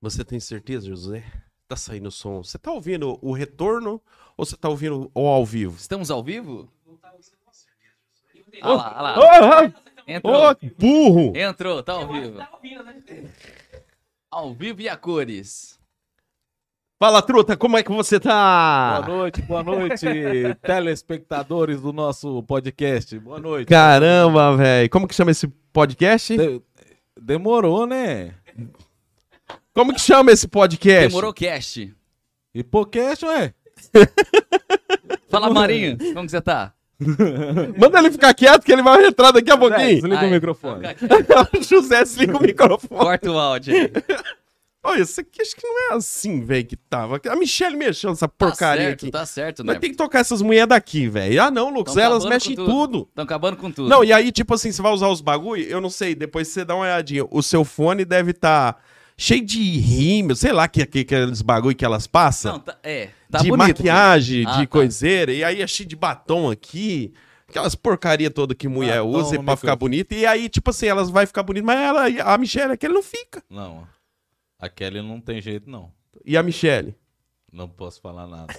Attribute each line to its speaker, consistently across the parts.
Speaker 1: Você tem certeza, José? Tá saindo o som. Você tá ouvindo o retorno ou você tá ouvindo o ao vivo?
Speaker 2: Estamos ao vivo?
Speaker 1: Ah,
Speaker 2: Olha lá, olha lá.
Speaker 1: Ah, ah,
Speaker 2: Entrou,
Speaker 1: Ô, burro!
Speaker 2: entrou, tá ao vivo. Ao vivo e a cores.
Speaker 1: Fala, truta, como é que você
Speaker 3: Boa
Speaker 1: tá?
Speaker 3: noite, boa noite, telespectadores do nosso podcast. Boa noite.
Speaker 1: Caramba, velho. Como que chama esse podcast?
Speaker 3: De- Demorou, né?
Speaker 1: Como que chama esse podcast?
Speaker 2: Demorou cast.
Speaker 3: E podcast, ué?
Speaker 2: Fala, Marinho, como que você tá?
Speaker 1: Manda ele ficar quieto que ele vai entrar daqui a
Speaker 3: Zé,
Speaker 1: pouquinho.
Speaker 3: desliga
Speaker 2: Ai,
Speaker 3: o microfone.
Speaker 2: fica aqui.
Speaker 1: José, desliga o microfone.
Speaker 2: Corta o áudio aí.
Speaker 1: Olha, isso aqui acho que não é assim, velho, que tava. A Michelle mexeu nessa
Speaker 2: tá
Speaker 1: porcaria
Speaker 2: certo,
Speaker 1: aqui.
Speaker 2: Tá certo, né?
Speaker 1: Mas tem que tocar essas mulheres daqui, velho. Ah, não, Lucas,
Speaker 2: Tão
Speaker 1: elas
Speaker 2: acabando tá com
Speaker 1: mexem em
Speaker 2: tudo.
Speaker 1: tudo.
Speaker 2: Estão acabando com tudo.
Speaker 1: Não, e aí, tipo assim, você vai usar os bagulho, eu não sei, depois você dá uma olhadinha. O seu fone deve estar cheio de rímel, sei lá, que, que, aqueles bagulho que elas passam.
Speaker 2: Não, tá, é, tá
Speaker 1: de
Speaker 2: bonito.
Speaker 1: maquiagem,
Speaker 2: Ah,
Speaker 1: de
Speaker 2: tá.
Speaker 1: coiseira, e aí é cheio de batom aqui. Aquelas porcaria toda que mulher
Speaker 2: Ah,
Speaker 3: Batom
Speaker 1: usa
Speaker 3: no
Speaker 1: pra
Speaker 3: meu
Speaker 1: ficar
Speaker 3: corpo.
Speaker 1: bonita. E aí, tipo assim, elas vai ficar bonita, mas ela, a Michelle, aquele não fica.
Speaker 3: Não, a Kelly não tem jeito, não.
Speaker 1: E a Michelle?
Speaker 3: Não posso falar nada.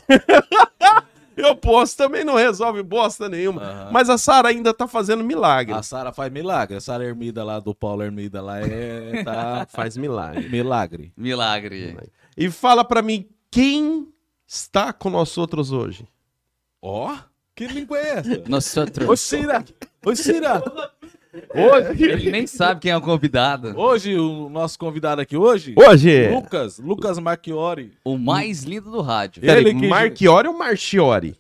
Speaker 1: Eu posso também, não resolve bosta nenhuma.
Speaker 3: Aham.
Speaker 1: Mas a Sara ainda tá fazendo milagre.
Speaker 3: A Sara faz milagre. A Sara Ermida lá, do Paulo Ermida lá, é... tá...
Speaker 1: Faz milagre.
Speaker 3: milagre.
Speaker 2: Milagre.
Speaker 1: E fala pra mim quem está com nós outros hoje.
Speaker 3: Ó, que língua é essa?
Speaker 2: Nossa, outro-
Speaker 3: Ô, Cira! Ô, Cira!
Speaker 2: Ele nem sabe quem é o convidado.
Speaker 3: Hoje, o nosso convidado aqui hoje...
Speaker 1: Hoje.
Speaker 3: Lucas, Lucas Marchiori.
Speaker 2: O mais lindo do rádio.
Speaker 3: Ele
Speaker 1: Ele
Speaker 3: que-
Speaker 1: Marchiori ou Marchiori?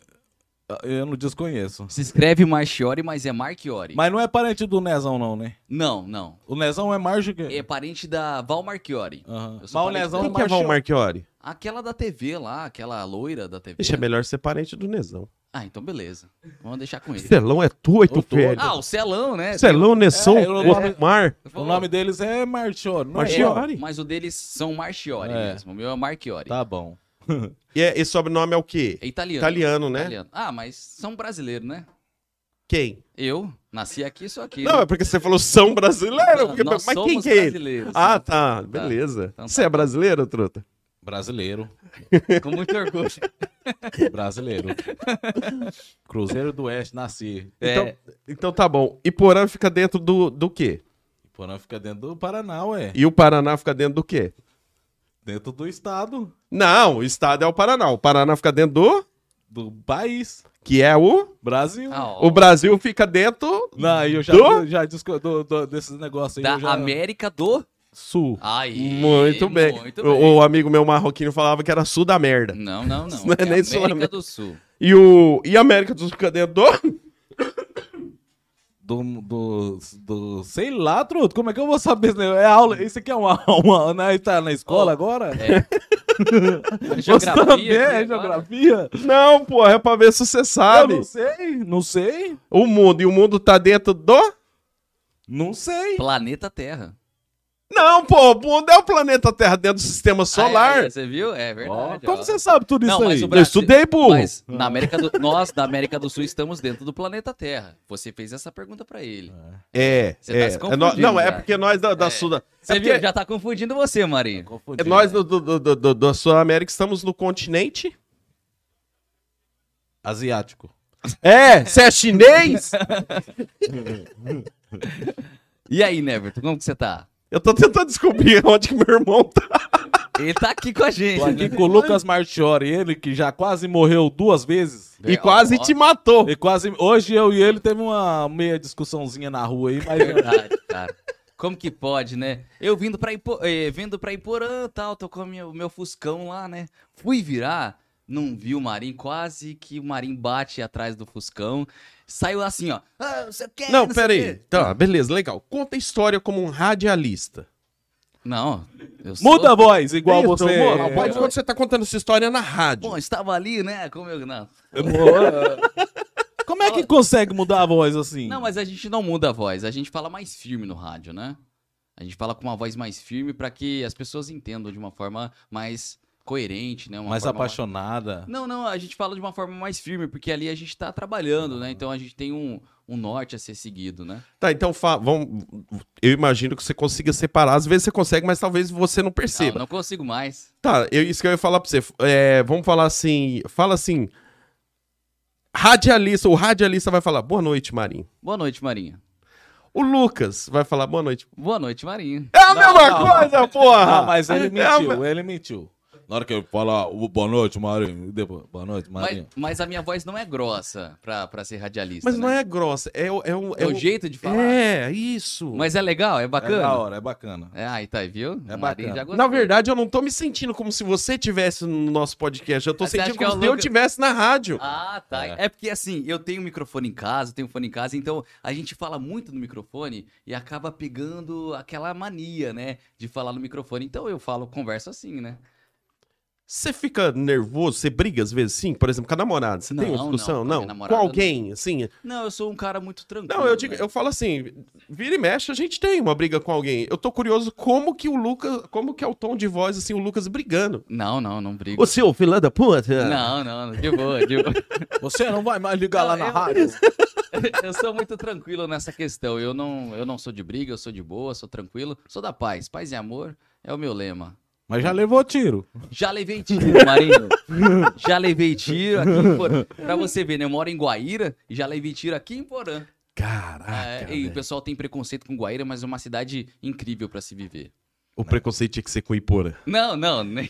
Speaker 3: Eu não desconheço.
Speaker 2: Se escreve Marchiori, mas é Marchiori.
Speaker 3: Mas não é parente do Nezão, não, né?
Speaker 2: Não, não.
Speaker 3: O Nezão é Marjo que...
Speaker 2: É parente da Val Marchiori.
Speaker 3: Aham.
Speaker 2: Eu
Speaker 3: Mas
Speaker 2: sou
Speaker 3: o
Speaker 2: parente
Speaker 3: Nezão
Speaker 2: dela.
Speaker 1: Quem
Speaker 3: é
Speaker 1: que é Val
Speaker 3: Marchiori.
Speaker 1: Marchiori?
Speaker 2: Aquela da TV lá, aquela loira da TV.
Speaker 1: Ixi, é melhor ser parente do Nezão.
Speaker 2: Ah, então beleza. Vamos deixar com ele.
Speaker 1: Celão é tu, oito
Speaker 3: Eu tô-
Speaker 1: velho.
Speaker 2: Ah, o Celão, né?
Speaker 1: Celão, Nesson,
Speaker 3: É, eu não-
Speaker 1: Osmar.
Speaker 2: Tem-
Speaker 3: O nome deles é Marchiori. não é?
Speaker 1: Marchiori.
Speaker 2: É, Mas o deles são Marchiori
Speaker 3: É.
Speaker 2: mesmo. O meu é Marchiori.
Speaker 3: Tá bom.
Speaker 1: E é- esse sobrenome é o quê?
Speaker 2: É italiano.
Speaker 1: Italiano, né?
Speaker 2: Italiano. Ah, mas são brasileiros, né?
Speaker 1: Quem?
Speaker 2: Eu nasci aqui, sou aqui.
Speaker 1: Não, é porque você falou são brasileiro. porque-
Speaker 2: Nós
Speaker 1: Mas quem
Speaker 2: somos
Speaker 1: que é ele?
Speaker 2: brasileiros.
Speaker 1: Ah, tá. Beleza.
Speaker 2: Então tá.
Speaker 1: Você é brasileiro, truta?
Speaker 3: Brasileiro.
Speaker 2: Com muito orgulho.
Speaker 3: Brasileiro. Cruzeiro do Oeste, nasci.
Speaker 2: É.
Speaker 1: Então, então tá bom. E Porã fica dentro do, do quê?
Speaker 3: Porã fica dentro do Paraná, ué.
Speaker 1: E o Paraná fica dentro do quê?
Speaker 3: Dentro do estado,
Speaker 1: Não, o estado é o Paraná. O Paraná fica dentro do.
Speaker 3: do país,
Speaker 1: Que é o.
Speaker 3: Brasil.
Speaker 2: Ah, ó.
Speaker 1: O Brasil fica dentro.
Speaker 3: Não, aí eu já,
Speaker 1: Do?
Speaker 3: eu já disco, do, do- desses negócios aí.
Speaker 2: da
Speaker 3: eu já...
Speaker 2: América do.
Speaker 3: Sul.
Speaker 2: Aí.
Speaker 1: muito bem.
Speaker 2: muito bem.
Speaker 1: O, o amigo meu marroquino falava que era sul da merda.
Speaker 2: Não, não, não.
Speaker 1: Não é
Speaker 2: É
Speaker 1: nem
Speaker 2: América
Speaker 1: Sul-América.
Speaker 2: do Sul.
Speaker 1: E o. E a América do Sul fica dentro do.
Speaker 3: Do, do, do- Sei lá, truto. Como é que eu vou saber? esse negócio? É aula. Isso aqui é uma aula. Nós tá na escola
Speaker 2: Ó,
Speaker 3: agora?
Speaker 2: É
Speaker 3: Vou saber,
Speaker 2: aqui
Speaker 3: é
Speaker 2: agora.
Speaker 3: geografia?
Speaker 1: Não, porra, é pra ver se você
Speaker 3: Eu
Speaker 1: sabe.
Speaker 3: não sei, não sei.
Speaker 1: O mundo. E o mundo tá dentro do.
Speaker 3: Não sei.
Speaker 2: Planeta Terra.
Speaker 1: Não, pô, o mundo é o planeta Terra dentro do sistema solar.
Speaker 2: Aí, aí, você viu? É
Speaker 3: Ó,
Speaker 2: verdade. ó.
Speaker 3: como você sabe tudo
Speaker 2: Não,
Speaker 3: isso
Speaker 2: mas
Speaker 3: aí?
Speaker 2: o
Speaker 1: Eu
Speaker 2: Brasil-
Speaker 1: estudei, burro.
Speaker 2: Mas na América do... nós, da América do Sul, estamos dentro do planeta Terra. Você fez essa pergunta pra ele.
Speaker 1: É,
Speaker 2: Você tá
Speaker 1: é.
Speaker 2: se
Speaker 1: É nó- não, é
Speaker 2: confundindo,
Speaker 1: porque nós da, da
Speaker 2: É.
Speaker 1: sul da.
Speaker 2: Você
Speaker 1: é
Speaker 2: viu?
Speaker 1: porque
Speaker 2: Já tá confundindo você, Marinho.
Speaker 3: Confundi.
Speaker 1: nós do, do, do, do- da Sul-América estamos no continente.
Speaker 3: Asiático.
Speaker 1: É, você é chinês?
Speaker 2: E aí, Neverton, como que você tá?
Speaker 1: Eu tô tentando descobrir onde que meu irmão tá.
Speaker 2: Ele tá aqui com a gente.
Speaker 3: Tô aqui
Speaker 2: né?
Speaker 3: com o Lucas Marchiori, ele que já quase morreu duas vezes.
Speaker 1: E quase
Speaker 2: Ó,
Speaker 1: te matou.
Speaker 3: E quase. Hoje eu e ele teve uma meia discussãozinha na rua aí, mas.
Speaker 2: É
Speaker 3: é,
Speaker 2: Verdade, cara. Como que pode, né? Eu vindo pra, Ipo... eh, vindo pra Iporã e tal, tô com o meu, meu Fuscão lá, né? Fui virar, não vi o Marinho, quase que o Marinho bate atrás do Fuscão. Saiu assim, ó. Ah, você quer,
Speaker 1: Não,
Speaker 2: sei o
Speaker 1: pera aí.
Speaker 2: quê.
Speaker 1: Tá, beleza, legal. Conta a história como um radialista.
Speaker 2: Não, eu sou...
Speaker 3: Muda a voz, igual
Speaker 1: Isso,
Speaker 3: você.
Speaker 1: amor, não pode
Speaker 2: é.
Speaker 1: quando você tá contando essa história na rádio.
Speaker 2: Bom, estava ali, né? Como eu... Não.
Speaker 3: Como é que consegue mudar a voz assim?
Speaker 2: Não, mas a gente não muda a voz, a gente fala mais firme no rádio, né? A gente fala com uma voz mais firme pra que as pessoas entendam de uma forma mais coerente, né? Uma
Speaker 3: Mais
Speaker 2: forma
Speaker 3: apaixonada.
Speaker 2: Não, não, a gente fala de uma forma mais firme, porque ali a gente tá trabalhando, né? Então a gente tem um, um norte a ser seguido, né?
Speaker 1: Tá, então fa- vamos. Eu imagino que você consiga separar. Às vezes você consegue, mas talvez você não
Speaker 2: Ah, eu
Speaker 1: perceba.
Speaker 2: não consigo mais.
Speaker 1: Tá, eu, isso que eu ia falar pra você. É, vamos falar assim. Fala assim. Radialista, o radialista vai falar boa noite, Marinho.
Speaker 2: Boa noite, Marinha.
Speaker 1: O Lucas vai falar boa noite.
Speaker 2: Boa noite, Marinha.
Speaker 1: É a mesma
Speaker 3: não.
Speaker 1: coisa, porra!
Speaker 3: Não, mas ele
Speaker 1: É a me-
Speaker 3: mentiu, ele mentiu. Na hora que eu falar "Ô, boa noite, Marinho, e depois, boa noite,
Speaker 2: Mas,
Speaker 3: Marinho.
Speaker 2: mas a minha voz não é grossa pra, pra ser radialista.
Speaker 1: Mas não
Speaker 2: né?
Speaker 1: é grossa, é, o- é, um,
Speaker 2: É o jeito de falar.
Speaker 1: É, isso.
Speaker 2: Mas é legal, é
Speaker 3: É da
Speaker 2: bacana.
Speaker 3: hora, é bacana.
Speaker 2: É, aí tá, aí, viu?
Speaker 3: É
Speaker 2: Marinho
Speaker 3: bacana.
Speaker 2: já gostou.
Speaker 1: Na verdade, eu não tô me sentindo como se você tivesse no nosso podcast. Eu tô
Speaker 2: Mas você
Speaker 1: sentindo
Speaker 2: acha que é
Speaker 1: como
Speaker 2: o
Speaker 1: se eu
Speaker 2: Lucas-
Speaker 1: tivesse na rádio.
Speaker 2: Ah, tá. É. porque assim, eu tenho microfone em casa, eu tenho fone em casa, então a gente fala muito no microfone e acaba pegando aquela mania, né? De falar no microfone. Então eu falo, converso assim, né?
Speaker 1: Você fica nervoso? Você briga às vezes, sim? Por exemplo, com a namorada. Você tem
Speaker 2: Não,
Speaker 1: uma discussão?
Speaker 2: não, com a
Speaker 1: Não.
Speaker 2: minha
Speaker 1: Com
Speaker 2: namorada,
Speaker 1: alguém, assim?
Speaker 2: Não, eu sou um cara muito tranquilo.
Speaker 1: Não, eu, digo,
Speaker 2: né?
Speaker 1: eu falo assim, vira e mexe, a gente tem uma briga com alguém. Eu tô curioso como que o Lucas, como que é o tom de voz, assim, o Lucas brigando.
Speaker 2: Não, não, não brigo.
Speaker 1: Ô, seu é filho da puta!
Speaker 2: Não, não, de boa, de boa.
Speaker 3: Você não vai mais ligar lá
Speaker 2: Não,
Speaker 3: na
Speaker 2: eu-
Speaker 3: rádio?
Speaker 2: Eu sou muito tranquilo nessa questão. Eu não, eu não sou de briga, eu sou de boa, sou tranquilo. Sou da paz. Paz e amor é o meu lema.
Speaker 3: Mas já levou tiro.
Speaker 2: Já levei tiro, Marinho. Já levei tiro aqui em Porã. Pra você ver, né? Eu moro em Guaíra e já levei tiro aqui em Porã. É,
Speaker 1: Caraca,
Speaker 2: e o
Speaker 1: Ah, velho.
Speaker 2: pessoal tem preconceito com Guaíra, mas é uma cidade incrível pra se viver.
Speaker 1: O preconceito tinha que ser com Ipora.
Speaker 2: Não, não, nem,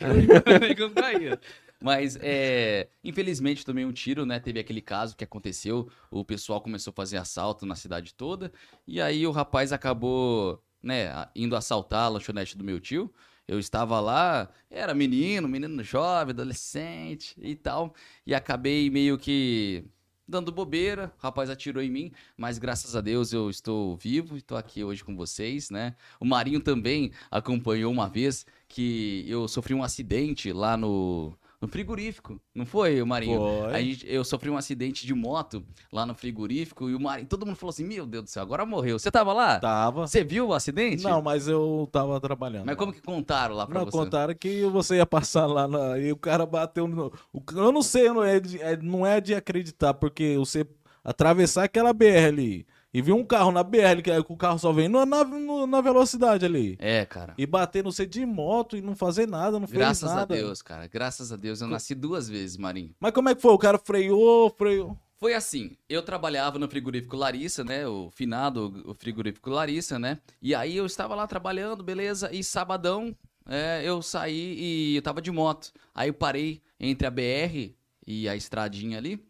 Speaker 2: nem com Guaíra. Mas, é, infelizmente, tomei um tiro, né? Teve aquele caso que aconteceu, o pessoal começou a fazer assalto na cidade toda, e aí o rapaz acabou, né, a- indo assaltar a lanchonete do meu tio. Eu estava lá, era menino, menino jovem, adolescente e tal, e acabei meio que dando bobeira, o rapaz atirou em mim, mas graças a Deus eu estou vivo e estou aqui hoje com vocês, né? O Marinho também acompanhou uma vez que eu sofri um acidente lá no, no frigorífico, não foi, Marinho? A
Speaker 3: Foi.
Speaker 2: gente- eu sofri um acidente de moto lá no frigorífico e o Marinho, todo mundo falou assim: Meu Deus do céu, agora morreu. Você tava lá?
Speaker 3: Tava.
Speaker 2: Você viu o acidente?
Speaker 3: Não, mas eu tava trabalhando.
Speaker 2: Mas como que contaram lá pra
Speaker 3: Não,
Speaker 2: você?
Speaker 3: contaram que você ia passar lá na- e o cara bateu no. o- eu não sei, não é, de, é- não é de acreditar, porque você atravessar aquela BR ali e vir um carro na BR, que aí o carro só vem na, na, no- na velocidade ali.
Speaker 2: É, cara.
Speaker 3: E bater, não sei, de moto e não fazer nada, não fez
Speaker 2: Graças
Speaker 3: nada.
Speaker 2: a Deus, cara. Graças a Deus. Eu nasci duas vezes, Marinho.
Speaker 3: Mas como é que foi? O cara freou, freou.
Speaker 2: Foi assim, eu trabalhava no frigorífico Larissa, né? O finado o frigorífico Larissa, né? E aí eu estava lá trabalhando, beleza? E sabadão é, eu saí e eu tava de moto. Aí eu parei entre a BR e a estradinha ali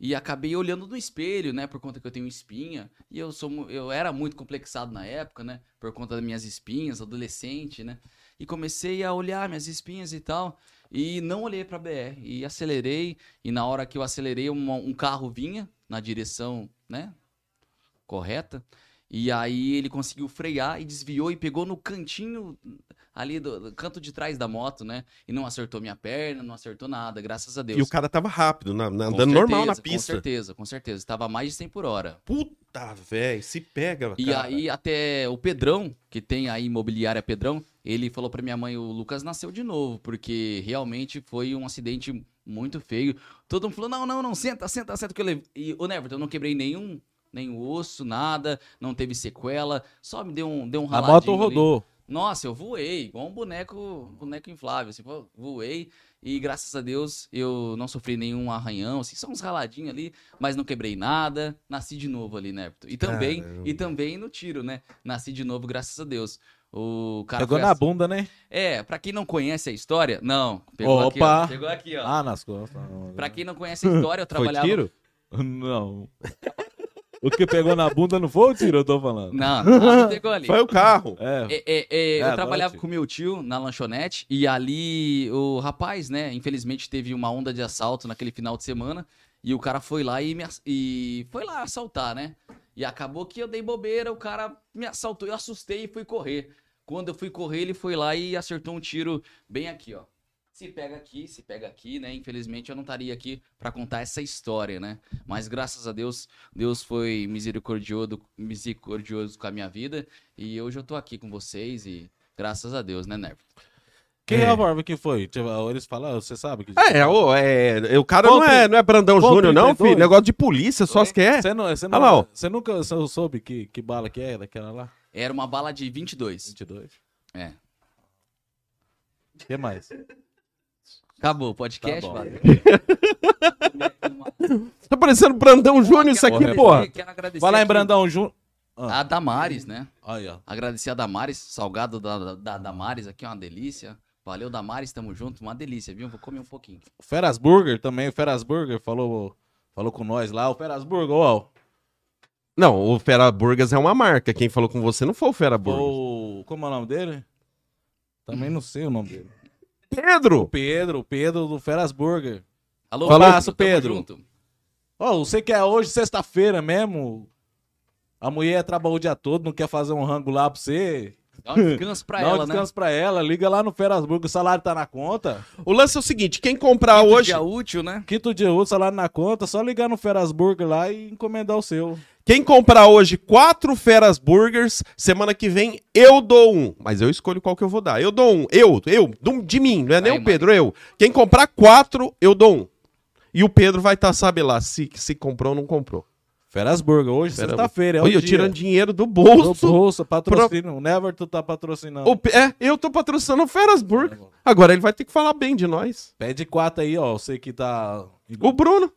Speaker 2: e acabei olhando no espelho, né? Por conta que eu tenho espinha e eu sou mu- eu era muito complexado na época, né? Por conta das minhas espinhas, adolescente, né? E comecei a olhar minhas espinhas e tal. E não olhei pra BR. E acelerei. E na hora que eu acelerei, uma- um carro vinha na direção, né? Correta. E aí ele conseguiu frear e desviou e pegou no cantinho ali do, do canto de trás da moto, né? E não acertou minha perna, não acertou nada, graças a Deus.
Speaker 1: E o cara tava rápido, na- na-
Speaker 2: Com
Speaker 1: andando normal na
Speaker 2: certeza, Com
Speaker 1: pista.
Speaker 2: certeza, com certeza. Tava a mais de 100 por hora.
Speaker 1: Puta, velho, se pega,
Speaker 2: E
Speaker 1: cara.
Speaker 2: aí até o Pedrão, que tem a imobiliária Pedrão, ele falou pra minha mãe, o Lucas nasceu de novo, porque realmente foi um acidente muito feio. Todo mundo falou, não, não, não, senta, senta, senta, que eu levei. E, ô, Neverton, eu não quebrei nenhum, nenhum osso, nada, não teve sequela, só me deu um, deu um
Speaker 3: A
Speaker 2: raladinho
Speaker 3: moto
Speaker 2: ali.
Speaker 3: rodou.
Speaker 2: Nossa, eu voei, igual um boneco, boneco inflável, assim, vo- voei e graças a Deus eu não sofri nenhum arranhão, assim, só uns raladinhos ali, mas não quebrei nada, nasci de novo ali, né? E também,
Speaker 1: Caramba.
Speaker 2: e também no tiro, né? Nasci de novo, graças a Deus. O cara
Speaker 3: Pegou
Speaker 2: foi assim.
Speaker 3: na
Speaker 2: ass-
Speaker 3: bunda, né?
Speaker 2: É, pra quem não conhece a história, não, pegou aqui,
Speaker 3: Opa!
Speaker 2: ó, pegou aqui, ó.
Speaker 3: Ah, nas costas.
Speaker 2: Pra quem não conhece a história, eu trabalhava
Speaker 1: Foi tiro?
Speaker 3: Não. o que pegou na bunda não foi o tiro, eu tô falando.
Speaker 2: Não, não pegou ali.
Speaker 1: Foi o carro.
Speaker 3: É,
Speaker 2: É, é, é,
Speaker 3: É,
Speaker 2: eu
Speaker 3: agora
Speaker 2: trabalhava
Speaker 3: sim.
Speaker 2: com meu tio na lanchonete e ali o rapaz, né, infelizmente teve uma onda de assalto naquele final de semana e o cara foi lá e me ass- e foi lá assaltar, né? E acabou que eu dei bobeira, o cara me assaltou, eu assustei e fui correr. Quando eu fui correr, ele foi lá e acertou um tiro bem aqui, ó. Se pega aqui, se pega aqui, né? Infelizmente eu não estaria aqui pra contar essa história, né? Mas graças a Deus, Deus foi misericordioso, misericordioso com a minha vida e hoje eu tô aqui com vocês e graças a Deus, né, Nervo?
Speaker 3: Que
Speaker 1: É.
Speaker 3: revólver que foi? Tipo, Eles falam, ah, você sabe que.
Speaker 1: É, ô, é, o cara
Speaker 3: Qual
Speaker 1: não é,
Speaker 3: tri-
Speaker 1: não é Brandão
Speaker 3: qual
Speaker 1: Júnior, não,
Speaker 3: 32?
Speaker 1: filho. Negócio de polícia, só se quer.
Speaker 3: Você, não, você,
Speaker 1: Ah lá, ó.
Speaker 3: não, você nunca sou- soube que, que bala que é daquela lá?
Speaker 2: Era uma bala de 22.
Speaker 3: 22.
Speaker 2: É.
Speaker 3: O que mais?
Speaker 2: Acabou o podcast,
Speaker 3: bom.
Speaker 2: Wagner.
Speaker 1: Tá parecendo Brandão Júnior isso aqui,
Speaker 3: Porra,
Speaker 1: porra.
Speaker 2: Quero agradecer
Speaker 3: Vai lá em
Speaker 2: aqui
Speaker 3: Brandão Júnior.
Speaker 2: A Damares, né?
Speaker 3: Aí, ó.
Speaker 2: Agradecer a Damares, salgado da, da, da Damares aqui, uma delícia. Valeu, Damares, tamo junto, uma delícia, viu? Vou comer um pouquinho.
Speaker 3: O Feras Burger também, o Feras Burger falou, falou com nós lá. O Feras Burger, ó.
Speaker 1: Não, o Fera Burgas é uma marca. Quem falou com você não foi o Fera Burgas.
Speaker 3: O, como é o nome dele? Também não sei o nome dele. O
Speaker 1: Pedro!
Speaker 3: Pedro, o Pedro do Feras Burger.
Speaker 2: Alô,
Speaker 3: Abraço,
Speaker 2: tamo
Speaker 3: Pedro.
Speaker 2: junto.
Speaker 3: Ó, você quer hoje, sexta-feira mesmo? A mulher trabalhou o dia todo, não quer fazer um rango lá pra você?
Speaker 2: Dá um descanso pra
Speaker 3: Dá
Speaker 2: ela,
Speaker 3: um descanso pra ela, liga lá no Feras Burger, o salário tá na conta.
Speaker 1: O lance é o seguinte: quem comprar
Speaker 2: né?
Speaker 1: hoje.
Speaker 2: Dia útil, né?
Speaker 3: Quinto dia outro, salário na conta, só ligar no Feras Burger lá e encomendar o seu.
Speaker 1: Quem comprar hoje quatro Feras Burgers, semana que vem eu dou um. Mas eu escolho qual que eu vou dar. Eu dou um. Eu, eu, do- de mim, não é nem
Speaker 2: Aí,
Speaker 1: o Pedro, eu. Quem comprar quatro, eu dou um. E o Pedro vai estar, sabe lá, se, se comprou ou não comprou.
Speaker 3: Feras Burger, hoje,
Speaker 1: Fera-
Speaker 3: sexta-feira, é o
Speaker 1: Olha, eu
Speaker 3: dia.
Speaker 1: tirando dinheiro do
Speaker 3: Do
Speaker 1: bolso.
Speaker 3: bolso, patrocínio. O Never tu tá patrocinando.
Speaker 1: O Pe- é, eu tô patrocinando o Feras Burger. Agora ele vai ter que falar bem de nós.
Speaker 3: Pede quatro aí, ó. Você que tá.
Speaker 1: O Bruno.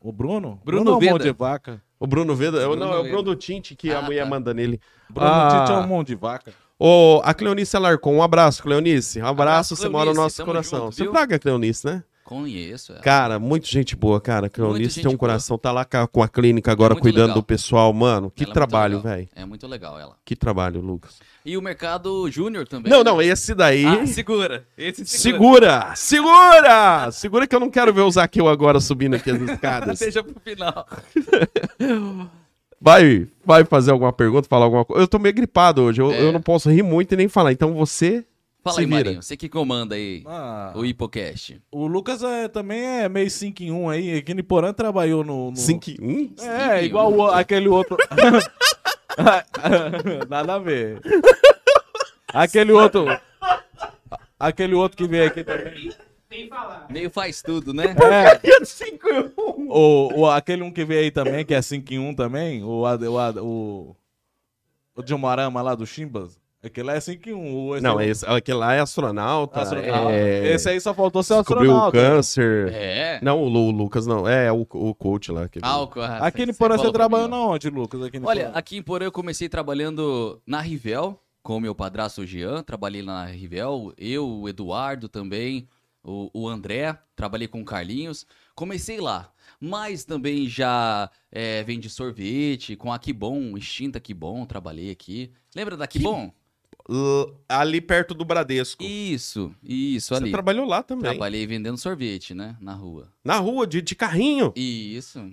Speaker 3: O Bruno?
Speaker 2: Bruno
Speaker 3: é um mão
Speaker 2: Veda.
Speaker 3: de vaca.
Speaker 1: O Bruno Veda. eu- não,
Speaker 2: Bruno
Speaker 1: é o
Speaker 2: Veda.
Speaker 1: Bruno Tinte que a
Speaker 2: Ah,
Speaker 1: mulher
Speaker 2: tá.
Speaker 1: manda nele.
Speaker 3: Bruno
Speaker 1: Ah.
Speaker 3: Tite é um mão de vaca.
Speaker 1: Ô, a Cleonice Alarcon, um abraço, Cleonice. Um abraço,
Speaker 2: Abraço,
Speaker 1: você mora no
Speaker 2: Cleonice,
Speaker 1: nosso
Speaker 2: tamo
Speaker 1: coração.
Speaker 2: junto,
Speaker 1: você
Speaker 2: viu?
Speaker 1: praga a Cleonice, né?
Speaker 2: Conheço ela.
Speaker 1: Cara, muito gente boa, cara. Cleonice
Speaker 2: gente
Speaker 1: tem um
Speaker 2: boa. É
Speaker 1: coração. Tá lá ca- com a clínica agora
Speaker 2: muito
Speaker 1: cuidando
Speaker 2: legal.
Speaker 1: do pessoal, mano. Que
Speaker 2: Ela é muito
Speaker 1: trabalho,
Speaker 2: legal.
Speaker 1: velho.
Speaker 2: É muito legal ela.
Speaker 1: Que trabalho, Lucas.
Speaker 2: E o mercado júnior também.
Speaker 1: Não,
Speaker 2: né?
Speaker 1: não, esse daí.
Speaker 2: Ah, segura. Esse segura.
Speaker 1: Segura, segura! Segura que eu não quero ver o Zaqueu agora subindo aqui as escadas.
Speaker 2: Deixa pro final.
Speaker 1: Vai, vai fazer alguma pergunta, falar alguma coisa. Eu tô meio gripado hoje, eu,
Speaker 2: É.
Speaker 1: eu não posso rir muito e nem falar. Então você.
Speaker 2: Fala
Speaker 1: Se
Speaker 2: aí,
Speaker 1: vira.
Speaker 2: Marinho. Você que comanda aí
Speaker 3: Ah,
Speaker 2: o hipocast.
Speaker 3: o Lucas é, também é meio 5 em 1 aí. Aqui no Porã trabalhou no. no...
Speaker 1: 5 e 1?
Speaker 3: É,
Speaker 2: em
Speaker 3: igual
Speaker 2: um.
Speaker 3: o- aquele outro. Nada a ver. Aquele outro. Aquele outro que veio aqui também.
Speaker 2: Meio faz tudo, né?
Speaker 3: É,
Speaker 1: 5 e 1.
Speaker 3: o, o- aquele um que veio aí também, que é 5 em 1 também, o, Ad- o, Ad- o, o Dilmarama lá do Chimbas. Aquele lá é 5 em 1. o-
Speaker 1: Não, esse, aquele lá é astronauta.
Speaker 3: Astronauta.
Speaker 1: é- né?
Speaker 3: Esse aí só faltou ser
Speaker 1: Descobriu o
Speaker 3: astronauta.
Speaker 1: câncer.
Speaker 2: É.
Speaker 1: Não, o, Lu- o Lucas não. É, o, o coach lá. que-
Speaker 2: Álcool. ah,
Speaker 3: Aqui em
Speaker 2: cê- cê
Speaker 3: Porã você
Speaker 2: falou pra
Speaker 3: trabalhou
Speaker 2: mim, ó.
Speaker 3: na onde, Lucas? Aqui em
Speaker 2: Olha,
Speaker 3: Porã?
Speaker 2: aqui em Porã eu comecei trabalhando na Rivel, com o meu padrasto Jean, trabalhei lá na Rivel, eu, o Eduardo também, o, o André, trabalhei com o Carlinhos, comecei lá, mas também já é, vendi sorvete com a Kibon, extinta Kibon, trabalhei aqui. Lembra da Kibon?
Speaker 1: L- ali perto do Bradesco.
Speaker 2: Isso, isso
Speaker 1: Você
Speaker 2: ali.
Speaker 1: trabalhou lá também.
Speaker 2: Trabalhei vendendo sorvete, né, na rua.
Speaker 1: Na rua, de, de carrinho.
Speaker 2: Isso,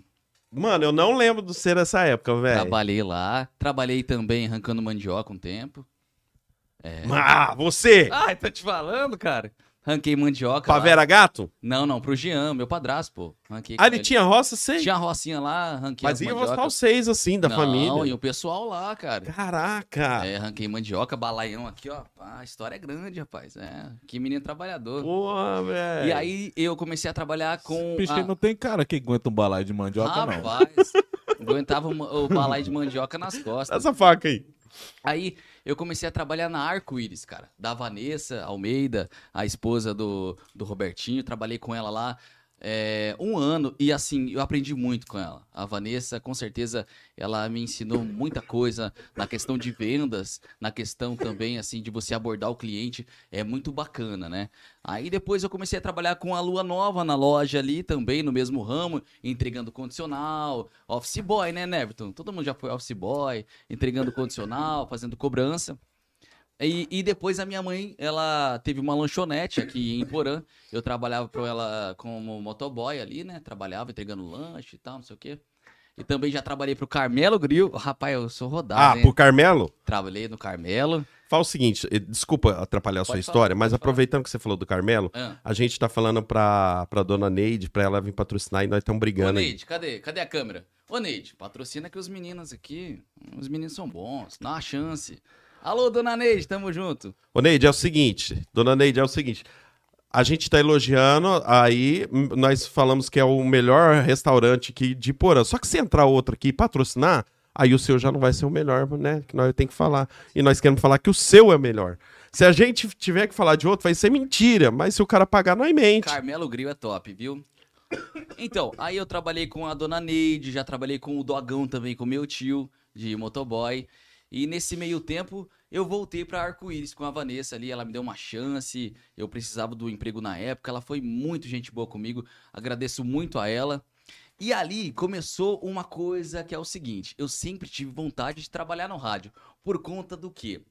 Speaker 1: Mano, eu não lembro do ser essa época, velho.
Speaker 2: trabalhei lá, trabalhei também arrancando mandioca um tempo.
Speaker 1: Ah, você!
Speaker 2: Ai, tô te falando, cara. Ranquei mandioca. lá.
Speaker 1: Pavera Gato?
Speaker 2: Não, não, pro Jean, meu padrasto, pô. Ranquei
Speaker 1: Ah,
Speaker 2: com
Speaker 1: ele tinha roça, sei.
Speaker 2: Tinha a rocinha lá, ranquei
Speaker 1: Mas
Speaker 2: as
Speaker 1: ia
Speaker 2: mandioca.
Speaker 1: só os seis, assim, da
Speaker 2: não,
Speaker 1: família. Tá.
Speaker 2: e o pessoal lá, cara.
Speaker 1: Caraca!
Speaker 2: É, ranquei mandioca, balaião aqui, ó. Ah, a história é grande, rapaz. É, que menino trabalhador.
Speaker 1: Boa, velho.
Speaker 2: E aí eu comecei a trabalhar com...
Speaker 3: Pixe,
Speaker 2: a-
Speaker 3: não tem cara que aguenta um balaio de
Speaker 1: é
Speaker 3: mandioca, não.
Speaker 2: Rapaz, aguentava o ma- o balai de mandioca nas costas.
Speaker 1: Essa faca aí.
Speaker 2: Aí eu comecei a trabalhar na Arco-Íris, cara. Da Vanessa Almeida, a esposa do, do Robertinho. Trabalhei com ela lá é, um ano e assim, eu aprendi muito com ela. A Vanessa, com certeza, ela me ensinou muita coisa na questão de vendas, na questão também, assim, de você abordar o cliente. É muito bacana, né? Aí depois eu comecei a trabalhar com a Lua Nova na loja ali também, no mesmo ramo, entregando condicional, office boy, né, Neverton? Todo mundo já foi office boy entregando condicional, fazendo cobrança. E, e depois a minha mãe, ela teve uma lanchonete aqui em Porã. Eu trabalhava para ela como motoboy ali, né? Trabalhava entregando lanche e tal, não sei o quê. E também já trabalhei pro Carmelo Grill. Rapaz, eu sou
Speaker 1: Ah,
Speaker 2: rodado, hein?
Speaker 1: pro Carmelo?
Speaker 2: Trabalhei no Carmelo.
Speaker 1: Fala o seguinte, eh, desculpa atrapalhar a sua
Speaker 2: Pode falar,
Speaker 1: história, mas
Speaker 2: pode falar.
Speaker 1: aproveitando que você falou do Carmelo,
Speaker 2: Ah.
Speaker 1: a gente tá falando pra, pra dona Neide, pra ela vir patrocinar e nós estamos
Speaker 2: Ô,
Speaker 1: brigando aí.
Speaker 2: Neide, cadê? Cadê a câmera? Ô, Neide, patrocina que os meninos aqui, os meninos são bons, dá uma chance. Alô, dona Neide, tamo junto.
Speaker 1: Ô, Neide, é o seguinte. Dona Neide, é o seguinte. A gente tá elogiando, aí m- nós falamos que é o melhor restaurante aqui de Porã. Só que se entrar outro aqui e patrocinar, aí o seu já não vai ser o melhor, né? Que nós temos que falar. E nós queremos falar que o seu é o melhor. Se a gente tiver que falar de outro, vai ser mentira. Mas se o cara pagar, nós mente.
Speaker 2: Carmelo Gril é top, viu? Então, aí eu trabalhei com a dona Neide, já trabalhei com o Dogão também, com meu tio de motoboy. E nesse meio tempo, eu voltei pra Arco-Íris com a Vanessa ali, ela me deu uma chance, eu precisava do emprego na época, ela foi muito gente boa comigo, agradeço muito a ela. E ali começou uma coisa que é o seguinte, eu sempre tive vontade de trabalhar no rádio, por conta do quê?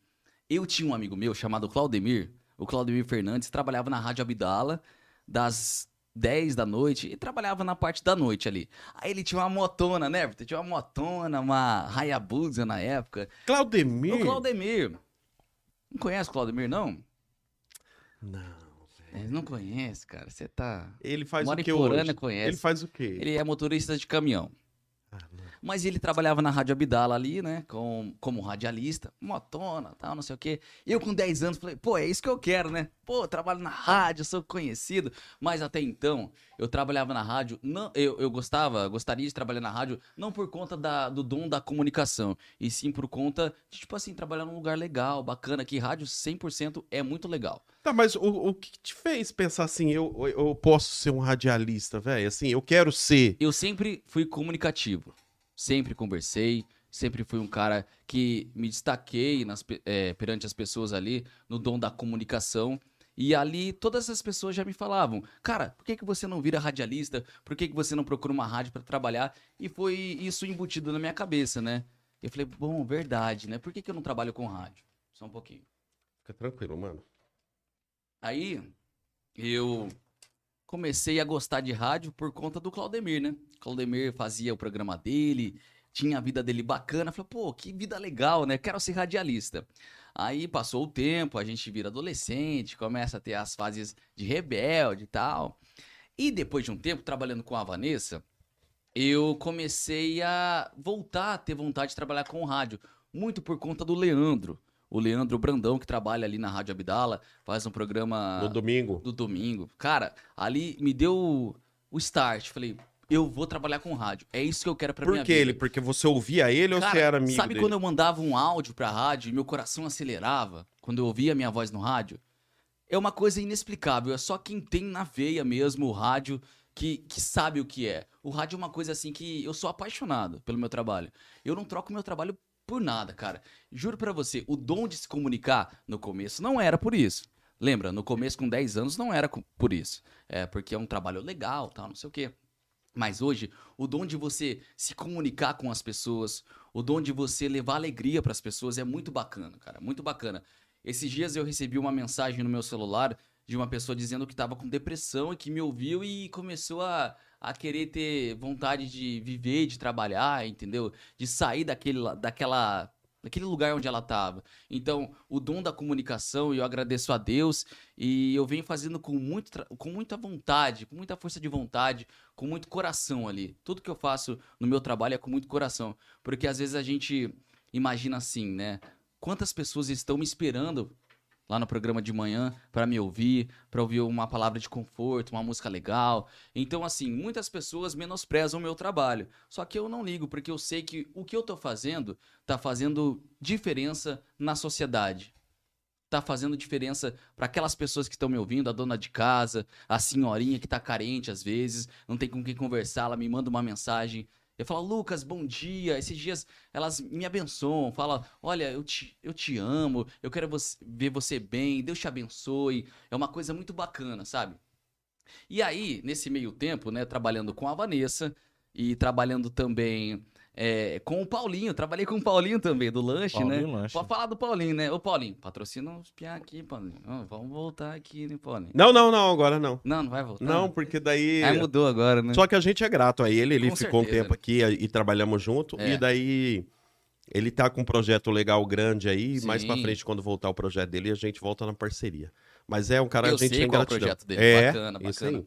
Speaker 2: Eu tinha um amigo meu chamado Claudemir, o Claudemir Fernandes, trabalhava na Rádio Abdala, das 10 da noite e trabalhava na parte da noite ali. Aí ele tinha uma motona, né? Vitor? Tinha uma motona, uma Hayabusa na época.
Speaker 1: Claudemir?
Speaker 2: O Claudemir. Não conhece o Claudemir, não?
Speaker 1: Não.
Speaker 2: É, Não conhece, cara. Você tá.
Speaker 1: Ele faz
Speaker 2: Mora
Speaker 1: o que
Speaker 2: em
Speaker 1: hoje?
Speaker 2: Porana, conhece.
Speaker 1: Ele faz o quê?
Speaker 2: Ele é motorista de caminhão. Mas ele trabalhava na Rádio Abdala ali, né? Com, como radialista, motona, tal, não sei o quê. Eu com 10 anos falei, pô, é isso que eu quero, né? Pô, eu trabalho na rádio, sou conhecido. Mas até então, eu trabalhava na rádio, não, eu, eu gostava, gostaria de trabalhar na rádio, não por conta da- do dom da comunicação, e sim por conta de, tipo assim, trabalhar num lugar legal, bacana, que rádio 100% é muito legal.
Speaker 1: Tá, mas o, o que te fez pensar assim, eu, eu eu posso ser um radialista, velho? Assim, eu quero ser.
Speaker 2: eu sempre fui comunicativo. Sempre conversei, sempre fui um cara que me destaquei nas pe- eh, perante as pessoas ali no dom da comunicação. E ali todas as pessoas já me falavam, cara, por que, que você não vira radialista? Por que, que você não procura uma rádio pra trabalhar? E foi isso embutido na minha cabeça, né? Eu falei, bom, verdade, né? Por que, que eu não trabalho com rádio? Só um pouquinho.
Speaker 1: Fica tranquilo, mano.
Speaker 2: Aí eu comecei a gostar de rádio por conta do Claudemir, né? Claudemir fazia o programa dele, tinha a vida dele bacana. Falei, pô, que vida legal, né? Quero ser radialista. Aí passou o tempo, a gente vira adolescente, começa a ter as fases de rebelde e tal. E depois de um tempo, trabalhando com a Vanessa, eu comecei a voltar a ter vontade de trabalhar com o rádio. Muito por conta do Leandro. O Leandro Brandão, que trabalha ali na Rádio Abdala, faz um programa
Speaker 1: No domingo.
Speaker 2: do domingo. Cara, ali me deu o start. Falei, eu vou trabalhar com rádio. É isso que eu quero pra
Speaker 1: Por
Speaker 2: minha
Speaker 1: que
Speaker 2: vida.
Speaker 1: ele? Porque você ouvia ele ou você
Speaker 2: Cara,
Speaker 1: era amigo
Speaker 2: sabe
Speaker 1: dele?
Speaker 2: quando eu mandava um áudio pra rádio e meu coração acelerava quando eu ouvia a minha voz no rádio? É uma coisa inexplicável, é só quem tem na veia mesmo o rádio que, que sabe o que é. O rádio é uma coisa assim que eu sou apaixonado pelo meu trabalho. Eu não troco meu trabalho por nada, cara. Juro pra você, o dom de se comunicar no começo não era por isso. Lembra, no começo com 10 anos não era com- por isso. É porque é um trabalho legal, tal, não sei o quê. Mas hoje, o dom de você se comunicar com as pessoas, o dom de você levar alegria para as pessoas é muito bacana, cara, muito bacana. Esses dias eu recebi uma mensagem no meu celular de uma pessoa dizendo que estava com depressão e que me ouviu e começou a, a querer ter vontade de viver, de trabalhar, entendeu? De sair daquele, la- daquela, daquele lugar onde ela estava. Então, o dom da comunicação, eu agradeço a Deus e eu venho fazendo com, muito, tra- com muita vontade, com muita força de vontade, com muito coração ali. Tudo que eu faço no meu trabalho é com muito coração. Porque às vezes a gente imagina assim, né? Quantas pessoas estão me esperando lá no programa de manhã para me ouvir, para ouvir uma palavra de conforto, uma música legal. Então, assim, muitas pessoas menosprezam o meu trabalho. Só que eu não ligo, porque eu sei que o que eu tô fazendo tá fazendo diferença na sociedade. Tá fazendo diferença para aquelas pessoas que estão me ouvindo, a dona de casa, a senhorinha que tá carente às vezes, não tem com quem conversar, ela me manda uma mensagem. Eu falo, Lucas, bom dia. Esses dias elas me abençoam, fala, olha, eu te, eu te amo, eu quero você- ver você bem, Deus te abençoe. É uma coisa muito bacana, sabe? E aí, nesse meio tempo, né, trabalhando com a Vanessa e trabalhando também é, com o Paulinho, trabalhei com o Paulinho também, do lanche, né?
Speaker 3: Paulinho Lanche.
Speaker 2: Pode falar do Paulinho, né? Ô, Paulinho, patrocina uns piá aqui, Paulinho. Ó, vamos voltar aqui, né, Paulinho?
Speaker 1: Não, não, não, agora não.
Speaker 2: Não, não vai voltar.
Speaker 1: Não, porque daí.
Speaker 2: Ah. Aí mudou agora, né?
Speaker 1: Só que a gente é grato a ele, ele
Speaker 2: Com
Speaker 1: ficou
Speaker 2: certeza.
Speaker 1: um tempo aqui e e trabalhamos junto.
Speaker 2: É.
Speaker 1: E daí. Ele tá com um projeto legal grande aí. Mais pra
Speaker 2: Sim.
Speaker 1: frente, quando voltar o projeto dele, a gente volta na parceria. Mas é um cara,
Speaker 2: Eu
Speaker 1: a gente
Speaker 2: sei
Speaker 1: é
Speaker 2: qual é o
Speaker 1: gratidão.
Speaker 2: projeto dele,
Speaker 1: É,
Speaker 2: bacana,
Speaker 1: isso
Speaker 2: bacana.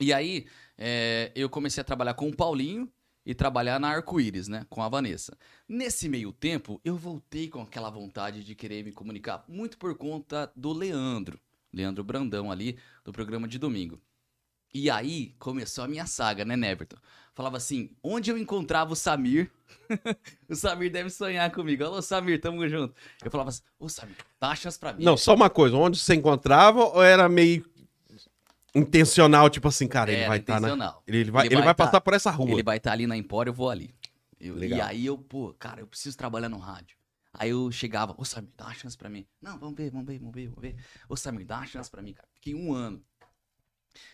Speaker 1: aí.
Speaker 2: E aí, é, eu comecei a trabalhar com o Paulinho e e trabalhar na Arco-Íris, né? Com a Vanessa. Nesse meio tempo, eu voltei com aquela vontade de querer me comunicar, muito por conta do Leandro. Leandro Brandão ali, do programa de domingo. E aí começou a minha saga, né, Neverton? Falava assim: onde eu encontrava o Samir? o Samir deve sonhar comigo. Alô, Samir, tamo junto. Eu falava assim: ô, Samir, taxas pra mim.
Speaker 1: Não, só uma coisa, onde você encontrava ou era meio intencional, tipo assim, cara, ele
Speaker 2: É, Era
Speaker 1: vai estar na...
Speaker 2: intencional.
Speaker 1: Ele, ele vai,
Speaker 2: Ele
Speaker 1: ele
Speaker 2: vai
Speaker 1: vai
Speaker 2: tá.
Speaker 1: passar por essa rua.
Speaker 2: Ele vai estar ali na Empório, eu vou ali. Eu-
Speaker 1: Legal.
Speaker 2: E aí eu, pô, cara, eu preciso trabalhar no rádio. Aí eu chegava, ô Samir, dá uma chance pra mim. Não, vamos ver, vamos ver, vamos ver, vamos ver. Ô Samir, dá uma chance pra mim, cara. Fiquei um ano.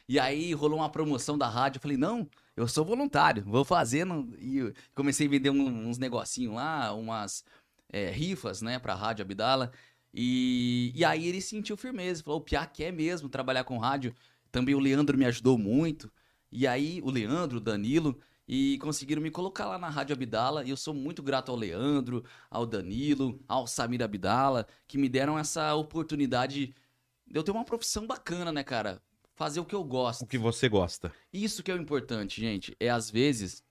Speaker 2: E aí rolou uma promoção da rádio, eu falei, não, eu sou voluntário, vou fazendo. E eu comecei a vender um- uns negocinhos lá, umas é, rifas, né, pra rádio Abdala. E, e aí ele sentiu firmeza, falou, o Piá quer mesmo trabalhar com rádio. Também o Leandro me ajudou muito. E aí o Leandro, o Danilo, e conseguiram me colocar lá na Rádio Abdala. E eu sou muito grato ao Leandro, ao Danilo, ao Samir Abdala, que me deram essa oportunidade de eu ter uma profissão bacana, né, cara? Fazer o que eu gosto.
Speaker 1: O que você gosta.
Speaker 2: Isso que é o importante, gente. É às vezes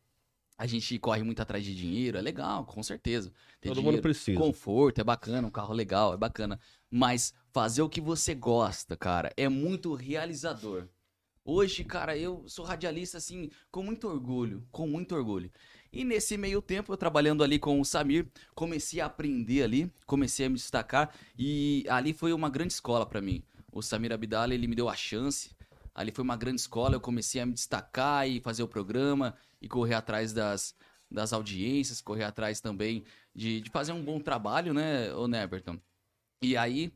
Speaker 2: a gente corre muito atrás de dinheiro, é legal, com certeza. Ter
Speaker 1: Todo
Speaker 2: dinheiro,
Speaker 1: mundo precisa.
Speaker 2: conforto, é bacana, um carro legal, é bacana. Mas fazer o que você gosta, cara, é muito realizador. Hoje, cara, eu sou radialista, assim, com muito orgulho, com muito orgulho. E nesse meio tempo, eu trabalhando ali com o Samir, comecei a aprender ali, comecei a me destacar e ali foi uma grande escola pra mim. O Samir Abdala, ele me deu a chance, ali foi uma grande escola, eu comecei a me destacar e fazer o programa e correr atrás das, das audiências, correr atrás também de, de fazer um bom trabalho, né, ô Neverton? E aí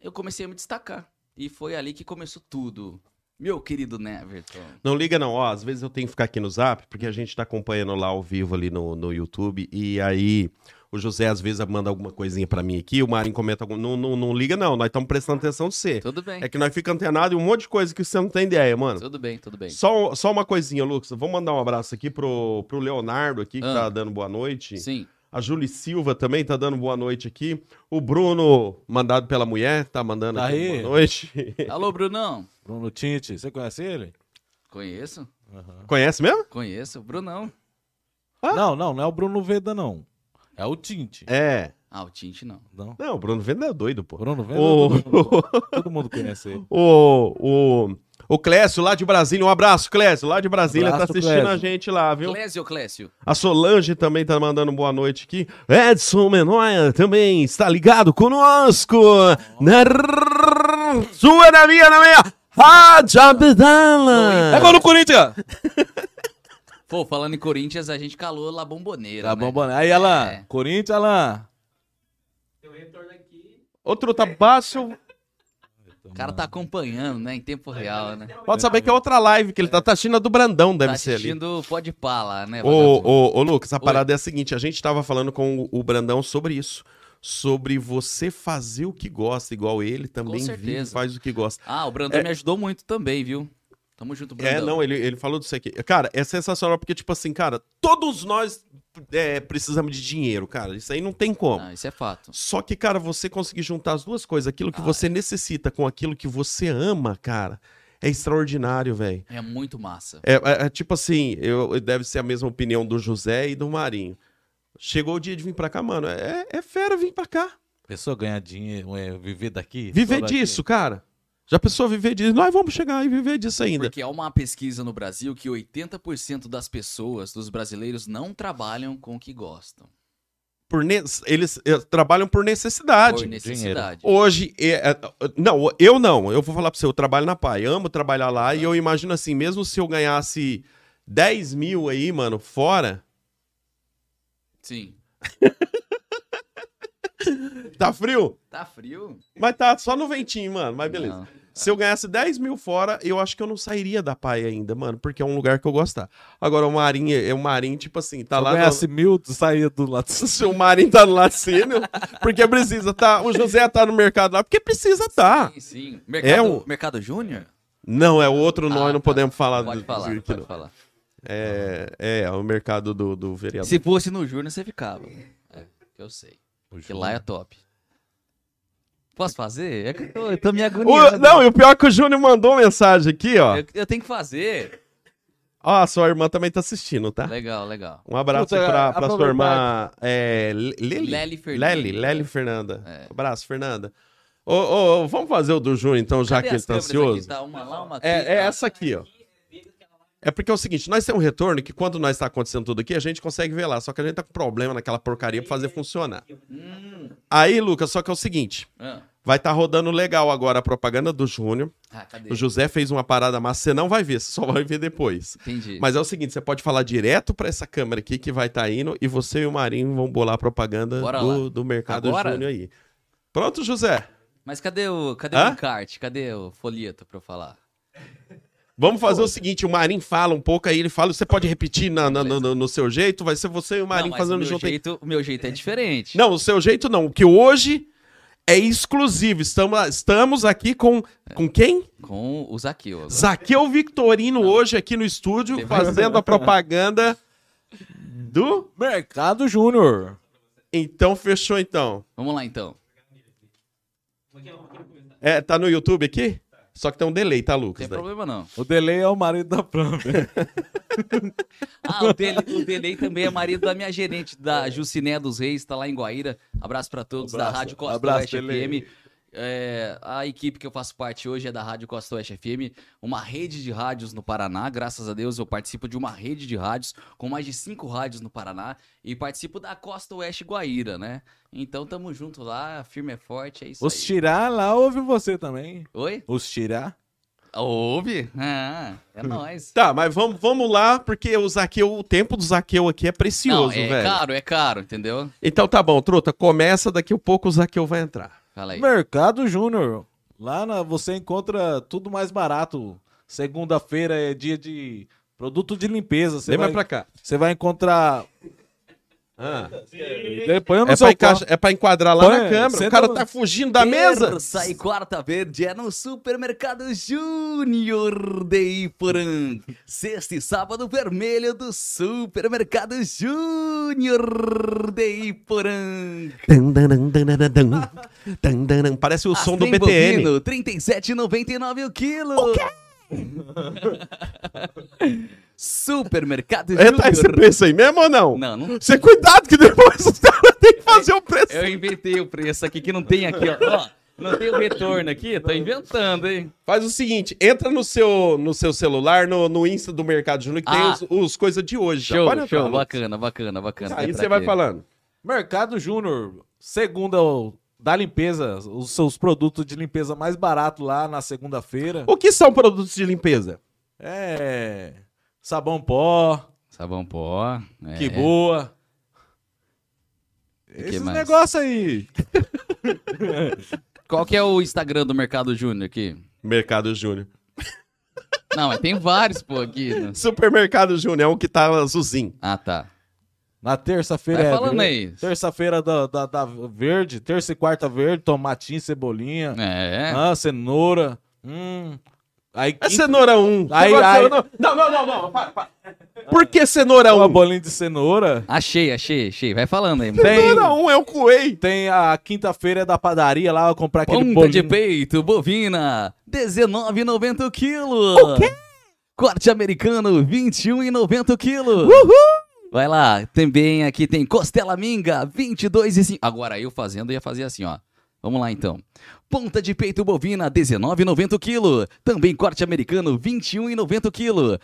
Speaker 2: eu comecei a me destacar. E foi ali que começou tudo. Meu querido Neverton.
Speaker 1: Não liga não, ó, às vezes eu tenho que ficar aqui no Zap, porque a gente tá acompanhando lá ao vivo ali no, no YouTube, e aí o José às vezes manda alguma coisinha pra mim aqui, o Marinho comenta algum... Não, não, não liga não, nós estamos prestando atenção de você.
Speaker 2: Tudo bem.
Speaker 1: É que nós ficamos antenados e um monte de coisa que você não tem ideia, mano.
Speaker 2: Tudo bem, tudo bem.
Speaker 1: Só, só uma coisinha, Lucas. Vamos mandar um abraço aqui pro, pro Leonardo aqui, que
Speaker 2: Ah.
Speaker 1: tá dando boa noite.
Speaker 2: Sim.
Speaker 1: A Júlia Silva também tá dando boa noite aqui. O Bruno, mandado pela mulher, tá mandando
Speaker 3: Tá
Speaker 1: aqui
Speaker 3: aí.
Speaker 1: boa noite.
Speaker 2: Alô, Brunão.
Speaker 3: Bruno Tinte, você conhece ele?
Speaker 2: Conheço,
Speaker 1: Conhece mesmo?
Speaker 2: conheço. Brunão.
Speaker 1: Ah.
Speaker 3: Não, não, não é o Bruno Veda, não. É o Tinte.
Speaker 1: É.
Speaker 2: Ah, o Tinte não.
Speaker 3: Não.
Speaker 1: Não, o Bruno Venda é doido, pô.
Speaker 3: Bruno Veda,
Speaker 1: Ô.
Speaker 3: todo, mundo, todo mundo conhece ele.
Speaker 1: O, o, o Clécio lá de Brasília, um abraço, Clécio, lá de Brasília,
Speaker 3: Abraço,
Speaker 1: tá assistindo
Speaker 3: Clécio.
Speaker 1: a gente lá, viu?
Speaker 2: Clésio, Clésio.
Speaker 1: A Solange também tá mandando boa noite aqui. Edson Menoia também está ligado conosco. Na r- sua, na minha, na minha. Rádio Abdala.
Speaker 3: É gol do Corinthians!
Speaker 2: Pô, falando em Corinthians, a gente calou lá bomboneira.
Speaker 3: Tá
Speaker 2: né?
Speaker 3: bom, bom. Aí, Alain.
Speaker 2: É.
Speaker 3: Corinthians, Alain.
Speaker 1: Outro tá baixo.
Speaker 2: O cara tá acompanhando, né? Em tempo real, né?
Speaker 1: Pode saber que é outra live que ele tá, tá assistindo a do Brandão, deve
Speaker 2: tá
Speaker 1: ser ali.
Speaker 2: assistindo o Pode Pá lá, né?
Speaker 1: Ô,
Speaker 2: vagabundo?
Speaker 1: ô, ô, Lucas, a
Speaker 2: Oi.
Speaker 1: parada é a seguinte: a gente tava falando com o o Brandão sobre isso. Sobre você fazer o que gosta, igual ele também vive,
Speaker 2: certeza.
Speaker 1: faz o que gosta.
Speaker 2: Ah, o Brandão me ajudou muito também, viu? Tamo junto, Brandão.
Speaker 1: É, não, ele, ele falou disso aqui. Cara, é sensacional porque, tipo assim, cara, todos nós é, precisamos de dinheiro, cara. Isso aí não tem como.
Speaker 2: Ah, isso é fato.
Speaker 1: Só que, cara, você conseguir juntar as duas coisas, aquilo que
Speaker 2: Ah,
Speaker 1: você necessita com aquilo que você ama, cara, é extraordinário, velho.
Speaker 2: É muito massa.
Speaker 1: É, é- é tipo assim, eu, deve ser a mesma opinião do José e do Marinho. Chegou o dia de vir pra cá, mano. É, é fera vir pra cá.
Speaker 3: Pessoa ganhar dinheiro, é, viver daqui.
Speaker 1: Viver
Speaker 3: só daqui.
Speaker 1: disso, cara. Já pensou viver disso? Nós vamos chegar e viver disso ainda.
Speaker 2: Porque há uma pesquisa no Brasil que 80% das pessoas, dos brasileiros, não trabalham com o que gostam.
Speaker 1: Por ne- Eles eh, trabalham por necessidade.
Speaker 2: Por necessidade.
Speaker 1: Hoje, é, é, não, eu não. Eu vou falar pra você, eu trabalho na PAI, amo trabalhar lá e eu imagino assim, mesmo se eu ganhasse 10 mil aí, mano, fora,
Speaker 2: Sim.
Speaker 1: tá frio?
Speaker 2: Tá frio?
Speaker 1: Mas tá só no ventinho, mano, mas Ah, beleza.
Speaker 2: Não.
Speaker 1: Se eu ganhasse 10 mil fora, eu acho que eu não sairia da PAI ainda, mano, porque é um lugar que eu gostar. Agora, o Marinho, é o Marinho, tipo assim, tá
Speaker 3: Se eu
Speaker 1: lá...
Speaker 3: ganhasse mil, tu saía do lado.
Speaker 1: No... Se o Marinho tá no laticínio, porque precisa tá... O José tá no mercado lá, porque precisa tá.
Speaker 2: Sim, sim. Mercado,
Speaker 1: É um-
Speaker 2: Mercado Júnior?
Speaker 1: Não, é outro nós
Speaker 2: Ah,
Speaker 1: não
Speaker 2: tá.
Speaker 1: podemos falar.
Speaker 2: Pode
Speaker 1: do-
Speaker 2: falar,
Speaker 1: do-
Speaker 2: pode falar.
Speaker 1: É, é, o mercado do, do vereador.
Speaker 2: Se fosse no Júnior, você ficava. É, eu sei. Porque lá é top. Posso fazer? É que eu tô, eu tô me
Speaker 1: O-
Speaker 2: agoniando.
Speaker 1: não, e o pior é que o Júnior mandou mensagem aqui, ó.
Speaker 2: Eu, eu tenho que fazer.
Speaker 1: Ó, a sua irmã também tá assistindo, tá?
Speaker 2: Legal, legal.
Speaker 1: Um abraço
Speaker 3: Puta,
Speaker 1: pra, pra sua
Speaker 3: aproveitar
Speaker 1: irmã é, Le- Lely?
Speaker 2: Lely Fernanda.
Speaker 1: Lely, Lely Fernanda. Um
Speaker 2: É.
Speaker 1: Abraço, Fernanda. Ô, ô, ô, vamos fazer o do Júnior, então, já
Speaker 2: Cadê
Speaker 1: que
Speaker 2: as
Speaker 1: ele tá
Speaker 2: câmeras aqui?
Speaker 1: ansioso.
Speaker 2: Tá uma lá, uma aqui.
Speaker 1: É, é
Speaker 2: Ah,
Speaker 1: essa aqui, ó. É porque é o seguinte, nós temos um retorno que quando nós tá acontecendo tudo aqui, a gente consegue ver lá, só que a gente tá com problema naquela porcaria pra fazer funcionar.
Speaker 2: hum,
Speaker 1: Aí, Lucas, só que é o seguinte,
Speaker 2: ah,
Speaker 1: vai tá rodando legal agora a propaganda do Júnior.
Speaker 2: ah, cadê?
Speaker 1: O José fez uma parada massa, você não vai ver, você só vai ver depois.
Speaker 2: Entendi.
Speaker 1: Mas é o seguinte, você pode falar direto pra essa câmera aqui que vai tá indo e você e o Marinho vão bolar a propaganda
Speaker 2: Bora
Speaker 1: do,
Speaker 2: lá.
Speaker 1: do mercado
Speaker 2: Agora?
Speaker 1: Júnior aí. Pronto, José.
Speaker 2: Mas cadê o, cadê
Speaker 1: Hã?
Speaker 2: o encarte? Cadê o folheto pra eu falar?
Speaker 1: Vamos fazer o seguinte, o Marinho fala um pouco aí, ele fala, você pode repetir na- na- no, no- no seu jeito, vai ser você e o Marinho
Speaker 2: Não, mas o
Speaker 1: fazendo
Speaker 2: meu
Speaker 1: junto aí.
Speaker 2: jeito, O meu jeito é diferente.
Speaker 1: Não, o seu jeito não, que hoje é exclusivo, estamos, estamos aqui com, com quem?
Speaker 2: Com o Zaqueu agora.
Speaker 1: Zaqueu Victorino hoje aqui no estúdio,
Speaker 2: Teve-
Speaker 1: fazendo a propaganda do...
Speaker 3: Mercado Júnior.
Speaker 1: Então, fechou então.
Speaker 2: Vamos lá então.
Speaker 1: É, tá no YouTube aqui? Só que tem um delay, tá,
Speaker 2: Não tem
Speaker 1: Lucas? daí?
Speaker 2: problema não.
Speaker 3: O delay é o marido da Fran. velho.
Speaker 2: Ah, o, Dele, o Delei também é marido da minha gerente, da Juciné dos Reis, tá lá em Guaíra. Abraço pra todos da
Speaker 3: Abraço,
Speaker 2: Rádio Costa
Speaker 3: abraço,
Speaker 2: Oeste
Speaker 3: Delei.
Speaker 2: FM. É, a equipe que eu faço parte hoje é da Rádio Costa Oeste FM, uma rede de rádios no Paraná. Graças a Deus eu participo de uma rede de rádios com mais de cinco rádios no Paraná e participo da Costa Oeste Guaíra, né? Então tamo junto lá, firme é forte, é isso
Speaker 3: Os
Speaker 2: aí.
Speaker 3: Tirá lá ouve você também.
Speaker 2: Oi?
Speaker 3: Os Tirá?
Speaker 2: Ouve? Ah, é nóis.
Speaker 1: Tá, mas vamos, vamos lá, porque o Zaqueu, o tempo do Zaqueu aqui é precioso,
Speaker 2: Não, é
Speaker 1: velho.
Speaker 2: caro, é caro, entendeu?
Speaker 1: Então tá bom, Truta, começa, daqui a pouco o Zaqueu vai entrar.
Speaker 2: Fala aí.
Speaker 3: Mercado Júnior. Lá na- você encontra tudo mais barato. Segunda-feira é dia de produto de limpeza. Você
Speaker 1: Vem mais
Speaker 3: vai,
Speaker 1: pra cá.
Speaker 3: você vai encontrar.
Speaker 1: Ah.
Speaker 3: Depois eu não
Speaker 1: É, pra encaixa- é pra enquadrar lá
Speaker 3: Põe,
Speaker 1: na câmera. O
Speaker 3: senta
Speaker 1: cara
Speaker 3: no-
Speaker 1: tá fugindo da mesa.
Speaker 2: Terça e quarta verde é no Supermercado Júnior de Iporã. Sexta e sábado vermelho do Supermercado Júnior de Iporã.
Speaker 1: Tan, danan, danan, danan. Tan, danan. Parece
Speaker 2: Ah,
Speaker 1: o som do
Speaker 2: Astem
Speaker 1: BTN.
Speaker 2: Bovino, 37,99 o quilo. Supermercado
Speaker 1: É, tá esse
Speaker 2: Júnior.
Speaker 1: preço aí mesmo ou não?
Speaker 2: Não, não
Speaker 1: Você cuidado que depois os caras têm que fazer o preço.
Speaker 2: Eu inventei o preço aqui que não tem aqui, ó. Ó, não tem o retorno aqui, tô inventando, hein?
Speaker 1: Faz o seguinte, entra no seu, no seu celular, no, no Insta do Mercado Júnior, que
Speaker 2: Ah.
Speaker 1: tem os, os coisas de hoje. já.
Speaker 2: Show,
Speaker 1: Pode entrar,
Speaker 2: show,
Speaker 1: Lucas.
Speaker 2: bacana, é bacana, bacana.
Speaker 1: Aí
Speaker 2: Entra
Speaker 1: você vai
Speaker 2: aqui.
Speaker 1: falando.
Speaker 3: Mercado Júnior. Segunda o- da limpeza. Os seus produtos de limpeza mais barato lá na segunda-feira.
Speaker 1: O que são produtos de limpeza?
Speaker 3: É. Sabão pó.
Speaker 2: Sabão pó. é.
Speaker 3: Que boa.
Speaker 2: que
Speaker 3: Esses
Speaker 2: mais?
Speaker 3: negócios aí.
Speaker 2: Qual que é o Instagram do Mercado Júnior aqui?
Speaker 1: Mercado Júnior.
Speaker 2: Não, mas tem vários, pô, aqui. né?
Speaker 1: Supermercado Júnior é o que tá azulzinho.
Speaker 2: Ah, tá.
Speaker 3: Na terça-feira
Speaker 2: Vai
Speaker 3: é.
Speaker 2: falando
Speaker 3: ver-
Speaker 2: aí.
Speaker 3: Terça-feira da, da, da verde, terça e quarta verde, tomatinho, cebolinha,
Speaker 2: É.
Speaker 3: ah, cenoura. Hum. Aí
Speaker 1: É
Speaker 3: quinta,
Speaker 1: cenoura 1.
Speaker 3: Aí, aí.
Speaker 1: Não, não, não, não. Para, para. Por que cenoura
Speaker 3: uma
Speaker 1: 1?
Speaker 3: bolinha de cenoura.
Speaker 2: Achei, achei, achei. Vai falando aí.
Speaker 3: Tem
Speaker 1: Cenoura 1 é o coei.
Speaker 3: Tem a quinta-feira é da padaria lá, eu comprar aquele
Speaker 2: Ponta de
Speaker 3: bolinho.
Speaker 2: peito, bovina, 19,90 o quilo. O quê? Corte americano, 21,90 o quilo. Uhul! Vai lá, também aqui tem costela minga, 22,5. Agora eu fazendo ia fazer assim, ó. Vamos lá então. Ponta de peito bovina, 19,90 o quilo. Também corte americano, 21,90 o quilo.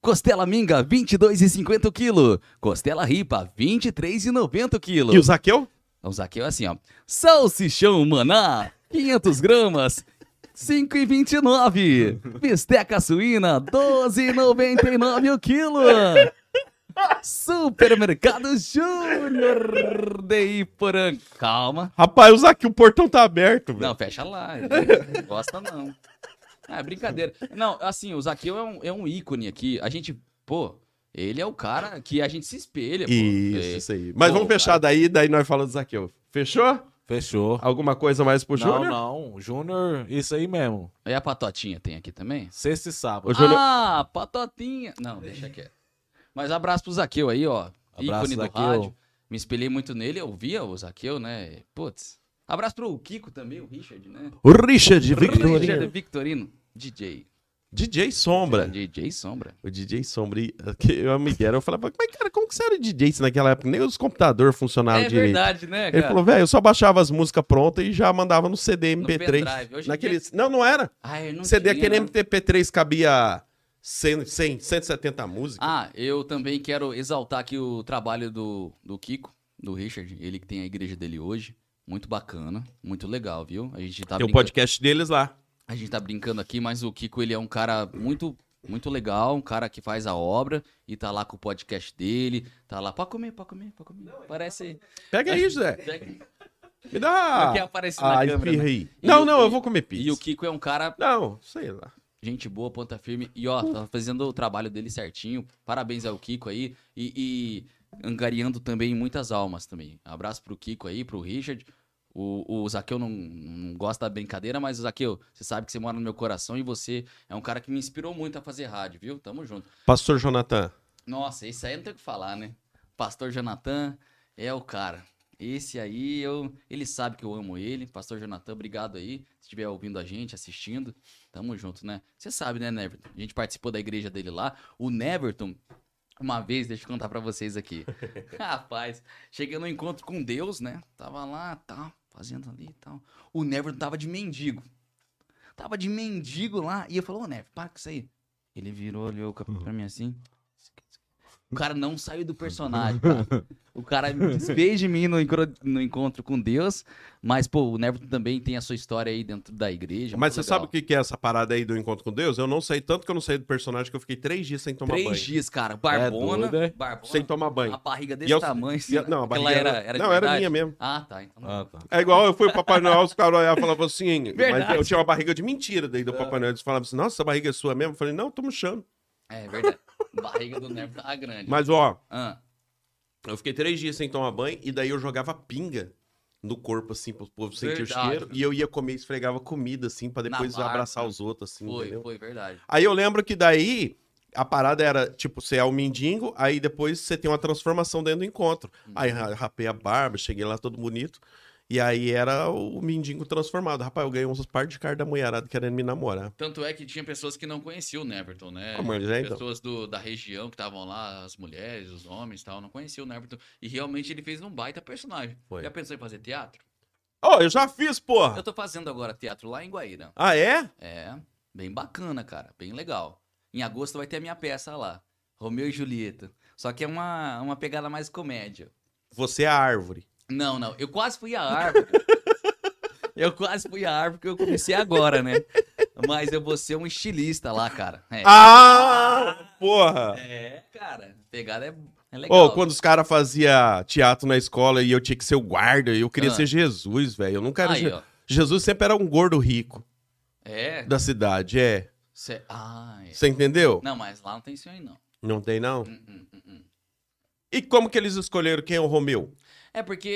Speaker 2: Costela minga, 22,50 o quilo. Costela ripa, 23,90 o quilo.
Speaker 1: E o Zaqueu?
Speaker 2: Vamos aqui, ó, assim, ó. Salsichão maná, 500 gramas, 5,29. Bisteca suína, 12,99 o quilo. Supermercado Júnior de Iporã. Calma.
Speaker 1: Rapaz, o Zaqueu, o portão tá aberto, velho.
Speaker 2: Não, fecha lá. Não gosta não. Ah, É brincadeira. Não, assim, o Zaqueu é um, é um ícone aqui. A gente, pô, ele é o cara que a gente se espelha. Pô.
Speaker 1: Isso,
Speaker 2: É.
Speaker 1: isso aí. Mas
Speaker 2: Pô,
Speaker 1: vamos fechar
Speaker 2: cara.
Speaker 1: daí, daí nós falamos do Zaqueu. Fechou?
Speaker 3: Fechou.
Speaker 1: Alguma coisa mais pro
Speaker 3: não,
Speaker 1: Júnior?
Speaker 3: não. Júnior, isso aí mesmo.
Speaker 2: É. E a patotinha tem aqui também?
Speaker 3: Sexta e sábado.
Speaker 1: Ô, Júnior-
Speaker 2: Ah, patotinha. Não, deixa quieto. Mas abraço pro Zaqueu aí, ó.
Speaker 3: Abraço,
Speaker 2: ícone
Speaker 3: Zaqueu.
Speaker 2: do rádio. Me espelhei muito nele, eu via o Zaqueu, né? Putz. Abraço pro Kiko também, o Richard, né?
Speaker 1: O Richard
Speaker 2: Richard Victorino, DJ.
Speaker 1: DJ Sombra.
Speaker 2: DJ É, Sombra.
Speaker 1: O DJ Sombra, e- que eu amo Miguel. Eu falava, mas cara, como que você era DJ se naquela época? Nem os computadores funcionavam
Speaker 2: é
Speaker 1: Ah, direito.
Speaker 2: verdade, né, cara?
Speaker 1: Ele falou, velho, eu só baixava as músicas prontas e já mandava no CD
Speaker 2: pendrive. Hoje
Speaker 1: MP3.
Speaker 2: em
Speaker 1: Naquele... Não, não era.
Speaker 2: Ai, Ah, eu não
Speaker 1: CD,
Speaker 2: tinha, né?
Speaker 1: aquele
Speaker 2: não.
Speaker 1: MP3 cabia 100, 100, 170 músicas.
Speaker 2: Ah, eu também quero exaltar aqui o trabalho do, do Kiko, do Richard, ele que tem a igreja dele hoje. Muito bacana, muito legal, viu? A gente
Speaker 1: Tem um
Speaker 2: tá,
Speaker 1: o
Speaker 2: brincando,
Speaker 1: podcast deles lá.
Speaker 2: a gente tá brincando aqui, mas o Kiko ele é um cara muito muito legal, um cara que faz a obra e tá lá com o podcast dele, tá lá, pode comer, pode comer, pode comer. Parece
Speaker 1: Pega aí, José. Me dá
Speaker 2: que aparece na
Speaker 1: Ah, a
Speaker 2: câmera.
Speaker 1: espirra
Speaker 2: né?
Speaker 1: aí.
Speaker 2: E
Speaker 1: Não,
Speaker 2: o-
Speaker 1: não, eu vou comer pizza.
Speaker 2: E o Kiko é um cara
Speaker 1: Não, sei lá.
Speaker 2: Gente boa, ponta firme. E ó, tá fazendo o trabalho dele certinho. Parabéns ao Kiko aí. E, e angariando também muitas almas também. Abraço pro Kiko aí, pro Richard. O, o Zaqueu não, não gosta da brincadeira, mas o Zaqueu, você sabe que você mora no meu coração e você é um cara que me inspirou muito a fazer rádio, viu? Tamo junto.
Speaker 1: Pastor Jonathan,
Speaker 2: Nossa, esse aí não tem o que falar, né? Pastor Jonathan é o cara. Esse aí, eu, ele sabe que eu amo ele. Pastor Jonathan, obrigado aí. Se estiver ouvindo a gente, assistindo, tamo junto, né? Você sabe, né, Neverton? A gente participou da igreja dele lá. O Neverton, uma vez, deixa eu contar pra vocês aqui. Rapaz, cheguei no encontro com Deus, né? Tava lá, tal, fazendo ali e tal. O Neverton tava de mendigo. Tava de mendigo lá. E eu falei, ô, Neverton, para com isso aí. Ele virou, olhou pra pra mim assim. O cara não saiu do personagem, cara. O cara me desfez de mim no, encro- no encontro com Deus. Mas, pô, o Neverton também tem a sua história aí dentro da igreja.
Speaker 1: mas você
Speaker 2: muito
Speaker 1: sabe
Speaker 2: legal.
Speaker 1: o que que é essa parada aí do encontro com Deus? Eu não sei, tanto que eu não saí do personagem que eu fiquei três dias sem tomar
Speaker 2: Três
Speaker 1: banho.
Speaker 2: dias, cara. Barbona.
Speaker 3: doido, é?
Speaker 2: barbona.
Speaker 1: Sem tomar banho.
Speaker 2: A barriga
Speaker 1: E
Speaker 2: desse
Speaker 1: eu-
Speaker 2: tamanho.
Speaker 1: e eu-
Speaker 2: assim,
Speaker 1: não, a
Speaker 2: né?
Speaker 1: barriga
Speaker 2: Aquela era,
Speaker 1: era-
Speaker 2: era de
Speaker 1: não, era
Speaker 2: verdade?
Speaker 1: minha mesmo.
Speaker 2: Ah, tá. Então não.
Speaker 3: Ah, tá.
Speaker 1: É igual eu fui pro Papai Noel, os caras olhavam e falavam assim, mas
Speaker 2: Verdade.
Speaker 1: eu tinha uma barriga de mentira daí do Papai Noel. Eles falavam assim, nossa, essa barriga é sua mesmo? Eu falei, não, tô murchando.
Speaker 2: É verdade. barriga do Neverton tá grande.
Speaker 1: Mas, ó,
Speaker 2: Ah,
Speaker 1: eu fiquei três dias sem tomar banho e daí eu jogava pinga no corpo, assim, pro povo sentir o
Speaker 2: Verdade.
Speaker 1: cheiro. E eu ia comer, esfregava comida, assim, pra
Speaker 2: Na
Speaker 1: depois
Speaker 2: barba.
Speaker 1: abraçar os outros, assim,
Speaker 2: foi,
Speaker 1: entendeu?
Speaker 2: foi verdade.
Speaker 1: Aí eu lembro que daí a parada era, tipo, você é o mendigo, aí depois você tem uma transformação dentro do encontro.
Speaker 2: Uhum.
Speaker 1: Aí ra- rapei a barba, cheguei lá todo bonito. E aí era o mendigo transformado. Rapaz, eu ganhei uns par de cara da mulherada querendo me namorar.
Speaker 2: Tanto é que tinha pessoas que não conheciam o Neverton, né?
Speaker 1: Ah, mas é, então.
Speaker 2: Pessoas do- da região que estavam lá, as mulheres, os homens e tal, não conheciam o Neverton. E realmente ele fez um baita personagem.
Speaker 1: Foi. Ah.
Speaker 2: Já pensou em fazer teatro?
Speaker 1: Ô, eu já fiz, porra!
Speaker 2: Eu tô fazendo agora teatro lá em Guaíra.
Speaker 1: Ah, é?
Speaker 2: É, bem bacana, cara, bem legal. Em agosto vai ter a minha peça lá, Romeu e Julieta. Só que é uma, uma pegada mais comédia.
Speaker 1: Você é a árvore.
Speaker 2: Não, não, eu quase fui a árvore. eu quase fui a árvore porque eu comecei agora, né? Mas eu vou ser um estilista lá, cara. É,
Speaker 1: Ah, porra!
Speaker 2: é cara, a pegada é, é
Speaker 1: Ô,
Speaker 2: legal.
Speaker 1: quando os caras faziam teatro na escola e eu tinha que ser o guarda, eu queria
Speaker 2: Ah.
Speaker 1: ser Jesus, velho. Eu nunca era.
Speaker 2: Aí,
Speaker 1: Je-
Speaker 2: ó.
Speaker 1: Jesus sempre era um gordo rico
Speaker 2: É,
Speaker 1: da cidade, é.
Speaker 2: cê- ah, é.
Speaker 1: Você entendeu?
Speaker 2: Não, mas lá não tem isso aí, não.
Speaker 1: Não tem, não?
Speaker 2: Hum, hum, hum, hum.
Speaker 1: E como que eles escolheram quem é o Romeu?
Speaker 2: É porque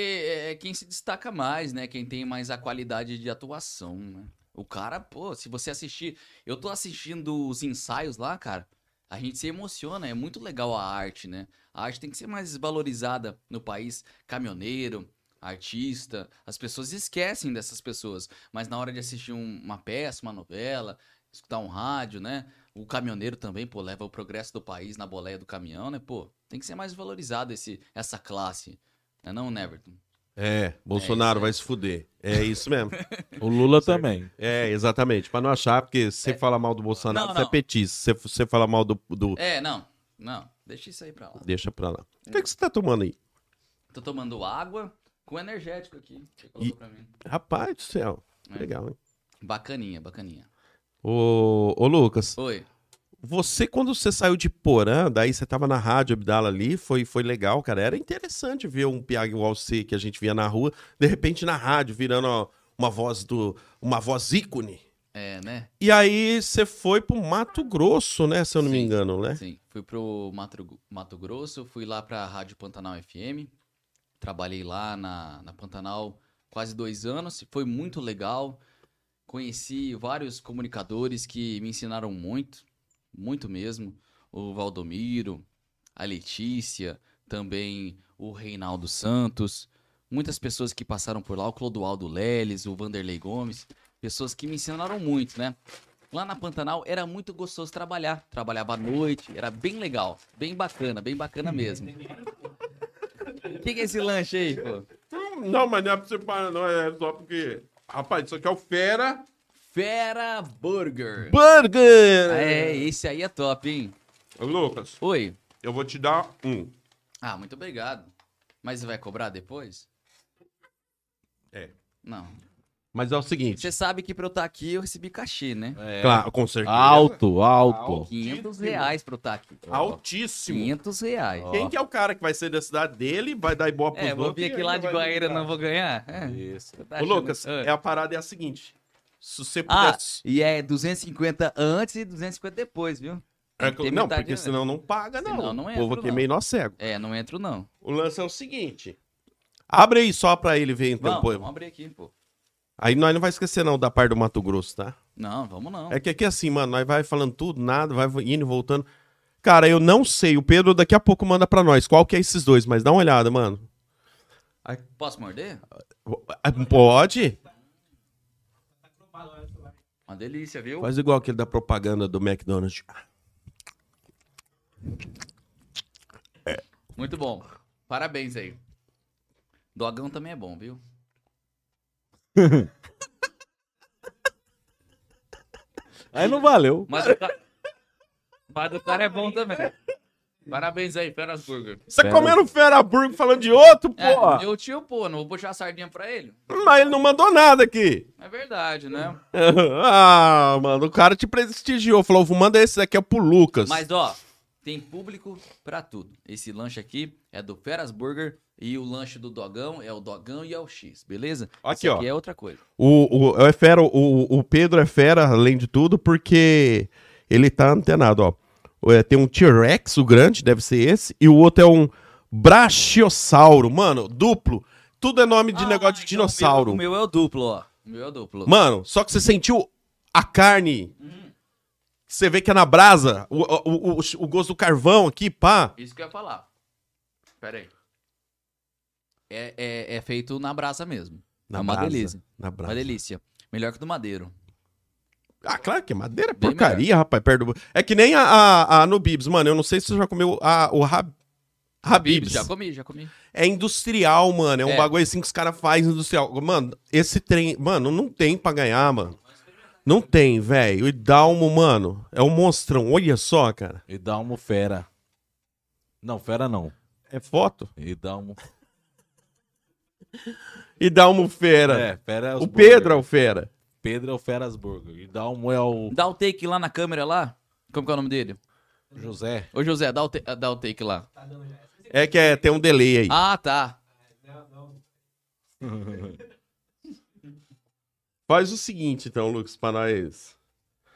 Speaker 2: é quem se destaca mais, né? Quem tem mais a qualidade de atuação, né? O cara, pô, se você assistir. Eu tô assistindo os ensaios lá, cara. A gente se emociona, é muito legal a arte, né? A arte tem que ser mais valorizada no país. Caminhoneiro, artista, as pessoas esquecem dessas pessoas. Mas na hora de assistir um- uma peça, uma novela, escutar um rádio, né? O caminhoneiro também, pô, leva o progresso do país na boleia do caminhão, né? Pô, tem que ser mais valorizado esse, essa classe. Não é não, Neverton?
Speaker 1: É,
Speaker 2: isso
Speaker 1: Bolsonaro
Speaker 2: aí.
Speaker 1: vai se fuder. É isso mesmo.
Speaker 3: O Lula também.
Speaker 1: é, exatamente. Pra não achar, porque se você fala mal do Bolsonaro,
Speaker 2: É. Não,
Speaker 1: você é
Speaker 2: não.
Speaker 1: petista. Se você- você fala mal do, do-
Speaker 2: É, não. Não, deixa isso aí pra lá.
Speaker 1: Deixa pra lá. O que, que você tá tomando aí?
Speaker 2: Tô tomando água com energético aqui. Você colocou pra mim.
Speaker 1: Rapaz do céu.
Speaker 2: É.
Speaker 1: Legal, hein?
Speaker 2: Bacaninha, bacaninha.
Speaker 1: Ô, ô, Lucas,
Speaker 2: Oi.
Speaker 1: você quando você saiu de Porã, daí você tava na rádio Abdala ali, foi, foi legal, cara. Era interessante ver um Piag Walsê que a gente via na rua, de repente na rádio, virando ó, uma voz do. uma voz ícone.
Speaker 2: É, né?
Speaker 1: E aí você foi pro Mato Grosso, né? Se eu não me
Speaker 2: Sim,
Speaker 1: engano, né?
Speaker 2: Sim. Fui pro Mato, Gro- Mato Grosso, fui lá pra Rádio Pantanal FM. Trabalhei lá na, na Pantanal quase dois anos. Foi muito legal. Conheci vários comunicadores que me ensinaram muito. Muito mesmo. O Valdomiro, a Letícia, também o Reinaldo Santos. Muitas pessoas que passaram por lá, o Clodoaldo Leles, o Vanderlei Gomes. Pessoas que me ensinaram muito, né? Lá na Pantanal era muito gostoso trabalhar. Trabalhava à noite, era bem legal. Bem bacana, bem bacana mesmo. O que, que é esse lanche aí, pô?
Speaker 1: Não, mas não é pra você parar, não. É só porque. Rapaz, isso aqui é o Fera.
Speaker 2: Fera Burger.
Speaker 1: Burger!
Speaker 2: É, esse aí é top, hein?
Speaker 1: Lucas,
Speaker 2: Oi.
Speaker 1: eu vou te dar um.
Speaker 2: Ah, muito obrigado. Mas você vai cobrar depois?
Speaker 1: É.
Speaker 2: Não.
Speaker 1: Mas é o seguinte.
Speaker 2: Você sabe que pra eu estar aqui eu recebi cachê, né?
Speaker 1: Claro, com certeza.
Speaker 3: Alto, alto.
Speaker 2: 500 reais pra eu estar aqui.
Speaker 1: Altíssimo.
Speaker 2: 500 reais.
Speaker 1: Quem que é o cara que vai sair da cidade dele, vai dar ibope pros
Speaker 2: É, vou
Speaker 1: outros
Speaker 2: vir
Speaker 1: e
Speaker 2: aqui
Speaker 1: ainda
Speaker 2: lá de
Speaker 1: vai
Speaker 2: Guaíra,
Speaker 1: lucrar.
Speaker 2: não vou ganhar? É,
Speaker 3: Isso.
Speaker 2: você tá
Speaker 1: Ô,
Speaker 2: achando-
Speaker 1: Lucas,
Speaker 2: Ah.
Speaker 1: é a parada é a seguinte. Se você
Speaker 2: Ah,
Speaker 1: pudesse...
Speaker 2: e é 250 antes e 250 depois, viu?
Speaker 1: É,
Speaker 2: Tem
Speaker 1: não,
Speaker 2: metade,
Speaker 1: porque
Speaker 2: né?
Speaker 1: senão não paga, não.
Speaker 2: Senão não
Speaker 1: o povo
Speaker 2: entra,
Speaker 1: aqui é
Speaker 2: não.
Speaker 1: meio nó cego.
Speaker 2: É, não entro não.
Speaker 1: O lance é o seguinte. Abre aí só pra ele ver, então,
Speaker 2: Vamos,
Speaker 1: pô.
Speaker 2: vamos abrir aqui, pô.
Speaker 1: Aí nós não vai esquecer, não, da parte do Mato Grosso, tá?
Speaker 2: Não, vamos não.
Speaker 1: É que aqui assim, mano, nós vai falando tudo, nada, vai indo e voltando. Cara, eu não sei. O Pedro daqui a pouco manda pra nós qual que é esses dois, mas dá uma olhada, mano.
Speaker 2: Posso morder?
Speaker 1: ah, Pode?
Speaker 2: Uma delícia, viu?
Speaker 1: Faz igual aquele da propaganda do McDonald's.
Speaker 2: Muito bom. Parabéns aí. Dogão também é bom, viu?
Speaker 3: Aí não valeu.
Speaker 2: Mas o cara, mas o cara é bom também. Parabéns aí, Feras Burger.
Speaker 1: Você tá
Speaker 3: Fera-
Speaker 1: comendo um Fera Burger falando de outro, pô?
Speaker 2: É, meu tio, pô, não vou puxar a sardinha pra ele.
Speaker 1: Mas ele não mandou nada aqui.
Speaker 2: É verdade, né?
Speaker 1: ah, mano, o cara te prestigiou. Falou, vou mandar esse daqui é pro Lucas.
Speaker 2: Mas, ó, tem público pra tudo. Esse lanche aqui é do Feras Burger e o lanche do Dogão é o Dogão e é o X, beleza?
Speaker 1: Aqui,
Speaker 2: Esse
Speaker 1: ó.
Speaker 2: aqui é outra coisa.
Speaker 1: O, o, é fera, o, o Pedro é fera, além de tudo, porque ele tá antenado, ó. É, tem um T-Rex, o grande, deve ser esse, e o outro é um Brachiosauro, mano, duplo. Tudo é nome de
Speaker 2: Ah,
Speaker 1: negócio de
Speaker 2: então o meu-
Speaker 1: dinossauro.
Speaker 2: O meu, é o duplo, ó. O meu é o duplo.
Speaker 1: Mano, só que você sentiu a carne. Você vê que é na brasa, o, o, o, o gosto do carvão aqui, pá.
Speaker 2: Isso que eu ia falar. Pera aí. É, é- é feito na brasa mesmo.
Speaker 1: Na
Speaker 2: é uma
Speaker 1: brasa,
Speaker 2: delícia.
Speaker 1: Na brasa.
Speaker 2: Uma delícia. Melhor que do madeiro.
Speaker 1: Ah, claro que madeira é
Speaker 2: Bem
Speaker 1: porcaria, rapaz. Perto do... É que nem a, a, a Nubibs, mano. Eu não sei se você já comeu a, o Rab... Habibs.
Speaker 2: Já comi, já comi.
Speaker 1: É industrial, mano. É um
Speaker 2: É.
Speaker 1: bagulho assim que os caras fazem industrial. Mano, esse trem, mano, não tem pra ganhar, mano. Não tem, velho. O Idalmo, mano, é um monstrão. Olha só, cara.
Speaker 3: E dá uma fera. Não, fera não.
Speaker 1: É foto?
Speaker 3: E dá um.
Speaker 1: Idalmo fera.
Speaker 3: É, fera é os
Speaker 1: o
Speaker 3: burger.
Speaker 1: Pedro é o fera.
Speaker 3: Pedro é o Feras Burger. E dá um é o
Speaker 2: Dá o take lá na câmera lá. Como que é o nome dele?
Speaker 3: José.
Speaker 2: Ô, José, dá o, ta- dá o take lá.
Speaker 1: É que é, tem um delay aí.
Speaker 2: Ah, tá.
Speaker 1: Faz o seguinte, então, Lucas, pra nós.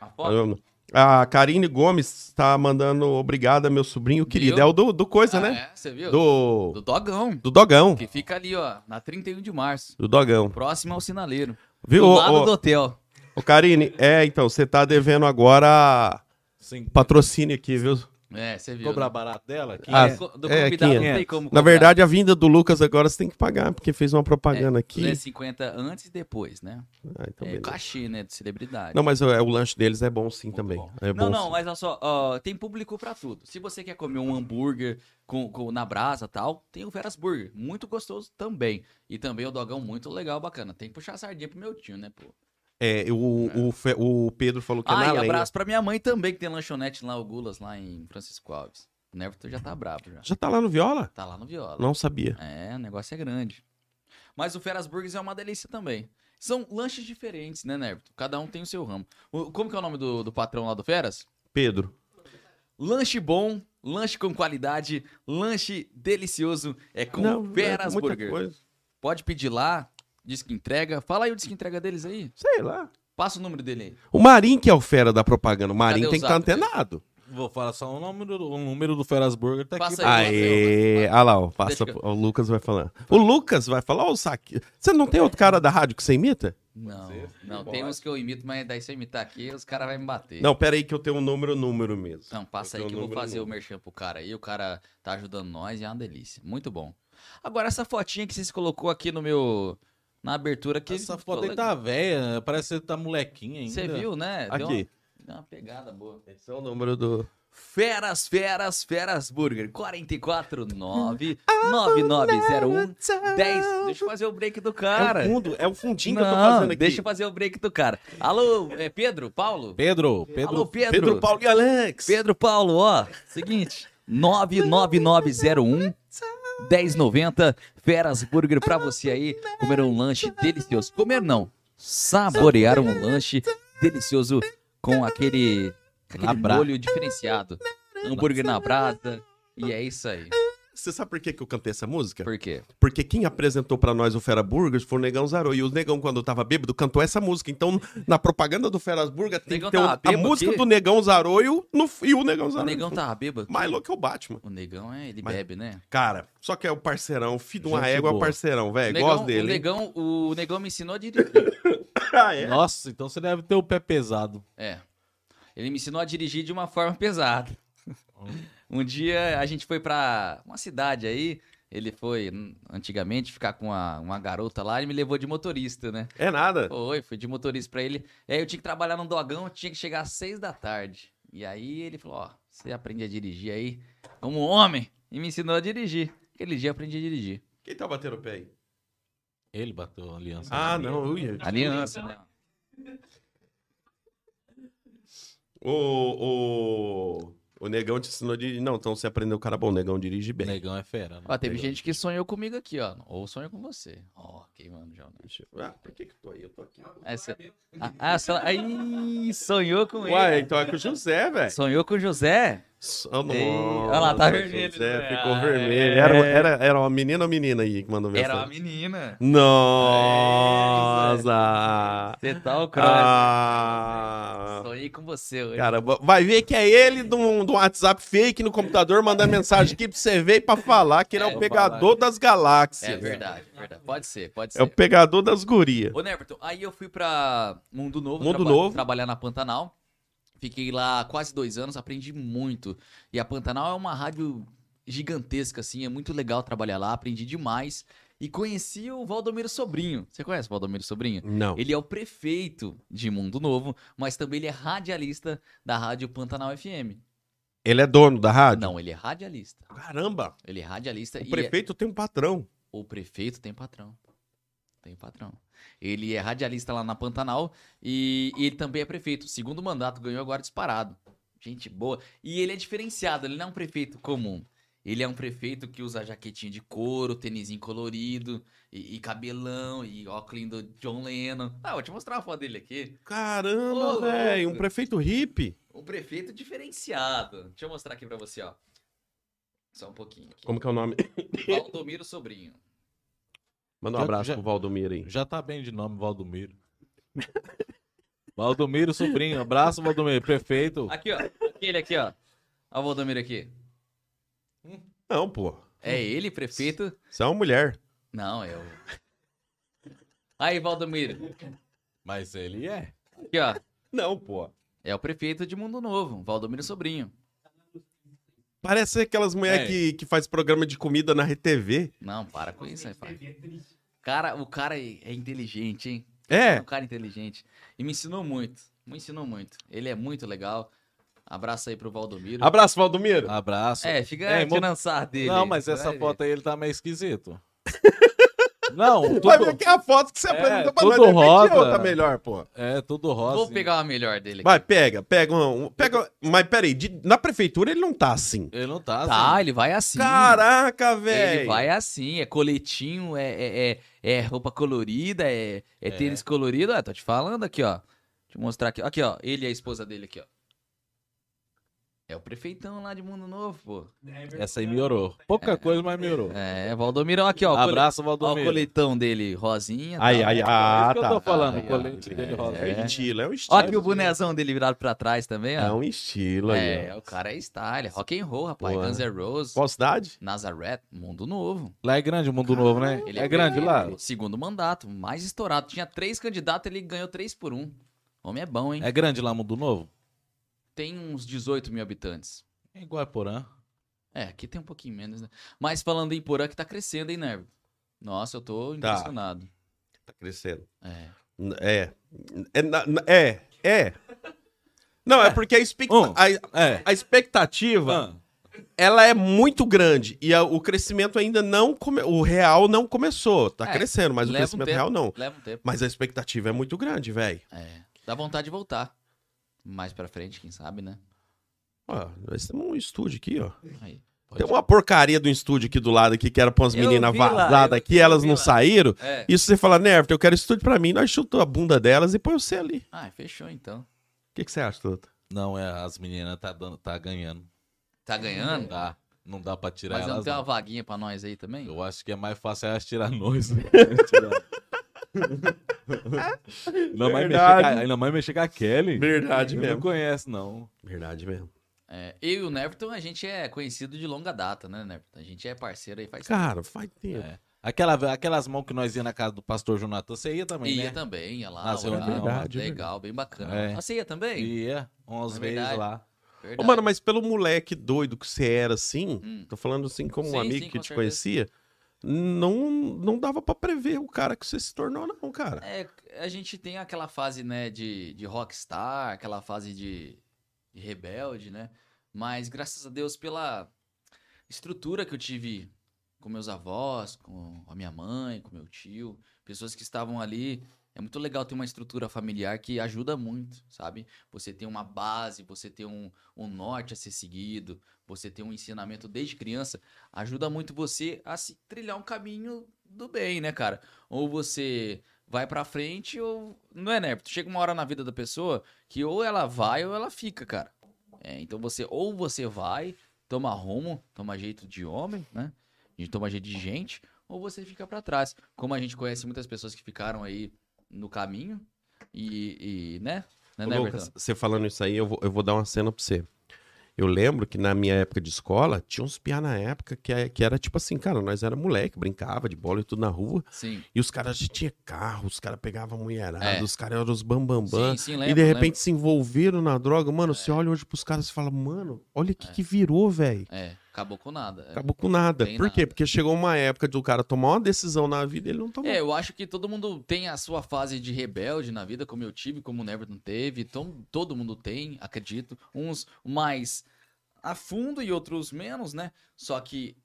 Speaker 2: A
Speaker 1: É
Speaker 2: foto?
Speaker 1: A Karine Gomes tá mandando obrigada, meu sobrinho querido.
Speaker 2: Viu?
Speaker 1: É o do, do coisa,
Speaker 2: Ah,
Speaker 1: né?
Speaker 2: é, você viu?
Speaker 1: Do,
Speaker 2: Do Dogão.
Speaker 1: do Dogão.
Speaker 2: Que fica ali, ó, na 31 de março.
Speaker 1: Do Dogão.
Speaker 2: Próximo ao sinaleiro.
Speaker 1: Viu?
Speaker 2: do
Speaker 1: Ô,
Speaker 2: lado
Speaker 1: ô,
Speaker 2: do hotel.
Speaker 1: ô, Karine, é, então, você tá devendo agora
Speaker 3: Sim.
Speaker 1: patrocínio aqui, viu?
Speaker 2: É, você viu.
Speaker 3: Cobrar
Speaker 2: né?
Speaker 3: barato dela? Que
Speaker 1: Ah,
Speaker 2: Do co- do
Speaker 1: é,
Speaker 2: convidado não
Speaker 1: 500.
Speaker 2: tem como
Speaker 1: Na
Speaker 2: cobrar.
Speaker 1: verdade, a vinda do Lucas agora você tem que pagar, porque fez uma propaganda aqui.
Speaker 2: 250 né, antes e depois, né?
Speaker 1: Ah, então
Speaker 2: É,
Speaker 1: beleza.
Speaker 2: cachê, né? De celebridade.
Speaker 1: Não, mas é, o lanche deles é bom sim
Speaker 2: Muito
Speaker 1: também.
Speaker 2: bom.
Speaker 1: É
Speaker 2: não,
Speaker 1: bom
Speaker 2: não,
Speaker 1: sim.
Speaker 2: mas olha só, ó, tem público pra tudo. Se você quer comer um hambúrguer com, com- na brasa e tal, tem o Veras Burger, muito gostoso também. E também o dogão muito legal, bacana. Tem que puxar a sardinha pro meu tio, né, pô?
Speaker 1: É, o, o, Fe- o Pedro falou que é
Speaker 2: ah,
Speaker 1: na
Speaker 2: e
Speaker 1: lenha.
Speaker 2: abraço pra minha mãe também, que tem lanchonete lá, o Gulas, lá em Francisco Alves. O Neverton já tá brabo, já.
Speaker 1: Já tá lá no Viola?
Speaker 2: Tá lá no Viola.
Speaker 1: Não sabia.
Speaker 2: É, o negócio é grande. Mas o Feras Burgers é uma delícia também. São lanches diferentes, né, Neverton? Cada um tem o seu ramo. O- como que é o nome do, do patrão lá do Feras?
Speaker 1: Pedro.
Speaker 2: Lanche bom, lanche com qualidade, lanche delicioso. É com
Speaker 1: não,
Speaker 2: Veras
Speaker 1: é muita
Speaker 2: Burger.
Speaker 1: coisa.
Speaker 2: Pode pedir lá, diz que entrega. Fala aí o disque entrega deles aí.
Speaker 1: Sei lá.
Speaker 2: Passa o número dele aí.
Speaker 1: O Marim que é o fera da propaganda. O Marim
Speaker 2: Cadê o
Speaker 1: tem que estar
Speaker 2: zap dele?
Speaker 1: antenado.
Speaker 3: é- Vou falar só o número, o número do Feras Burger tá
Speaker 2: Passa
Speaker 3: aqui.
Speaker 2: aí.
Speaker 1: Aê, ah lá, ó, passa,
Speaker 2: Deixa
Speaker 1: o Lucas vai falar. O Lucas vai falar, ó, o Saque. Você não tem outro cara da rádio que você imita?
Speaker 2: Não, não, tem uns que eu imito, mas daí se eu imitar aqui, os caras vão me bater.
Speaker 1: Não, pera aí que eu tenho um número, número mesmo.
Speaker 2: Não, passa
Speaker 1: Eu
Speaker 2: aí
Speaker 1: tenho
Speaker 2: que
Speaker 1: um
Speaker 2: eu vou
Speaker 1: número
Speaker 2: fazer o
Speaker 1: novo.
Speaker 2: merchan pro cara aí. O cara tá ajudando nós e é uma delícia. Muito bom. Agora, essa fotinha que vocês colocou aqui no meu. Na abertura aqui.
Speaker 3: Essa foto aí tá velha, parece que tá molequinha ainda.
Speaker 2: Você viu, né? Deu
Speaker 1: Aqui.
Speaker 2: uma- dá uma pegada boa.
Speaker 4: Esse é o número do.
Speaker 2: Feras, feras, feras burger. 449
Speaker 4: Ah,
Speaker 2: 9901 10. Deixa eu fazer o break do
Speaker 1: um
Speaker 2: cara.
Speaker 4: é o fundo, é o fundinho que eu tô
Speaker 2: Não,
Speaker 4: fazendo aqui.
Speaker 2: Deixa eu fazer o break do cara. Alô, é Pedro, Paulo?
Speaker 3: Pedro, Pedro.
Speaker 2: Alô, Pedro.
Speaker 4: Pedro, Paulo e Alex.
Speaker 2: Pedro Paulo, ó. Seguinte, 99901 1090 Feras Burger pra você aí comer um lanche delicioso. Comer não, saborear um lanche delicioso com aquele, aquele
Speaker 3: Labra.
Speaker 2: molho diferenciado. Hambúrguer na brasa. E é isso aí.
Speaker 1: Você sabe por que, que eu cantei essa música?
Speaker 2: Por quê?
Speaker 1: Porque quem apresentou pra nós o Fera Burgers foi o Negão Zarou. E o Negão, quando tava bêbado, cantou essa música. Então, na propaganda do Feras Burger, tem
Speaker 2: Negão
Speaker 1: que ter
Speaker 2: tava
Speaker 1: o- a
Speaker 2: bêbado
Speaker 1: música
Speaker 2: aqui?
Speaker 1: do Negão Zarou e o, no- e o Negão
Speaker 2: O
Speaker 1: Zarou.
Speaker 2: negão tá tava bêbado.
Speaker 1: Mais louco que o Batman.
Speaker 2: O negão é, ele
Speaker 1: Mas-
Speaker 2: bebe, né?
Speaker 1: Cara, só que é o parceirão, filho de uma
Speaker 3: Gente
Speaker 1: égua,
Speaker 3: boa.
Speaker 1: parceirão,
Speaker 2: o,
Speaker 1: velho.
Speaker 2: negão,
Speaker 1: é, Gosto
Speaker 2: o,
Speaker 1: dele. hein?
Speaker 2: negão, o negão me ensinou a dirigir.
Speaker 1: Ah, é?
Speaker 3: Nossa, então você deve ter o pé pesado.
Speaker 2: É. Ele me ensinou a dirigir de uma forma pesada. Um dia a gente foi pra uma cidade aí. Ele foi, hum, antigamente, ficar com uma, uma garota lá. Ele me levou de motorista, né?
Speaker 1: É nada.
Speaker 2: Foi, fui de motorista pra ele. E aí eu tinha que trabalhar num dogão, tinha que chegar às seis da tarde. E aí ele falou: Ó, você aprende a dirigir aí como um homem. E me ensinou a dirigir. Aquele dia eu aprendi a dirigir.
Speaker 1: Quem tá batendo o pé aí?
Speaker 3: Ele bateu a aliança.
Speaker 1: Ah, não. Ui.
Speaker 2: Aliança, né?
Speaker 1: O, o, o Negão te ensinou de. Não, então você aprendeu o cara bom, o Negão dirige
Speaker 3: O
Speaker 1: bem.
Speaker 3: negão é fera. né?
Speaker 2: Ó, teve
Speaker 1: Legal.
Speaker 2: gente que sonhou comigo aqui, ó. Ou sonhou com você. Ó, queimando já. né?
Speaker 1: Ah, por que que eu tô aí? Eu tô aqui.
Speaker 2: Essa... Ah, ah, só... Aí, sonhou com ele.
Speaker 1: Uai, então é com o José, velho.
Speaker 2: Sonhou com o José?
Speaker 1: Ah, não.
Speaker 2: Ei, olha lá, tá vermelho,
Speaker 1: José
Speaker 2: né?
Speaker 1: ficou
Speaker 2: Ah,
Speaker 1: vermelho.
Speaker 2: é.
Speaker 1: Era, era, era uma menina ou menina aí que mandou mensagem?
Speaker 2: Era uma menina. É,
Speaker 1: Nossa!
Speaker 2: Você tá o Cross.
Speaker 1: Ah,
Speaker 2: Sonhei com você hoje.
Speaker 1: cara, va- vai ver que é ele de um, de um WhatsApp fake no computador mandando mensagem aqui pra você ver e pra falar que ele é,
Speaker 2: É,
Speaker 1: o
Speaker 2: eu
Speaker 1: pegador das galáxias.
Speaker 2: é verdade, é verdade. Pode ser, pode ser.
Speaker 1: É o pegador das gurias.
Speaker 2: Ô, Neverton, aí eu fui pra Mundo Novo.
Speaker 1: Mundo
Speaker 2: traba-
Speaker 1: Novo.
Speaker 2: Trabalhar na Pantanal. Fiquei lá quase dois anos, aprendi muito. E a Pantanal é uma rádio gigantesca, assim. É muito legal trabalhar lá, aprendi demais. E conheci o Valdomiro Sobrinho. Você conhece o Valdomiro Sobrinho?
Speaker 1: Não.
Speaker 2: Ele é o prefeito de Mundo Novo, mas também ele é radialista da Rádio Pantanal FM.
Speaker 1: Ele é dono da rádio?
Speaker 2: Não, ele é radialista.
Speaker 1: Caramba!
Speaker 2: Ele é radialista
Speaker 1: O
Speaker 2: e é-
Speaker 1: prefeito tem um patrão.
Speaker 2: o prefeito tem patrão. Tem patrão. Ele é radialista lá na Pantanal e, e ele também é prefeito. Segundo mandato, ganhou agora disparado. Gente boa. E ele é diferenciado, ele não é um prefeito comum. Ele é um prefeito que usa jaquetinha de couro, tênisinho colorido, e, e cabelão, e óculos do John Lennon. Ah, vou te mostrar uma foto dele aqui.
Speaker 1: Caramba,
Speaker 2: Ô,
Speaker 1: velho! Um
Speaker 2: louco.
Speaker 1: prefeito hippie.
Speaker 2: Um prefeito diferenciado. Deixa eu mostrar aqui pra você, ó. Só um pouquinho. Aqui.
Speaker 1: Como que é o nome?
Speaker 2: Valdomiro Sobrinho.
Speaker 1: Manda um
Speaker 3: Já-
Speaker 1: abraço
Speaker 3: já-
Speaker 1: pro Valdomiro aí.
Speaker 3: Já tá bem de nome, Valdomiro. Valdomiro, sobrinho. Abraço, Valdomiro. Prefeito.
Speaker 2: Aqui, ó. Aquele aqui, ó. Ó o Valdomiro aqui.
Speaker 1: Não, pô.
Speaker 2: É ele, prefeito?
Speaker 1: Você é uma mulher.
Speaker 2: Não, é o... Aí, Valdomiro.
Speaker 3: Mas ele é.
Speaker 2: Aqui, ó.
Speaker 1: Não, pô.
Speaker 2: É o prefeito de Mundo Novo, Valdomiro Sobrinho.
Speaker 1: Parece aquelas mulheres
Speaker 3: É.
Speaker 1: que, que faz programa de comida na RTV.
Speaker 2: Não, para com isso aí, pai. Cara, o cara é é inteligente, hein? É
Speaker 1: É.
Speaker 2: um cara inteligente. E me ensinou muito. Me ensinou muito. Ele é muito legal. Abraço aí pro Valdomiro.
Speaker 1: Abraço, Valdomiro.
Speaker 3: Abraço.
Speaker 2: É, fica
Speaker 3: É,
Speaker 2: é,
Speaker 3: mo-
Speaker 2: tirando sarro dele.
Speaker 3: Não, mas essa
Speaker 2: Vai ver.
Speaker 3: foto aí ele tá meio esquisito. Não,
Speaker 1: Vai ver
Speaker 3: tudo,
Speaker 1: que é a foto que você
Speaker 3: É,
Speaker 1: apresentou pra
Speaker 3: tudo
Speaker 1: nós. De repente
Speaker 3: rosa.
Speaker 1: é outra melhor, pô.
Speaker 3: é tudo rosa.
Speaker 2: Vou
Speaker 3: hein?
Speaker 2: pegar uma melhor dele.
Speaker 1: Vai, pega, pega um. um- Pega, mas peraí, de- na prefeitura ele não tá assim.
Speaker 3: Ele não tá.
Speaker 2: Tá,
Speaker 3: assim.
Speaker 2: ele vai assim.
Speaker 1: Caraca,
Speaker 2: Ele
Speaker 1: velho.
Speaker 2: vai assim, é coletinho, é, é, é, é roupa colorida, é, é, tênis colorido. Ah, tô te falando aqui, ó. Deixa eu mostrar aqui. Aqui, ó. Ele e a esposa dele aqui, ó. É o prefeitão lá de Mundo Novo, pô.
Speaker 3: assim. Essa aí melhorou. Pouca coisa, mas melhorou.
Speaker 2: É, Valdomiro, aqui, ó. o cole-
Speaker 3: Abraço,
Speaker 2: Ó, o
Speaker 3: Valdomiro.
Speaker 2: coletão dele, rosinha.
Speaker 1: Ai,
Speaker 2: tal.
Speaker 1: ai,
Speaker 3: É
Speaker 1: ah,
Speaker 3: isso que eu
Speaker 1: tá.
Speaker 3: tô falando,
Speaker 1: tá,
Speaker 3: o colete
Speaker 1: tá.
Speaker 3: dele rosa.
Speaker 1: É, um estilo, é um estilo.
Speaker 2: Ó aqui o bonezão dele virado pra trás também,
Speaker 1: É
Speaker 2: ó.
Speaker 1: um estilo aí.
Speaker 2: É,
Speaker 1: ó.
Speaker 2: o cara é style, rock and roll, rapaz.
Speaker 1: Boa.
Speaker 2: Guns N' Roses,
Speaker 1: Qual cidade?
Speaker 2: Nazareth, Mundo Novo.
Speaker 3: Lá é grande o Mundo Novo, né?
Speaker 2: Ah, Ele
Speaker 3: é, grande lá.
Speaker 2: Segundo mandato, mais estourado. Tinha três candidatos, ele ganhou três por um. Homem é bom, hein?
Speaker 3: É grande lá Mundo Novo?
Speaker 2: Tem uns 18 mil habitantes.
Speaker 3: É igual a Porã.
Speaker 2: É, aqui tem um pouquinho menos, né? Mas falando em Porã, que tá crescendo, hein, Nervo? Nossa, eu tô
Speaker 3: Tá.
Speaker 2: impressionado.
Speaker 1: Tá crescendo.
Speaker 2: É.
Speaker 1: N- É. É. na- na- É. É. Não, é porque a, expecta-
Speaker 3: Hum.
Speaker 1: a-
Speaker 3: É.
Speaker 1: a expectativa
Speaker 3: Ah,
Speaker 1: ela é muito grande e a- o crescimento ainda não come- o real não começou, tá
Speaker 2: É,
Speaker 1: crescendo, mas o
Speaker 2: leva um
Speaker 1: crescimento
Speaker 2: tempo.
Speaker 1: real não.
Speaker 2: Leva um tempo.
Speaker 1: Mas a expectativa é muito grande, velho.
Speaker 2: É. Dá vontade de voltar. Mais pra frente, quem sabe, né?
Speaker 1: Ó, nós temos um estúdio aqui, ó.
Speaker 2: Aí. Pode-
Speaker 1: Tem uma porcaria do estúdio aqui do lado aqui que era pra umas
Speaker 2: Eu
Speaker 1: meninas
Speaker 2: vi lá, eu-
Speaker 1: vazadas aqui,
Speaker 2: eu
Speaker 1: elas
Speaker 2: vi
Speaker 1: não
Speaker 2: lá.
Speaker 1: saíram.
Speaker 2: É.
Speaker 1: Isso você fala, Nerf, eu quero estúdio pra mim. Nós chutamos a bunda delas e põe você ali.
Speaker 2: Ah, fechou então.
Speaker 1: O que, que você acha, Tuto?
Speaker 3: Não, é, as meninas tá, dando, tá ganhando.
Speaker 2: Tá ganhando?
Speaker 3: Tá. Não dá pra tirar
Speaker 2: Mas não
Speaker 3: elas.
Speaker 2: tem uma
Speaker 3: Não
Speaker 2: vaguinha pra nós aí também?
Speaker 3: Eu acho que é mais fácil elas tirar nós. né? Ainda mais mexer
Speaker 1: Verdade.
Speaker 3: com a- ainda mais mexer com a Kelly.
Speaker 1: Verdade
Speaker 3: Eu Não conhece, não.
Speaker 1: É, Verdade mesmo.
Speaker 2: É, eu e o Neverton, a gente é conhecido de longa data, né, Neverton? A gente é parceiro aí faz
Speaker 1: Cara, faz tempo.
Speaker 3: É. Aquela, aquelas mãos que nós ia na casa do pastor Jonathan, você ia também,
Speaker 2: Ia
Speaker 3: né?
Speaker 2: também, ia lá.
Speaker 3: Nas
Speaker 2: olhava,
Speaker 3: reuniões.
Speaker 1: Verdade,
Speaker 2: legal, bem bacana.
Speaker 3: É.
Speaker 2: Ah, Você ia também?
Speaker 3: Ia, umas
Speaker 2: É
Speaker 3: vezes
Speaker 2: verdade.
Speaker 3: lá.
Speaker 1: Ô,
Speaker 2: Verdade.
Speaker 1: mano, mas pelo moleque doido que você era assim,
Speaker 2: Hum.
Speaker 1: tô falando assim como
Speaker 2: Sim,
Speaker 1: um amigo
Speaker 2: sim,
Speaker 1: que
Speaker 2: com
Speaker 1: te
Speaker 2: certeza.
Speaker 1: conhecia, não, não dava pra prever o cara que você se tornou, não, cara.
Speaker 2: É, a gente tem aquela fase, né, de, de rockstar, aquela fase de, de rebelde, né? Mas graças a Deus pela estrutura que eu tive com meus avós, com a minha mãe, com meu tio, pessoas que estavam ali. É muito legal ter uma estrutura familiar que ajuda muito, sabe? Você tem uma base, você tem um, um norte a ser seguido, você tem um ensinamento desde criança, ajuda muito você a se trilhar um caminho do bem, né, cara? Ou você vai pra frente ou. Não é, né? Porque Chega uma hora na vida da pessoa que ou ela vai ou ela fica, cara. É, então você, ou você vai, toma rumo, toma jeito de homem, né? De toma jeito de gente, ou você fica pra trás. Como a gente conhece muitas pessoas que ficaram aí no caminho e, e, né? Né,
Speaker 1: Ô,
Speaker 2: né,
Speaker 1: Lucas,
Speaker 2: Bertão?
Speaker 1: você falando isso aí, eu vou, eu vou dar uma cena pra você. Eu lembro que na minha época de escola, tinha uns piá na época que, é- que era tipo assim, cara, nós era moleque, brincava de bola e tudo na rua,
Speaker 2: Sim.
Speaker 1: e os caras já tinham carro, os caras pegavam mulherada,
Speaker 2: É.
Speaker 1: os caras eram os bambambam. Bam, bam,
Speaker 2: Sim, sim, lembro.
Speaker 1: um e de
Speaker 2: lembro.
Speaker 1: repente se envolveram na droga, mano. Você olha hoje pros caras e fala, mano, olha o que, que virou, velho.
Speaker 2: É, acabou com nada. É.
Speaker 1: Acabou com nada.
Speaker 2: Tem
Speaker 1: Por quê?
Speaker 2: nada.
Speaker 1: Porque chegou uma época de o cara tomar uma decisão na vida e ele não tomou.
Speaker 2: É, eu acho que todo mundo tem a sua fase de rebelde na vida, como eu tive, como o Neverton teve. Tom, todo mundo tem, acredito. Uns mais a fundo e outros menos, né? Só que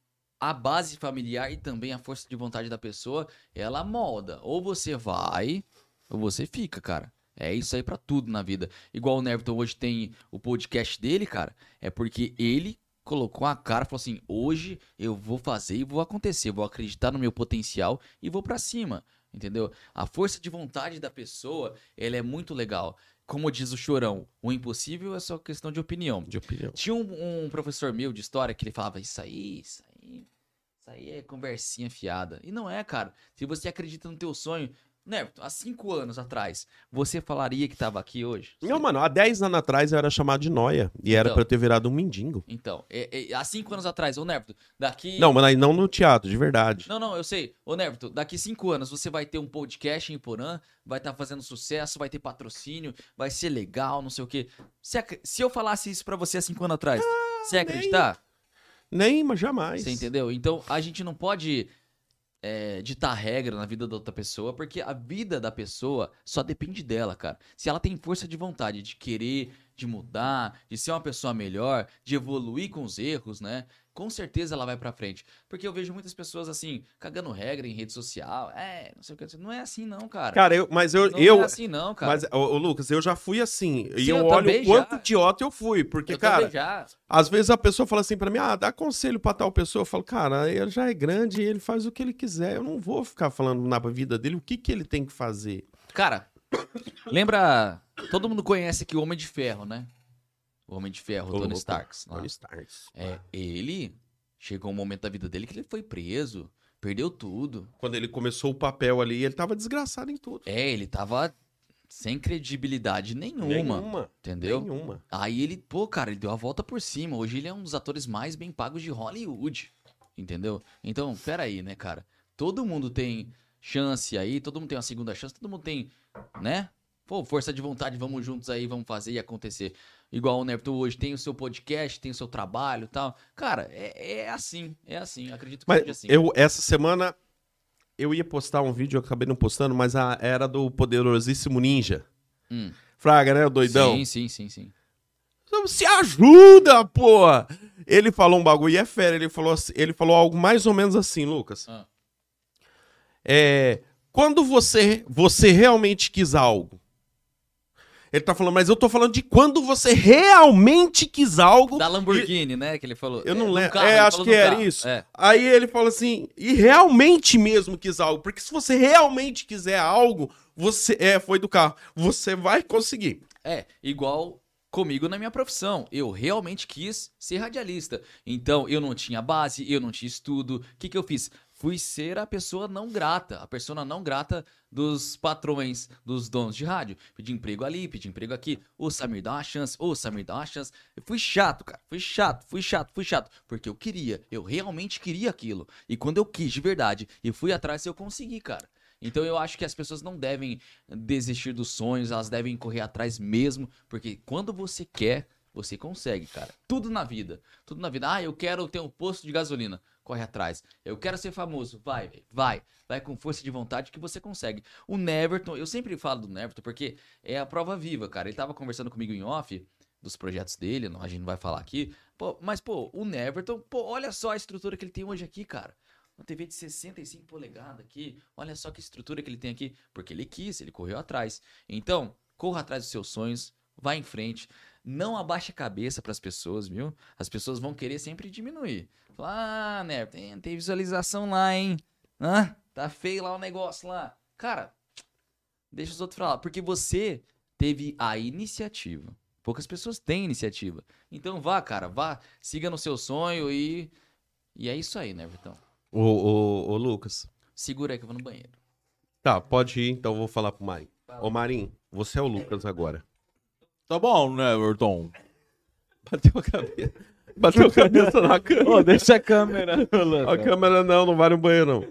Speaker 2: a base familiar e também a força de vontade da pessoa, ela molda. Ou você vai, ou você fica, cara. É isso aí pra tudo na vida. Igual o Neverton hoje tem o podcast dele, cara. É porque ele colocou a cara e falou assim: hoje eu vou fazer e vou acontecer. Vou acreditar no meu potencial e vou pra cima. Entendeu? A força de vontade da pessoa, ela é muito legal. Como diz o Chorão, o impossível é só questão de opinião.
Speaker 1: De opinião.
Speaker 2: Tinha um, um professor meu de história que ele falava: Isso aí, isso aí, isso aí é conversinha fiada. E não é, cara. Se você acredita no teu sonho, né? Há cinco anos atrás, você falaria que tava aqui hoje?
Speaker 1: Não, mano, há 10 anos atrás eu era chamado de noia. E era
Speaker 2: Tipo assim Então.
Speaker 1: pra eu ter virado um mendigo.
Speaker 2: Então, é- é- há cinco anos atrás, ô Nervito, daqui.
Speaker 1: Não, mas aí não no teatro, de verdade.
Speaker 2: Não, não, eu sei. Ô, Nervito, daqui cinco anos você vai ter um podcast em Porã, vai estar fazendo sucesso, vai ter patrocínio, vai ser legal, não sei o quê. Se, ac- se eu falasse isso pra você há cinco anos atrás, você ia acreditar?
Speaker 1: Nem, mas jamais.
Speaker 2: Você entendeu? Então a gente não pode é, ditar regra na vida da outra pessoa, porque a vida da pessoa só depende dela, cara. Se ela tem força de vontade de querer, de mudar, de ser uma pessoa melhor, de evoluir com os erros, né? Com certeza ela vai pra frente. Porque eu vejo muitas pessoas assim, cagando regra em rede social. É, não sei o que. Não é assim, não, cara.
Speaker 1: Cara, eu, mas eu.
Speaker 2: não
Speaker 1: eu
Speaker 2: é assim, não, cara.
Speaker 1: mas, ô, ô, Lucas, eu já fui assim. E
Speaker 2: Sim,
Speaker 1: eu,
Speaker 2: eu
Speaker 1: olho
Speaker 2: também
Speaker 1: o quanto
Speaker 2: já.
Speaker 1: idiota eu fui. Porque,
Speaker 2: eu
Speaker 1: cara,
Speaker 2: também já.
Speaker 1: às vezes a pessoa fala assim pra mim: ah, dá conselho pra tal pessoa. Eu falo, cara, ele já é grande, ele faz o que ele quiser. Eu não vou ficar falando na vida dele o que, que ele tem que fazer.
Speaker 2: Cara, lembra. Todo mundo conhece aqui o Homem de Ferro, né? O Homem de Ferro, É o
Speaker 1: Ô,
Speaker 2: Tony
Speaker 1: louco.
Speaker 2: Starks. lá.
Speaker 1: Tony Starks.
Speaker 2: É, ele chegou um momento da vida dele que ele foi preso, perdeu tudo.
Speaker 1: Quando ele começou o papel ali, ele tava desgraçado em tudo.
Speaker 2: É, ele tava sem credibilidade nenhuma, entendeu?
Speaker 1: Nenhuma.
Speaker 2: Aí ele, pô, cara, ele deu a volta por cima. Hoje ele é um dos atores mais bem pagos de Hollywood, entendeu? Então, peraí, né, cara? Todo mundo tem chance aí, todo mundo tem uma segunda chance, todo mundo tem, né? Pô, força de vontade, vamos juntos aí, vamos fazer e acontecer. Igual o Neptun hoje, tem o seu podcast, tem o seu trabalho e tal. Cara, é, é assim, é assim, acredito que
Speaker 1: Mas
Speaker 2: seja assim.
Speaker 1: eu, essa semana, eu ia postar um vídeo, eu acabei não postando, mas a, era do poderosíssimo ninja.
Speaker 2: Hum.
Speaker 1: Fraga, né, o doidão? Então,
Speaker 2: Sim, sim, sim, sim.
Speaker 1: se ajuda, porra! Ele falou um bagulho e é fera. Ele falou, assim- ele falou algo mais ou menos assim, Lucas.
Speaker 2: Ah.
Speaker 1: É, quando você, você realmente quis algo. Ele tá falando, mas eu tô falando de quando você realmente quis algo.
Speaker 2: Da Lamborghini, né? Que ele falou.
Speaker 1: Eu não
Speaker 2: num
Speaker 1: lembro.
Speaker 2: carro,
Speaker 1: É,
Speaker 2: ele
Speaker 1: acho
Speaker 2: falou
Speaker 1: que
Speaker 2: num
Speaker 1: era
Speaker 2: carro.
Speaker 1: isso.
Speaker 2: É.
Speaker 1: Aí ele fala assim, e realmente mesmo quis algo, porque se você realmente quiser algo, você é foi do carro, você vai conseguir.
Speaker 2: É, igual comigo na minha profissão. Eu realmente quis ser radialista. Então, eu não tinha base, eu não tinha estudo. O que, que eu fiz? Fui ser a pessoa não grata, a pessoa não grata dos patrões, dos donos de rádio. Pedi emprego ali, pedi emprego aqui. Ô, Samir, dá uma chance. Ô, Samir, dá uma chance. Eu fui chato, cara. Fui chato, fui chato, fui chato. Porque eu queria, eu realmente queria aquilo. E quando eu quis de verdade e fui atrás, eu consegui, cara. Então eu acho que as pessoas não devem desistir dos sonhos, elas devem correr atrás mesmo, porque quando você quer, você consegue, cara. Tudo na vida. Tudo na vida. Ah, eu quero ter um posto de gasolina. Corre atrás. Eu quero ser famoso. Vai, velho, vai. Vai com força de vontade que você consegue. O Neverton, eu sempre falo do Neverton porque é a prova viva, cara. Ele tava conversando comigo em off dos projetos dele, não, a gente não vai falar aqui. Pô, mas, pô, o Neverton, pô, olha só a estrutura que ele tem hoje aqui, cara. Uma TV de 65 polegadas aqui. Olha só que estrutura que ele tem aqui. Porque ele quis, ele correu atrás. Então, corra atrás dos seus sonhos, vá em frente. Não abaixe a cabeça pras pessoas, viu? As pessoas vão querer sempre diminuir. Falar, ah, né, tem, tem visualização lá, hein? Hã? Tá feio lá o negócio lá. Cara, deixa os outros falar. Porque você teve a iniciativa. Poucas pessoas têm iniciativa. Então vá, cara, vá, siga no seu sonho e. E é isso aí, né, Vitão?
Speaker 1: Ô, ô, ô, Lucas.
Speaker 2: Segura aí que eu vou no banheiro.
Speaker 1: Tá, pode ir, então eu vou falar pro Marinho. Ô Marinho, você é o Lucas agora.
Speaker 3: Tá bom, né, Everton?
Speaker 1: Bateu a cabeça. Bateu a cabeça na câmera.
Speaker 3: deixa a câmera
Speaker 1: A câmera não, não vai no banheiro não.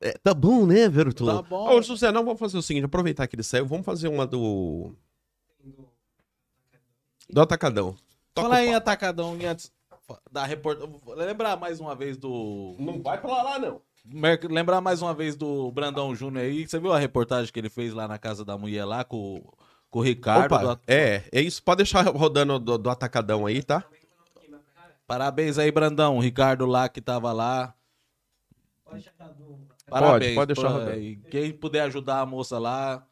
Speaker 1: É, tá bom, né, Vertu?
Speaker 3: Tá
Speaker 1: Tá
Speaker 3: bom.
Speaker 1: bom. Ô, José, não, vamos fazer o seguinte, aproveitar que ele saiu, vamos fazer uma do do atacadão. Toca o
Speaker 3: Fala em Atacadão e antes da report... Lembrar mais uma vez do...
Speaker 1: Não vai pra lá, não.
Speaker 3: Mer- Lembrar mais uma vez do Brandão Júnior aí. Você viu a reportagem que ele fez lá na casa da mulher lá com, com o Ricardo?
Speaker 1: Opa,
Speaker 3: Do-
Speaker 1: é, é isso. Pode deixar rodando do, do atacadão aí, tá?
Speaker 3: Parabéns aí, Brandão. O Ricardo lá que tava lá. Parabéns. é,
Speaker 1: pode deixar rodando.
Speaker 3: E quem puder ajudar a moça lá,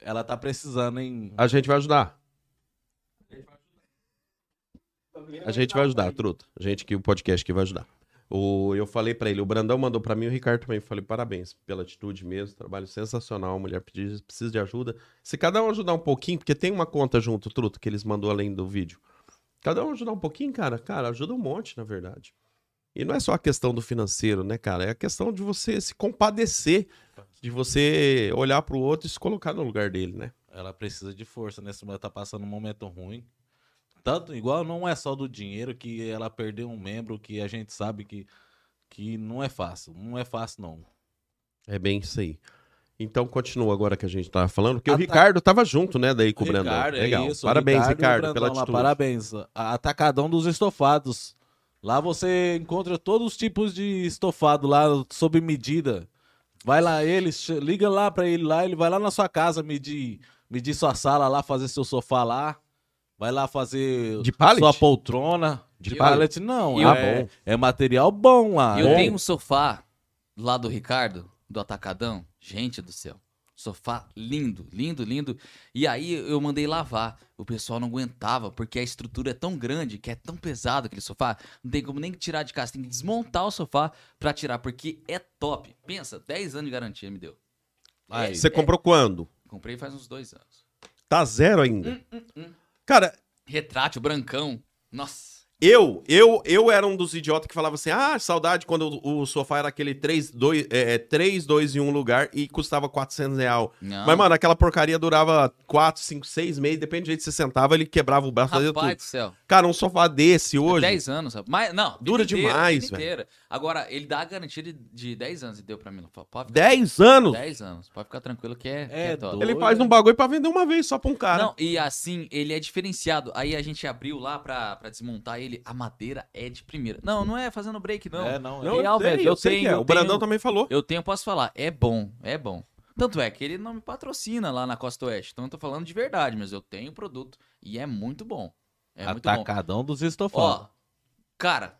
Speaker 3: ela tá precisando, hein?
Speaker 1: A gente vai ajudar. A gente vai ajudar, truta. A gente que o podcast que vai ajudar. O, eu falei pra ele, o Brandão mandou pra mim, o Ricardo também. Eu Falei, parabéns pela atitude mesmo, trabalho sensacional. A mulher pedi- precisa de ajuda. Se cada um ajudar um pouquinho, porque tem uma conta junto, truta, que eles mandou além do vídeo. Cada um ajudar um pouquinho, cara, cara, ajuda um monte, na verdade. E não é só a questão do financeiro, né, cara? É a questão de você se compadecer, de você olhar pro outro e se colocar no lugar dele, né?
Speaker 3: Ela precisa de força nesse momento, tá passando um momento ruim. Tanto, igual não é só do dinheiro que ela perdeu um membro que a gente sabe que, que não é fácil. Não é fácil, não.
Speaker 1: É bem isso aí. Então continua agora que a gente tava falando, porque
Speaker 3: Ah,
Speaker 1: o
Speaker 3: tá.
Speaker 1: Ricardo tava junto, né, daí com o Brandão.
Speaker 3: Ricardo, é
Speaker 1: Legal.
Speaker 3: isso,
Speaker 1: parabéns,
Speaker 3: e o
Speaker 1: Ricardo, pela
Speaker 3: Brandão lá,
Speaker 1: atitude.
Speaker 3: Parabéns. A- Atacadão dos estofados. Lá você encontra todos os tipos de estofado lá sob medida. Vai lá ele, ch- liga lá pra ele lá, ele vai lá na sua casa medir, medir sua sala lá, fazer seu sofá lá. Vai lá fazer
Speaker 1: De pallet?
Speaker 3: sua poltrona.
Speaker 1: De
Speaker 3: De
Speaker 1: pallet? Ah,
Speaker 3: pallet não,
Speaker 2: Eu-
Speaker 3: é, é material bom lá.
Speaker 2: eu
Speaker 3: É.
Speaker 2: tenho um sofá lá do Ricardo, do Atacadão. Gente do céu. Sofá lindo, lindo, lindo. E aí eu mandei lavar. O pessoal não aguentava, porque a estrutura é tão grande, que é tão pesado aquele sofá. Não tem como nem tirar de casa. Tem que desmontar o sofá pra tirar, porque é top. Pensa, 10 anos de garantia me deu. É,
Speaker 3: Aí.
Speaker 1: Você comprou quando?
Speaker 2: Comprei faz uns dois anos.
Speaker 1: Tá zero ainda.
Speaker 3: Hum,
Speaker 1: Cara,
Speaker 2: Retrátil, brancão. Nossa.
Speaker 1: eu, eu, eu era um dos idiotas que falava assim: "Ah, saudade quando o, o sofá era aquele 3 2 é, 3 2 em um lugar e custava 400 real.
Speaker 3: Ah.
Speaker 2: Não.
Speaker 1: Mas mano, aquela porcaria durava 4, 5, 6 meses, depende do jeito que você sentava, ele quebrava o braço, fazia
Speaker 2: Rapaz
Speaker 1: tudo.
Speaker 2: do céu.
Speaker 1: Cara, um sofá desse
Speaker 3: É
Speaker 1: hoje,
Speaker 2: 10 anos, rapaz. Mas, não, vida
Speaker 1: Dura
Speaker 2: inteira,
Speaker 1: demais,
Speaker 2: vida
Speaker 1: velho.
Speaker 2: inteira. Agora, ele dá a garantia de, de 10 anos e deu pra mim. Pode ficar,
Speaker 1: 10 anos.
Speaker 2: 10 anos. Pode ficar tranquilo que é, que
Speaker 3: É
Speaker 2: é top.
Speaker 3: doido.
Speaker 1: Ele faz um bagulho pra vender uma vez só pra um cara.
Speaker 2: Não, e assim, ele é diferenciado. Aí a gente abriu lá pra, pra desmontar ele. A madeira é de primeira. Não, não é fazendo break, não.
Speaker 3: É, não, é.
Speaker 1: Não,
Speaker 2: Real,
Speaker 1: eu sei,
Speaker 2: velho,
Speaker 1: eu
Speaker 2: eu
Speaker 1: sei que
Speaker 2: tenho, um
Speaker 1: é.
Speaker 2: eu
Speaker 1: O Brandão
Speaker 2: tenho.
Speaker 1: também falou.
Speaker 2: Eu tenho, posso falar. É bom, é bom. Tanto é que ele não me patrocina lá na Costa Oeste. Então eu tô falando de verdade, mas eu tenho o produto e é muito bom. É
Speaker 1: Ah, tá
Speaker 2: muito bom.
Speaker 3: Atacadão dos estofados.
Speaker 2: Ó, cara,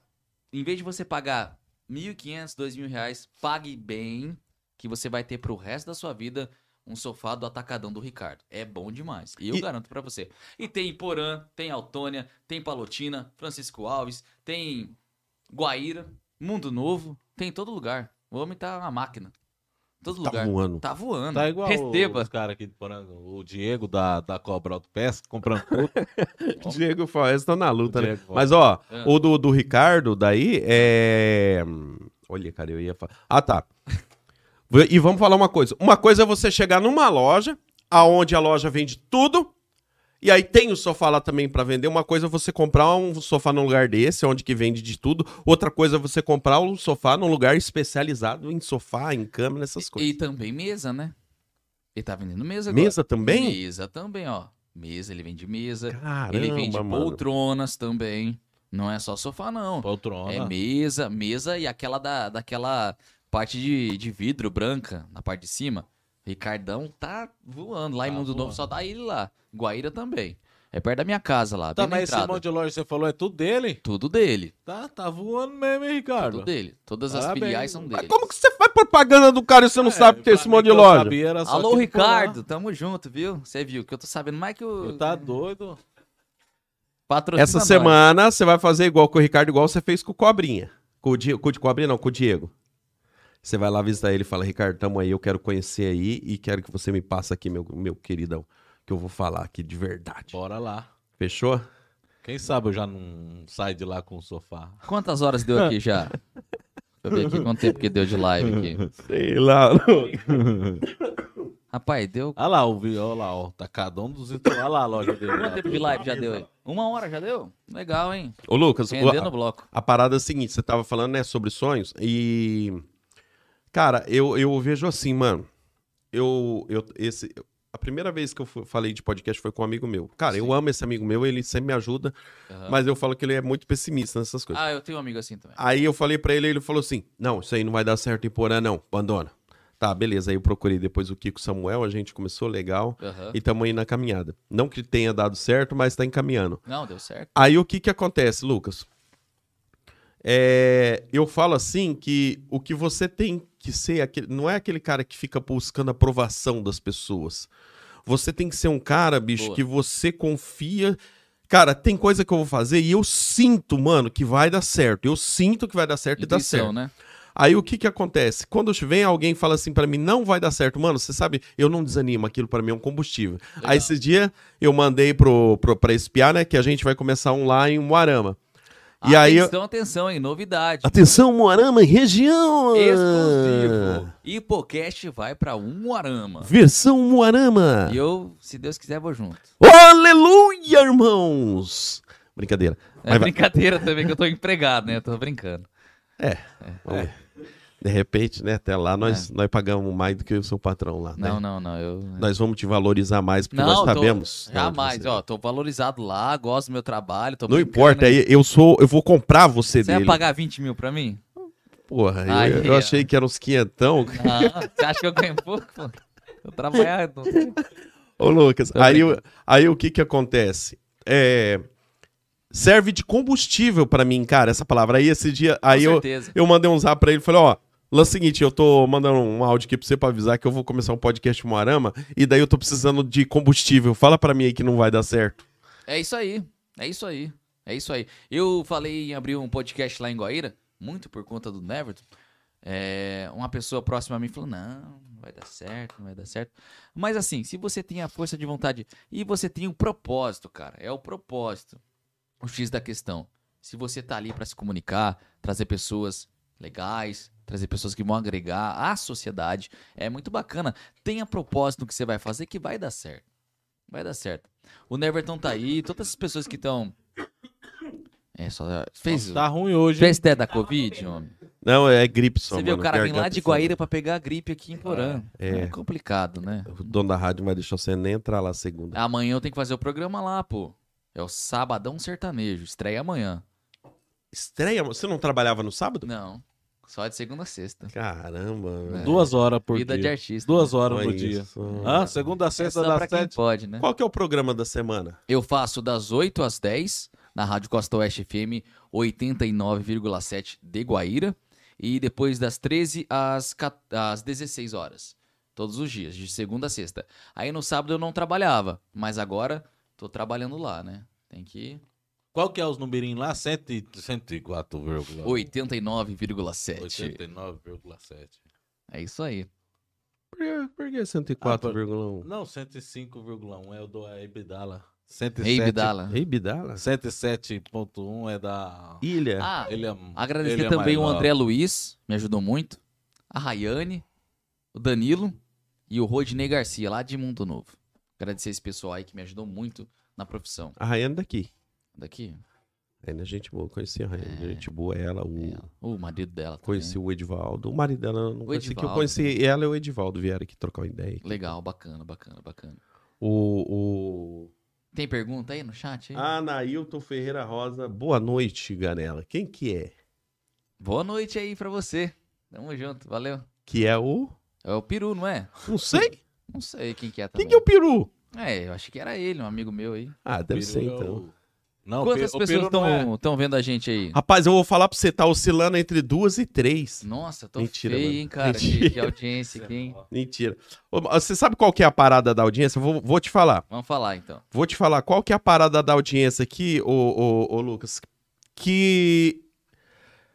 Speaker 2: em vez de você pagar 1.500, 2.000 reais, pague bem, que você vai ter pro resto da sua vida um sofá do Atacadão do Ricardo. É bom demais. Eu
Speaker 1: E-
Speaker 2: garanto pra você. E tem Porã, tem Altônia, tem Palotina, Francisco Alves, tem Guaíra, Mundo Novo, tem em todo lugar. O homem tá uma máquina. Em Todo
Speaker 1: Tá
Speaker 2: lugar.
Speaker 1: voando.
Speaker 2: Tá voando.
Speaker 3: Tá igual
Speaker 2: Receba.
Speaker 3: os caras aqui de Poranga, o Diego da, da Cobra Autopeça, comprando tudo.
Speaker 1: Diego Forrest tá na luta,
Speaker 3: O
Speaker 1: né?
Speaker 3: Diego Forrest.
Speaker 1: Mas, ó,
Speaker 2: Ah.
Speaker 1: o do, do Ricardo daí é... Olha, cara, eu ia falar... Ah, tá. V- E vamos falar uma coisa. Uma coisa é você chegar numa loja, aonde a loja vende tudo, e aí tem o sofá lá também pra vender. Uma coisa é você comprar um sofá num lugar desse, onde que vende de tudo. Outra coisa é você comprar um sofá num lugar especializado em sofá, em cama, nessas coisas.
Speaker 2: E também mesa, né? Ele tá vendendo mesa agora.
Speaker 1: Mesa também?
Speaker 2: Mesa também, ó. Mesa, ele vende mesa.
Speaker 1: Caramba,
Speaker 2: ele vende
Speaker 1: mano.
Speaker 2: poltronas também. Não é só sofá, não.
Speaker 3: Poltrona.
Speaker 2: É mesa, mesa e aquela da, daquela parte de, de vidro branca, na parte de cima. Ricardão tá voando. Lá em
Speaker 3: Tá
Speaker 2: Mundo Novo
Speaker 3: voando.
Speaker 2: só dá ele lá. Guaíra também. É perto da minha casa lá.
Speaker 3: Tá,
Speaker 2: bem na
Speaker 3: mas esse
Speaker 2: entrada.
Speaker 3: monte de loja que você falou é tudo dele?
Speaker 2: Tudo dele.
Speaker 3: Tá, tá voando mesmo, hein,
Speaker 2: Tudo
Speaker 3: Ricardo?
Speaker 2: dele. Todas as
Speaker 3: Parabéns.
Speaker 2: filiais são
Speaker 1: Mas
Speaker 2: dele.
Speaker 1: como que você faz propaganda do cara e
Speaker 2: É,
Speaker 1: você não sabe
Speaker 3: É,
Speaker 1: que tem esse monte de loja?
Speaker 3: tá tipo,
Speaker 2: Alô, Ricardo. Tamo junto, viu? Você viu que eu tô sabendo mais que o.
Speaker 3: Tá doido.
Speaker 2: Patrocina
Speaker 1: Essa
Speaker 2: nós.
Speaker 1: semana você vai fazer igual com o Ricardo, igual você fez com o Cobrinha. Com o, Di... com o de Cobrinha, não, com o Diego. Você vai lá visitar ele e fala, Ricardo, tamo aí, eu quero conhecer aí e quero que você me passe aqui, meu, meu queridão, que eu vou falar aqui de verdade.
Speaker 3: Bora lá.
Speaker 1: Fechou?
Speaker 3: Quem sabe eu já não saio de lá com o sofá.
Speaker 2: Quantas horas deu aqui já? Deixa eu ver aqui quanto tempo que deu de live aqui.
Speaker 1: Sei lá.
Speaker 2: Rapaz, deu.
Speaker 3: Olha lá, o vi- olha lá, ó. Tá cada um dos. Olha lá a loja dele. lá.
Speaker 2: Quanto tempo de live já deu aí? Uma hora já deu? Legal, hein?
Speaker 1: Ô, Lucas, o-
Speaker 2: Rendendo o bloco.
Speaker 1: a parada é a seguinte, você tava falando, né, sobre sonhos e... Cara, eu, eu vejo assim, mano, eu, eu, esse, a primeira vez que eu fu- falei de podcast foi com um amigo meu. Cara, eu amo esse amigo meu, ele sempre me ajuda,
Speaker 2: Aham.
Speaker 1: mas eu falo que ele é muito pessimista nessas coisas.
Speaker 2: Ah, eu tenho um amigo assim também.
Speaker 1: Aí eu falei pra ele, ele falou assim: Não, isso aí não vai dar certo em Porã, não, abandona. Tá, beleza. Aí eu procurei depois o Kiko Samuel, a gente começou legal
Speaker 2: Aham.
Speaker 1: e tamo aí na caminhada. Não que tenha dado certo, mas tá encaminhando.
Speaker 2: Não, deu certo.
Speaker 1: Aí o que que acontece, Lucas? É, eu falo assim que o que você tem que ser, aquele, não é aquele cara que fica buscando aprovação das pessoas. Você tem que ser um cara, bicho,
Speaker 2: Boa.
Speaker 1: que você confia. Cara, tem coisa que eu vou fazer e eu sinto, mano, que vai dar certo. Eu sinto que vai dar certo e dá certo.
Speaker 2: Intuição, né?
Speaker 1: Aí o que que acontece? Quando vem alguém e fala assim pra mim, não vai dar certo, mano, você sabe, eu não desanimo, aquilo pra mim é um combustível.
Speaker 2: Legal.
Speaker 1: Aí esse dia eu mandei pro, pro pra espiar, né, que a gente vai começar um lá em Moarama. E aí eu-
Speaker 2: Atenção, atenção, hein? Novidade.
Speaker 1: Atenção, Moarama, região!
Speaker 2: Exclusivo. Hipocast vai pra um arama.
Speaker 1: Versão Moarama!
Speaker 2: E eu, se Deus quiser, vou junto.
Speaker 1: Aleluia, irmãos! Brincadeira.
Speaker 2: É
Speaker 1: Mas vai-
Speaker 2: brincadeira também que eu tô empregado, né? Eu tô brincando. é.
Speaker 1: Vamos ver. De repente, né, até lá nós, nós pagamos mais do que o seu patrão lá, né?
Speaker 2: Não, não, não. Eu...
Speaker 1: Nós vamos te valorizar mais, porque nós
Speaker 2: tô-
Speaker 1: sabemos. da onde
Speaker 2: Jamais,
Speaker 1: você- é.
Speaker 2: ó. Tô valorizado lá, gosto do meu trabalho. Tô
Speaker 1: Não
Speaker 2: brincando,
Speaker 1: importa,
Speaker 2: hein?
Speaker 1: aí eu sou, eu vou comprar você,
Speaker 2: Você
Speaker 1: dele.
Speaker 2: vai pagar 20 mil pra mim?
Speaker 1: Porra, eu-
Speaker 2: Aí,
Speaker 1: eu,
Speaker 2: ó.
Speaker 1: achei que era uns quinhentão.
Speaker 2: Ah, você acha que eu ganho pouco? pô? Eu trabalho. não sei.
Speaker 1: Ô, Lucas,
Speaker 2: Tô
Speaker 1: aí, o- aí o que que acontece? É, serve de combustível pra mim, cara, essa palavra. Aí esse dia, aí
Speaker 2: Com
Speaker 1: eu,
Speaker 2: certeza.
Speaker 1: eu mandei um zap pra ele, falei, ó, lance seguinte, eu tô mandando um áudio aqui pra você pra avisar que eu vou começar um podcast Moarama, e daí eu tô precisando de combustível. Fala pra mim aí que não vai dar certo.
Speaker 2: É isso aí. É isso aí. É isso aí. Eu falei em abrir um podcast lá em Guaíra, muito por conta do Neverton. É, uma pessoa próxima a mim falou: não, não vai dar certo, não vai dar certo. Mas assim, se você tem a força de vontade e você tem um propósito, cara, é o propósito. O X da questão. Se você tá ali para se comunicar, trazer pessoas legais, trazer pessoas que vão agregar à sociedade, é muito bacana. Tenha propósito no que você vai fazer que vai dar certo. Vai dar certo. O Neverton tá aí, todas as pessoas que estão. É, só. Fez,
Speaker 3: Tá ruim hoje. hein?
Speaker 2: fez ideia da Covid, homem?
Speaker 1: Não, é gripe só,
Speaker 2: Você vê o
Speaker 1: mano, é
Speaker 2: cara vem lá
Speaker 1: garganta
Speaker 2: de
Speaker 1: foda.
Speaker 2: Guaíra pra pegar a gripe aqui em Porã.
Speaker 1: É.
Speaker 2: É, complicado, né?
Speaker 1: O dono da rádio não vai deixar você nem entrar lá segunda.
Speaker 2: Amanhã eu tenho que fazer o programa lá, pô. É o Sabadão Sertanejo. Estreia amanhã.
Speaker 1: Estreia, você não trabalhava no sábado?
Speaker 2: Não. Só de segunda a sexta.
Speaker 1: Caramba, velho.
Speaker 3: Duas horas por
Speaker 2: Vida de
Speaker 3: dia.
Speaker 2: artista. né?
Speaker 3: Duas horas
Speaker 1: Olha
Speaker 3: por dia.
Speaker 1: isso.
Speaker 3: Ah, segunda a
Speaker 2: É
Speaker 3: sexta
Speaker 2: só
Speaker 3: das
Speaker 2: pra quem
Speaker 3: sete.
Speaker 2: pode, né?
Speaker 1: Qual que é o programa da semana?
Speaker 2: Eu faço das 8 às 10 na Rádio Costa Oeste FM 89,7 de Guaíra e depois das 13 às, ca- às 16 horas, todos os dias, de segunda a sexta. Aí no sábado eu não trabalhava, mas agora tô trabalhando lá, né? Tem que
Speaker 3: Qual que é os numerinhos lá? 104,
Speaker 2: 89,7.
Speaker 3: 89,7.
Speaker 2: É isso aí.
Speaker 1: Por que
Speaker 3: Ah,
Speaker 1: 104,1?
Speaker 3: Não, 105,1 é o do Ebidala.
Speaker 2: Ei,
Speaker 3: 107.
Speaker 2: Bidala.
Speaker 1: Ei, Bidala?
Speaker 3: 107.1 é da.
Speaker 1: Ilha.
Speaker 2: Ah,
Speaker 3: Ele é,
Speaker 2: agradecer
Speaker 3: ele é
Speaker 2: também o
Speaker 3: maior.
Speaker 2: André Luiz, me ajudou muito, a Rayane, o Danilo e o Rodinei Garcia, lá de Mundo Novo. Agradecer esse pessoal aí que me ajudou muito na profissão.
Speaker 1: A Rayane daqui.
Speaker 2: Daqui,
Speaker 1: Ainda gente boa, conheci a Rayane.
Speaker 3: É.
Speaker 1: Gente boa, ela, o.
Speaker 2: ela. É. Uh, o marido dela também.
Speaker 1: Conheci o Edivaldo. O marido dela eu não
Speaker 2: O
Speaker 1: conheci, que eu
Speaker 2: Edivaldo.
Speaker 1: conheci ela e o Edivaldo vieram aqui trocar uma ideia.
Speaker 2: Legal, bacana, bacana, bacana.
Speaker 1: O, o...
Speaker 2: Tem pergunta aí no
Speaker 3: É.
Speaker 2: chat? Aí?
Speaker 3: Ah.
Speaker 1: Anailton Ferreira Rosa. Boa noite, Ganela. Quem que é?
Speaker 2: Boa noite aí pra você. Tamo junto, valeu.
Speaker 1: Que é o.
Speaker 2: É o Peru, não é?
Speaker 1: Não
Speaker 3: Tá
Speaker 1: sei.
Speaker 2: Não sei quem que é também.
Speaker 1: Quem que é o Peru?
Speaker 2: É, eu acho que era ele, um amigo meu aí.
Speaker 1: Ah, deve
Speaker 3: Peru
Speaker 1: ser
Speaker 3: é o-
Speaker 1: então.
Speaker 3: Não,
Speaker 2: Quantas
Speaker 3: o Peru
Speaker 2: pessoas
Speaker 3: não é.
Speaker 2: estão vendo a gente aí?
Speaker 1: Rapaz, eu vou falar pra você, tá oscilando entre duas e três.
Speaker 2: Nossa, tô
Speaker 1: Mentira,
Speaker 2: feio,
Speaker 1: mano.
Speaker 2: hein, cara, de,
Speaker 1: Mentira.
Speaker 2: de audiência aqui, hein?
Speaker 1: Mentira. Ô, mas Você sabe qual que é a parada da audiência? Eu Vou, vou te falar.
Speaker 2: Vamos falar, então.
Speaker 1: Vou te falar qual que é a parada da audiência aqui, ô, ô, ô Lucas. Que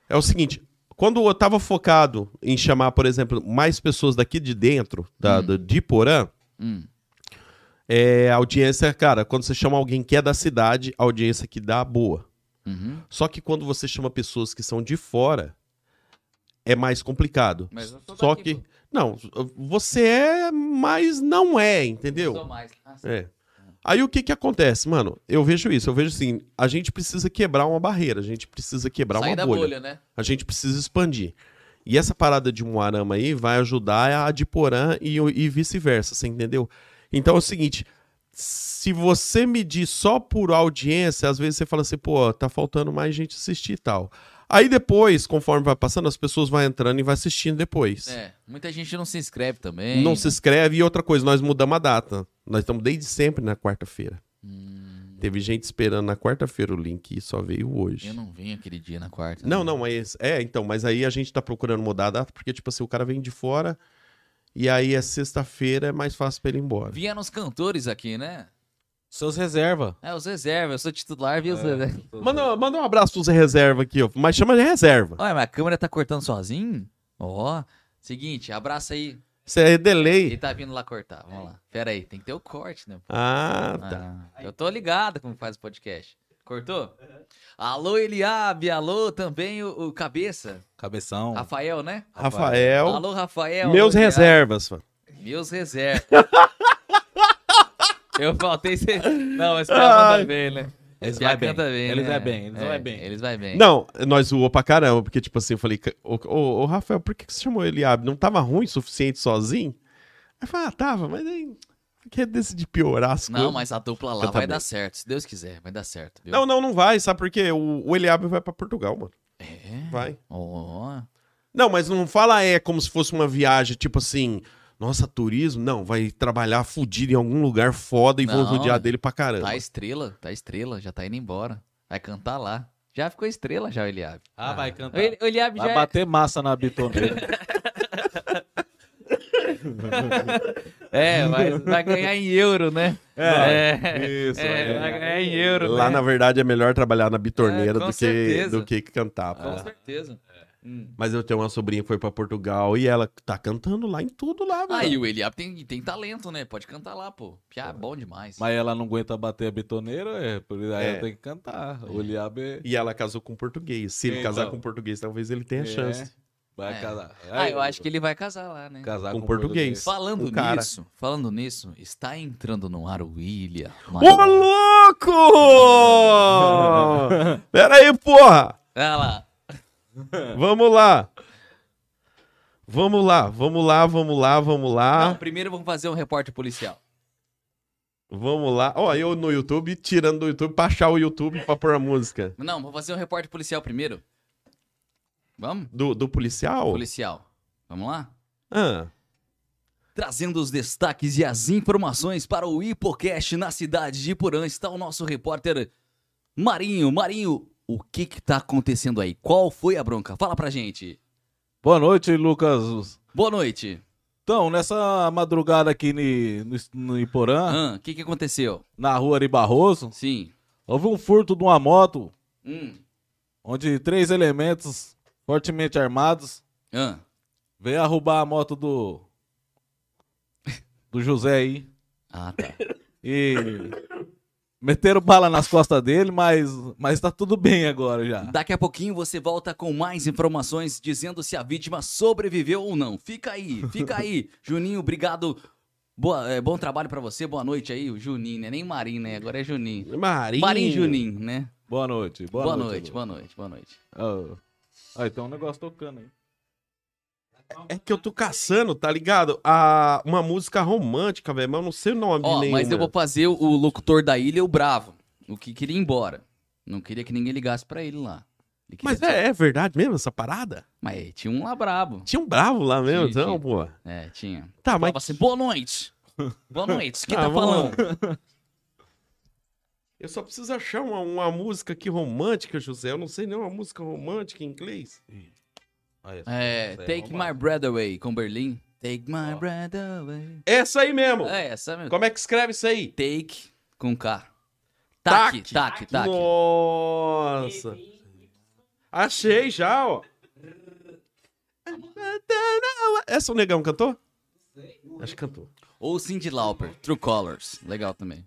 Speaker 1: é o seguinte. Quando eu tava focado em chamar, por exemplo, mais pessoas daqui de dentro, da,
Speaker 2: Hum.
Speaker 1: do- de Porã,
Speaker 2: Hum,
Speaker 1: é, a audiência, cara, quando você chama alguém que é da cidade, a audiência que dá boa.
Speaker 2: uhum.
Speaker 1: Só que quando você chama pessoas que são de fora, é mais complicado.
Speaker 2: Mas eu sou
Speaker 1: Só que.
Speaker 2: daqui, pô.
Speaker 1: Não, você é, mas não é,
Speaker 2: Sou
Speaker 1: entendeu?
Speaker 2: mais. Ah, sim.
Speaker 1: É. Aí o que que acontece, mano? Eu vejo isso, eu vejo assim, a gente precisa quebrar uma barreira, a gente precisa quebrar
Speaker 2: Sair
Speaker 1: uma
Speaker 2: da
Speaker 1: bolha,
Speaker 2: bolha, né?
Speaker 1: a gente precisa expandir. E essa parada de Moarama aí vai ajudar a de Porã e, o- e vice-versa, você entendeu? Então é o seguinte, se você medir só por audiência, às vezes você fala assim, pô, tá faltando mais gente assistir e tal. Aí depois, conforme vai passando, as pessoas vão entrando e vai assistindo depois.
Speaker 2: É, muita gente não se inscreve também.
Speaker 1: Não se inscreve. E outra coisa, nós mudamos a data. Nós estamos desde sempre na quarta-feira. Teve gente esperando na quarta-feira o link e só veio hoje.
Speaker 2: Hum. Eu não vim aquele dia na quarta.
Speaker 1: Não,
Speaker 2: né?
Speaker 1: não, mas. É, então, mas aí a gente tá procurando mudar a data, porque, tipo assim, o cara vem de fora e aí é sexta-feira, é mais fácil pra ele ir embora.
Speaker 2: Vieram os cantores aqui, né?
Speaker 3: Seus reserva.
Speaker 2: É, os reservas. Eu sou titular, viu? os
Speaker 1: É.
Speaker 2: reservas?
Speaker 1: Manda, manda um abraço pro Zé Reserva aqui, ó. Mas chama de reserva.
Speaker 2: Olha, mas a câmera tá cortando sozinho? Ó. Seguinte, abraça aí.
Speaker 1: Isso é delay.
Speaker 2: Ele tá vindo lá cortar. Vamos lá. Pera aí, tem que ter o corte, né?
Speaker 1: Ah, tá. Uhum.
Speaker 2: Ah, eu tô ligado como faz o podcast. Cortou? Alô, Eliabe. Alô, também o, o Cabeça.
Speaker 3: Cabeção.
Speaker 2: Rafael, né?
Speaker 1: Rafael.
Speaker 2: Alô, Rafael.
Speaker 1: meus
Speaker 2: alô, Eliabe.
Speaker 1: reservas, mano.
Speaker 2: Meus reservas. eu faltei... se- Não, esse cara manda bem, né?
Speaker 3: Eles
Speaker 2: Já
Speaker 3: vai bem.
Speaker 2: canta bem,
Speaker 3: Eles
Speaker 2: né?
Speaker 3: vai bem, eles
Speaker 2: É,
Speaker 3: vai bem.
Speaker 2: Eles vai bem.
Speaker 1: Não, nós zoou pra caramba, porque, tipo assim, eu falei, "Ca- ô, ô, ô, Rafael, por que que você chamou ele Eliabe? Não tava ruim o suficiente sozinho? Aí falei, ah, tava, mas aí quer decidir piorar as
Speaker 2: Não,
Speaker 1: coisas.
Speaker 2: mas a dupla lá
Speaker 1: Canta
Speaker 2: vai
Speaker 1: bem.
Speaker 2: dar certo, se Deus quiser, vai dar certo. viu?
Speaker 1: Não, não, não vai, sabe por quê? O, o Eliabe vai pra Portugal, mano.
Speaker 2: É.
Speaker 1: Vai.
Speaker 2: Ó. tá
Speaker 1: Não, mas não fala é como se fosse uma viagem, tipo assim, nossa, turismo? Não, vai trabalhar fudido em algum lugar foda e vão
Speaker 2: Não.
Speaker 1: judiar dele pra caramba.
Speaker 2: Tá estrela, tá estrela, já tá indo embora. Vai cantar lá. Já ficou estrela já o Eliabe.
Speaker 3: Ah, vai cantar.
Speaker 2: O Eli- o Eliabe já
Speaker 3: Vai
Speaker 2: é-
Speaker 3: bater massa na bitoneira.
Speaker 2: é, vai, vai ganhar em euro, né? É,
Speaker 1: Isso,
Speaker 2: é,
Speaker 1: é.
Speaker 2: vai ganhar em euro,
Speaker 1: Lá,
Speaker 2: né?
Speaker 1: na verdade, é melhor trabalhar na
Speaker 2: É,
Speaker 1: bitorneira
Speaker 2: com
Speaker 1: do, que,
Speaker 2: certeza.
Speaker 1: do que cantar. pô.
Speaker 2: Com certeza.
Speaker 1: É.
Speaker 2: Hum.
Speaker 1: Mas eu tenho uma sobrinha que foi pra Portugal e ela tá cantando lá em tudo lá,
Speaker 2: Ah,
Speaker 1: velho.
Speaker 2: e o Eliabe tem, tem talento, né? Pode cantar lá, pô. Piá, bom demais.
Speaker 3: Mas ela não aguenta bater a bitoneira, é. Por isso aí
Speaker 1: É.
Speaker 3: ela tem que cantar. O Liabe
Speaker 1: E ela casou com um português. Se ele
Speaker 3: Então.
Speaker 1: casar com um português, talvez ele tenha
Speaker 3: É.
Speaker 1: chance.
Speaker 3: vai
Speaker 2: É.
Speaker 3: casar.
Speaker 2: Ah, eu acho que ele vai casar lá, né?
Speaker 3: Casar
Speaker 1: Com
Speaker 3: com,
Speaker 1: português.
Speaker 2: Falando
Speaker 1: O cara.
Speaker 2: nisso, falando nisso, está entrando no ar o William.
Speaker 1: Ô, louco! Pera aí, porra!
Speaker 2: Olha lá.
Speaker 1: Vamos lá. Vamos lá, vamos lá, vamos lá, vamos
Speaker 2: Não,
Speaker 1: lá.
Speaker 2: primeiro vamos fazer um repórter policial.
Speaker 1: Vamos lá. Ó, eu no YouTube, tirando do YouTube, pra achar o YouTube pra pôr a música.
Speaker 2: Não, vou fazer um repórter policial primeiro. Vamos?
Speaker 1: Do, do policial?
Speaker 2: Policial. Vamos lá?
Speaker 1: Ah,
Speaker 2: Trazendo os destaques e as informações para o Hipocast na cidade de Iporã está o nosso repórter Marinho. Marinho, o que que tá acontecendo aí? Qual foi a bronca? Fala pra gente.
Speaker 3: Boa noite, Lucas.
Speaker 2: Boa noite.
Speaker 3: Então, nessa madrugada aqui ni- no, no
Speaker 1: Ah.
Speaker 3: Iporã,
Speaker 2: Ahn, O que que aconteceu?
Speaker 3: na rua Ari Barroso,
Speaker 2: Sim.
Speaker 3: houve um furto de uma moto
Speaker 2: Hum.
Speaker 3: onde três elementos fortemente armados
Speaker 2: Ahn.
Speaker 3: veio roubar a moto do do José aí
Speaker 2: Ah, tá.
Speaker 3: e meteram bala nas costas dele, mas mas tá tudo bem agora já.
Speaker 2: Daqui a pouquinho você volta com mais informações dizendo se a vítima sobreviveu ou não. Fica aí, fica aí. Juninho, obrigado. Boa- é, bom trabalho pra você, boa noite aí. O Juninho, né? Nem Marinho, né? Agora é Juninho.
Speaker 1: Marinho.
Speaker 2: Marinho e Juninho, né?
Speaker 3: Boa noite. Boa,
Speaker 2: Boa, noite,
Speaker 3: Lu.
Speaker 2: boa noite, boa noite.
Speaker 3: Ah, ah, então um negócio tocando aí.
Speaker 1: É que eu tô caçando, tá ligado? A, uma música romântica, velho, mas eu não né? sei o nome
Speaker 2: Ó,
Speaker 1: nenhuma.
Speaker 2: mas eu vou fazer o locutor da ilha, o Bravo, o que queria ir embora. Não queria que ninguém ligasse pra ele lá. Ele queria
Speaker 1: Mas é, é verdade mesmo essa parada?
Speaker 2: Mas tinha um lá brabo.
Speaker 1: Tinha um bravo lá mesmo,
Speaker 2: Tinha,
Speaker 1: então,
Speaker 2: tinha.
Speaker 1: pô.
Speaker 2: É, tinha.
Speaker 1: Tá,
Speaker 2: Mas...
Speaker 1: mas.
Speaker 2: Assim, boa noite. Boa noite. Quem
Speaker 1: Ah,
Speaker 2: tá
Speaker 1: vamos lá.
Speaker 2: falando?
Speaker 1: Eu só preciso achar uma, uma música aqui romântica, José. Eu não sei nenhuma música romântica em inglês.
Speaker 2: É, Take My Breath Away com Berlim. Take My Breath Away.
Speaker 1: Essa aí mesmo!
Speaker 2: É, essa mesmo.
Speaker 1: Como é que escreve isso aí?
Speaker 2: Take com K. Tac, tac, tac.
Speaker 1: Nossa. Achei já, ó. Essa o negão cantou? Acho que cantou.
Speaker 2: Ou Cindy Lauper, True Colors. Legal também.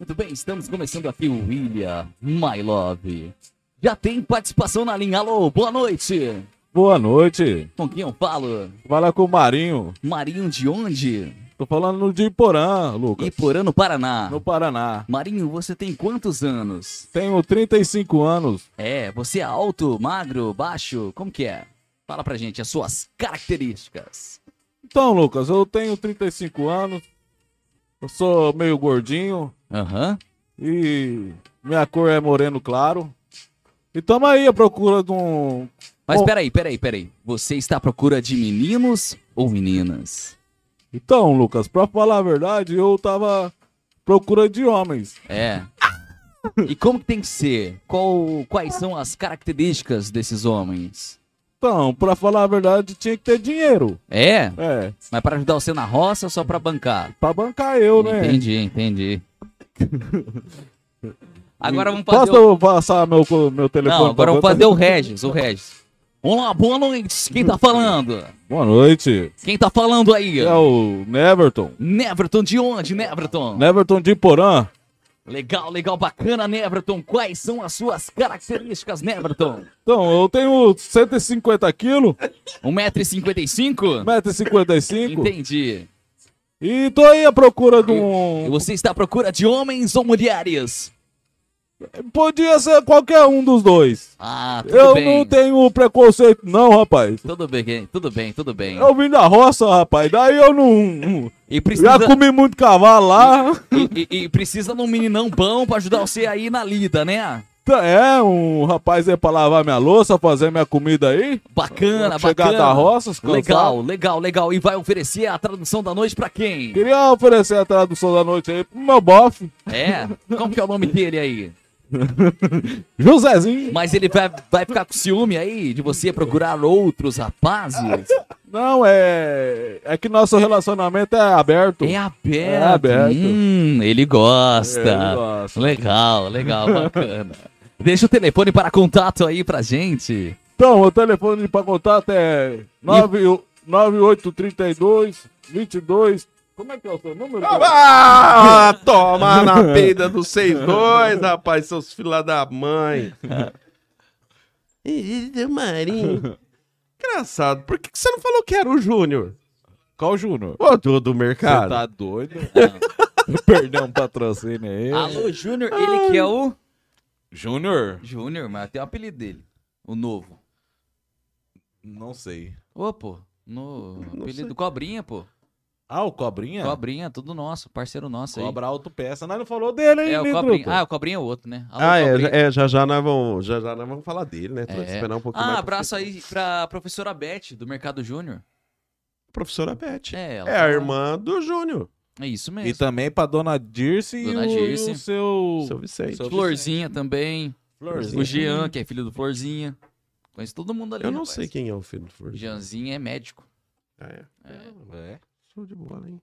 Speaker 2: Muito bem, estamos começando aqui o Ilha My Love. Já tem participação na linha. Alô, boa noite.
Speaker 3: Boa noite.
Speaker 2: Com quem eu falo?
Speaker 3: Vai lá com o Marinho.
Speaker 2: Marinho de onde?
Speaker 3: Tô falando de Iporã, Lucas.
Speaker 2: Iporã, no Paraná.
Speaker 3: No Paraná.
Speaker 2: Marinho, você tem quantos anos?
Speaker 3: Tenho 35 anos.
Speaker 2: É, você é alto, magro, baixo? Como que é? Fala pra gente as suas características.
Speaker 3: Então, Lucas, eu tenho 35 anos. Eu sou meio gordinho
Speaker 2: Aham.
Speaker 3: e minha cor é moreno claro. E tamo aí à procura de um.
Speaker 2: Mas
Speaker 3: Bom-
Speaker 2: peraí, peraí, peraí. Você está à procura de meninos ou meninas?
Speaker 3: Então, Lucas, pra falar a verdade, eu tava à procura de homens.
Speaker 2: É. E como que tem que ser? Qual, quais são as características desses homens?
Speaker 3: Então, pra falar a verdade, tinha que ter dinheiro.
Speaker 2: É,
Speaker 3: É,
Speaker 2: mas pra ajudar você na roça ou só pra bancar?
Speaker 3: pra bancar eu, né?
Speaker 2: Entendi, entendi. Agora vamos fazer
Speaker 3: Posso
Speaker 2: o...
Speaker 3: eu passar meu, co- meu telefone?
Speaker 2: Não, agora
Speaker 3: pra
Speaker 2: vamos
Speaker 3: você?
Speaker 2: fazer o Regis, o Regis. Vamos lá, boa noite. Quem tá falando?
Speaker 3: Boa noite.
Speaker 2: Quem tá falando aí?
Speaker 3: É o Neverton.
Speaker 2: Neverton, de onde, Neverton?
Speaker 3: Neverton de Porã.
Speaker 2: Legal, legal, bacana, Neverton. Quais são as suas características, Neverton?
Speaker 3: Então, eu tenho 150 quilos,
Speaker 2: 1,55m?
Speaker 3: 1,55m
Speaker 2: Entendi.
Speaker 3: e tô aí à procura de um.
Speaker 2: Você está à procura de homens ou mulheres?
Speaker 3: Podia ser qualquer um dos dois.
Speaker 2: Ah, tudo
Speaker 3: Eu
Speaker 2: bem.
Speaker 3: não tenho preconceito, não, rapaz.
Speaker 2: Tudo bem, tudo bem, tudo bem.
Speaker 3: Eu vim da roça, rapaz. Daí eu não.
Speaker 2: E precisa,
Speaker 3: Já comi muito cavalo lá.
Speaker 2: e, e- e precisa de um meninão bom pra ajudar você aí na lida, né?
Speaker 3: É, um rapaz aí pra lavar minha louça, fazer minha comida aí.
Speaker 2: Bacana,
Speaker 3: Chegar
Speaker 2: bacana.
Speaker 3: da roça, descansar.
Speaker 2: legal, legal, legal. E vai oferecer a tradução da noite pra quem?
Speaker 3: Queria oferecer a tradução da noite aí pro meu bofe,
Speaker 2: É? Como que é o nome dele aí?
Speaker 3: Josézinho.
Speaker 2: Mas ele vai, vai ficar com ciúme aí de você procurar outros rapazes?
Speaker 3: Não, é. É que nosso relacionamento é aberto.
Speaker 2: É aberto.
Speaker 3: É aberto.
Speaker 2: Hum, ele
Speaker 1: É,
Speaker 2: gosta.
Speaker 3: Ele gosta.
Speaker 2: Legal, legal, bacana. Deixa o telefone para contato aí pra gente.
Speaker 3: Então, o telefone para contato é 9 9832 22. Como é que é o seu número? cara?
Speaker 1: Ah, toma na peida do 6-2, rapaz, seus filha da mãe. Ih, deu Marinho. Engraçado, por que, que você não falou que era o Júnior?
Speaker 3: Qual Júnior?
Speaker 1: Ô, do, do
Speaker 3: Você
Speaker 1: mercado.
Speaker 3: tá doido? Perdeu um patrocínio
Speaker 1: É.
Speaker 3: aí.
Speaker 2: Alô, Júnior, ele que é o.
Speaker 3: Júnior?
Speaker 2: Júnior, mas tem o apelido dele. O novo.
Speaker 3: Não sei.
Speaker 2: Ô, pô. No apelido Cobrinha, pô.
Speaker 3: Ah, o Cobrinha?
Speaker 2: Cobrinha, tudo nosso, parceiro nosso aí.
Speaker 3: Cobra autopeça. Nós não falou dele, hein,
Speaker 2: É, o
Speaker 3: Negro?
Speaker 2: Cobrinha. Ah, o Cobrinha é o outro, né? Alô,
Speaker 1: Ah,
Speaker 2: Cobrinha.
Speaker 1: é, é, já já nós vamos, já já nós vamos falar dele, né? Tem que
Speaker 2: É.
Speaker 1: esperar um pouquinho
Speaker 2: Ah,
Speaker 1: mais.
Speaker 2: abraço aí pra professora Beth, do Mercado Júnior.
Speaker 1: Professora Beth.
Speaker 2: É, ela
Speaker 1: É,
Speaker 2: tá
Speaker 1: a
Speaker 2: lá.
Speaker 1: irmã do Júnior,
Speaker 2: É isso
Speaker 3: E
Speaker 1: Então,
Speaker 2: mesmo.
Speaker 3: também pra Dona Dirce e
Speaker 2: Dona
Speaker 3: o,
Speaker 2: Dirce.
Speaker 3: e o seu...
Speaker 1: seu Vicente.
Speaker 3: Seu-
Speaker 2: Tipo Florzinha também.
Speaker 3: Florzinho.
Speaker 2: O Jean, que é filho do Florzinha. Conheço todo mundo ali.
Speaker 1: Eu não
Speaker 2: rapaz.
Speaker 1: sei quem é o filho do Florzinho.
Speaker 2: Jeanzinho é médico.
Speaker 1: Ah, é? É, mano,
Speaker 3: É.
Speaker 1: show de bola, hein?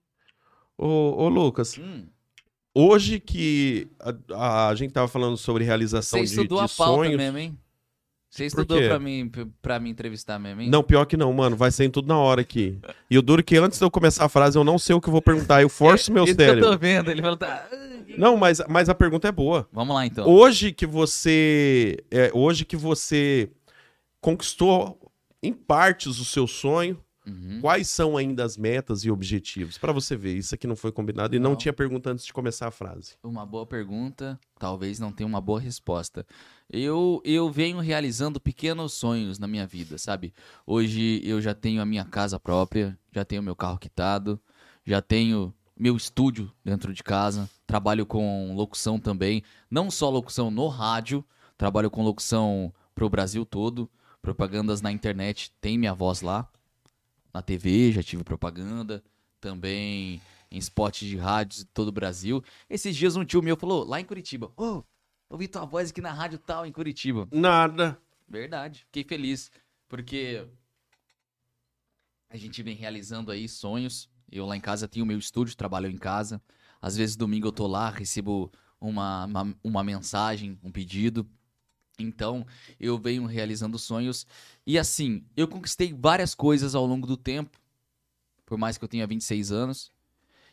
Speaker 1: Ô, ô Lucas,
Speaker 2: Hum,
Speaker 1: hoje que a, a- a gente tava falando sobre realização
Speaker 2: você
Speaker 1: de,
Speaker 2: estudou
Speaker 1: de
Speaker 2: a pauta
Speaker 1: sonhos.
Speaker 2: mesmo, hein? Você
Speaker 1: Por
Speaker 2: estudou
Speaker 1: quê?
Speaker 2: pra, mim, pra me entrevistar mesmo, hein?
Speaker 1: Não, pior que não, mano. Vai ser em tudo na hora aqui. E o duro que antes de eu começar a frase, eu não sei o que eu vou perguntar. Eu forço meu
Speaker 2: Isso que eu
Speaker 1: cérebro.
Speaker 2: tô vendo. Ele falou, tá...
Speaker 1: Não, mas, mas a pergunta é boa.
Speaker 2: Vamos lá, então.
Speaker 1: Hoje que você. é, hoje que você conquistou em partes o seu sonho,
Speaker 2: Uhum.
Speaker 1: quais são ainda as metas e objetivos? Pra você ver, isso aqui não foi combinado e não,
Speaker 2: Não.
Speaker 1: tinha pergunta antes de começar a frase.
Speaker 2: Uma boa pergunta, talvez não tenha uma boa resposta. Eu eu venho realizando pequenos sonhos na minha vida, sabe? Hoje eu já tenho a minha casa própria, já tenho meu carro quitado, já tenho meu estúdio dentro de casa, trabalho com locução também, não só locução no rádio, trabalho com locução pro Brasil todo, propagandas na internet, tem minha voz lá. Na TV já tive propaganda, também em spots de rádios de todo o Brasil. Esses dias um tio meu falou, lá em Curitiba, ô, ouvi tua voz aqui na rádio tal em Curitiba.
Speaker 1: Nada.
Speaker 2: Verdade, fiquei feliz, porque a gente vem realizando aí sonhos. Eu lá em casa tenho o meu estúdio, trabalho em casa. Às vezes domingo eu tô lá, recebo uma, uma, uma mensagem, um pedido. Então, eu venho realizando sonhos. E assim, eu conquistei várias coisas ao longo do tempo, por mais que eu tenha 26 anos.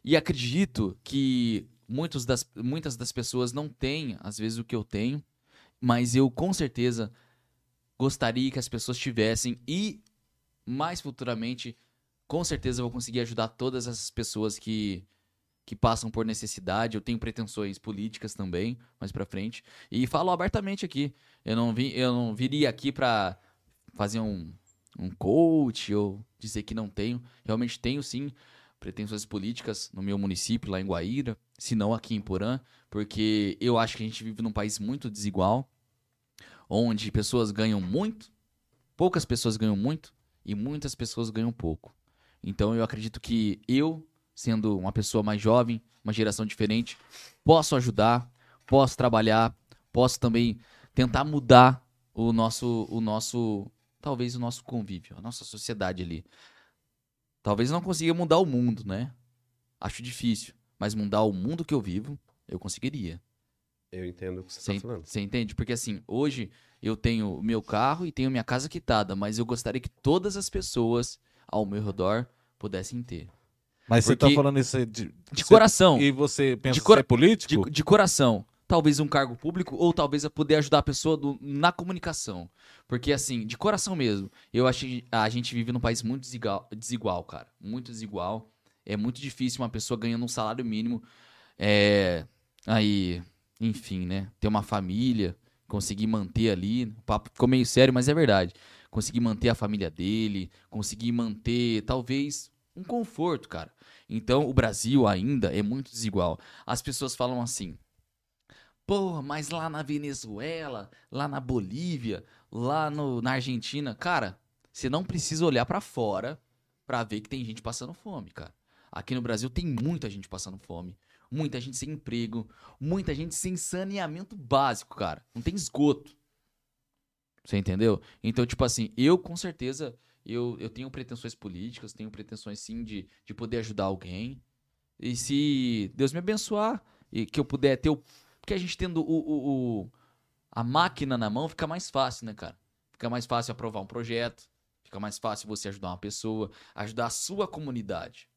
Speaker 2: E acredito que muitos das, muitas das pessoas não têm, às vezes, o que eu tenho. Mas eu, com certeza, gostaria que as pessoas tivessem. E, mais futuramente, com certeza eu vou conseguir ajudar todas essas pessoas que, que passam por necessidade. Eu tenho pretensões políticas também, mais pra frente. E falo abertamente aqui. Eu não, vim, eu não viria aqui pra fazer um, um coach ou dizer que não tenho. Realmente tenho, sim, pretensões políticas no meu município, lá em Guaíra, se não aqui em Porã, porque eu acho que a gente vive num país muito desigual, onde pessoas ganham muito, poucas pessoas ganham muito e muitas pessoas ganham pouco. Então eu acredito que eu, sendo uma pessoa mais jovem, uma geração diferente, posso ajudar, posso trabalhar, posso também tentar mudar o nosso o nosso talvez o nosso convívio, a nossa sociedade ali. Talvez eu não consiga mudar o mundo, né? Acho difícil, mas mudar o mundo que eu vivo, eu conseguiria.
Speaker 1: Eu entendo o que você
Speaker 2: Você
Speaker 1: tá falando.
Speaker 2: entende? Porque assim, hoje eu tenho o meu carro e tenho minha casa quitada, mas eu gostaria que todas as pessoas ao meu redor pudessem ter.
Speaker 3: Mas você tá
Speaker 2: Porque-
Speaker 3: falando isso aí de...
Speaker 2: De
Speaker 3: você-
Speaker 2: coração,
Speaker 3: E você pensa
Speaker 2: De cora-
Speaker 3: ser político?
Speaker 2: de, de coração. Talvez um cargo público ou talvez eu poder ajudar a pessoa do- na comunicação. Porque assim, de coração mesmo, eu acho que a gente vive num país muito desigual, desigual, cara. Muito desigual. É muito difícil uma pessoa ganhando um salário mínimo. É, aí, enfim, né? Ter uma família, conseguir manter ali. O papo ficou meio sério, mas é verdade. Conseguir manter a família dele, conseguir manter, talvez, um conforto, cara. Então, o Brasil ainda é muito desigual. As pessoas falam assim: Porra, mas lá na Venezuela, lá na Bolívia, lá no- na Argentina, cara, você não precisa olhar pra fora pra ver que tem gente passando fome, cara. Aqui no Brasil tem muita gente passando fome, muita gente sem emprego, muita gente sem saneamento básico, cara. Não tem esgoto. Você entendeu? Então, tipo assim, eu com certeza eu, eu tenho pretensões políticas, tenho pretensões sim de, de poder ajudar alguém. E se Deus me abençoar e que eu puder ter o. Porque a gente tendo o, o- o- a máquina na mão fica mais fácil, né, cara? Fica mais fácil aprovar um projeto, fica mais fácil você ajudar uma pessoa, ajudar a sua comunidade.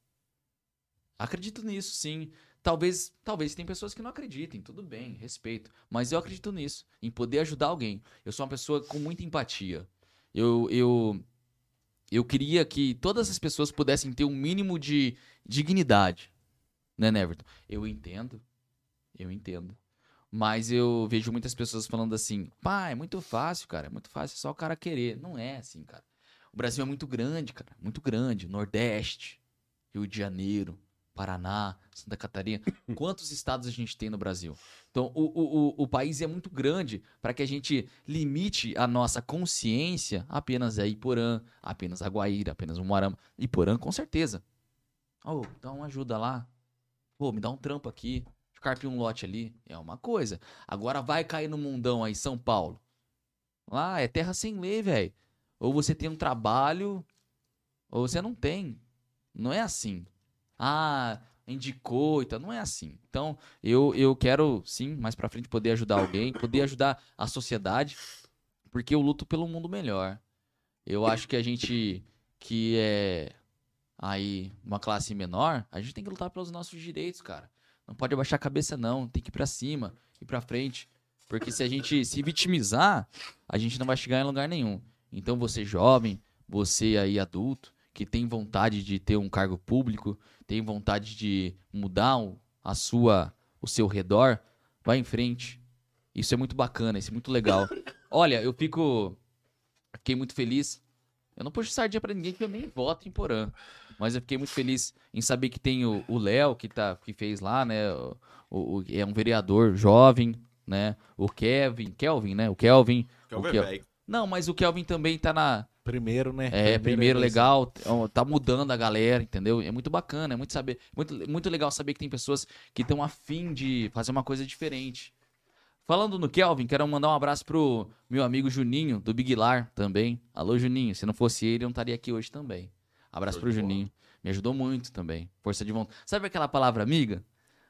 Speaker 2: Acredito nisso, sim. Talvez, talvez tem pessoas que não acreditem, tudo bem, respeito, mas eu acredito nisso, em poder ajudar alguém. Eu sou uma pessoa com muita empatia. Eu eu eu queria que todas as pessoas pudessem ter um mínimo de dignidade, né, Neverton? Eu entendo. Eu entendo. Mas eu vejo muitas pessoas falando assim: pá, é muito fácil, cara. É muito fácil, é só o cara querer. Não é assim, cara. O Brasil é muito grande, cara. Muito grande. Nordeste, Rio de Janeiro, Paraná, Santa Catarina. Quantos estados a gente tem no Brasil? Então, o, o, o, o país é muito grande para que a gente limite a nossa consciência apenas a Iporã, apenas a Guaíra, apenas o Moarama. Iporã, com certeza. Ô, dá uma ajuda lá. Pô, me dá um trampo aqui. Carpe um lote ali. É uma coisa. Agora vai cair no mundão aí, São Paulo. Lá é terra sem lei, velho. Ou você tem um trabalho, ou você não tem. Não é assim. Ah, indicou e tal. Não é assim. Então, eu, eu quero, sim, mais pra frente, poder ajudar alguém, poder ajudar a sociedade, porque eu luto pelo mundo melhor. Eu acho que a gente que é aí uma classe menor, a gente tem que lutar pelos nossos direitos, cara. Não pode abaixar a cabeça, não. Tem que ir pra cima, ir pra frente. Porque se a gente se vitimizar, a gente não vai chegar em lugar nenhum. Então você jovem, você aí adulto, que tem vontade de ter um cargo público, tem vontade de mudar o, a sua, o seu redor, vai em frente. Isso é muito bacana, isso é muito legal. Olha, eu fico... Fiquei muito feliz. Eu não puxo sardinha pra ninguém que eu nem voto em Porã. Mas eu fiquei muito feliz em saber que tem o o Léo, que, tá, que fez lá, né? o- o- o- é um vereador jovem, né? O Kevin, Kelvin, né? O Kelvin.
Speaker 1: Que é o
Speaker 2: o Kel-
Speaker 1: velho.
Speaker 2: Não, mas o Kelvin também tá na.
Speaker 3: Primeiro, né?
Speaker 2: É, primeiro
Speaker 3: eleição.
Speaker 2: legal, t- ó, tá mudando a galera, entendeu? É muito bacana, é muito saber. Muito, muito legal saber que tem pessoas que estão afim de fazer uma coisa diferente. Falando no Kelvin, quero mandar um abraço pro meu amigo Juninho, do Biglar também. Alô, Juninho. Se não fosse ele, eu não estaria aqui hoje também. Abraço pro Juninho. Me ajudou muito também. Força de vontade. Sabe aquela palavra amiga?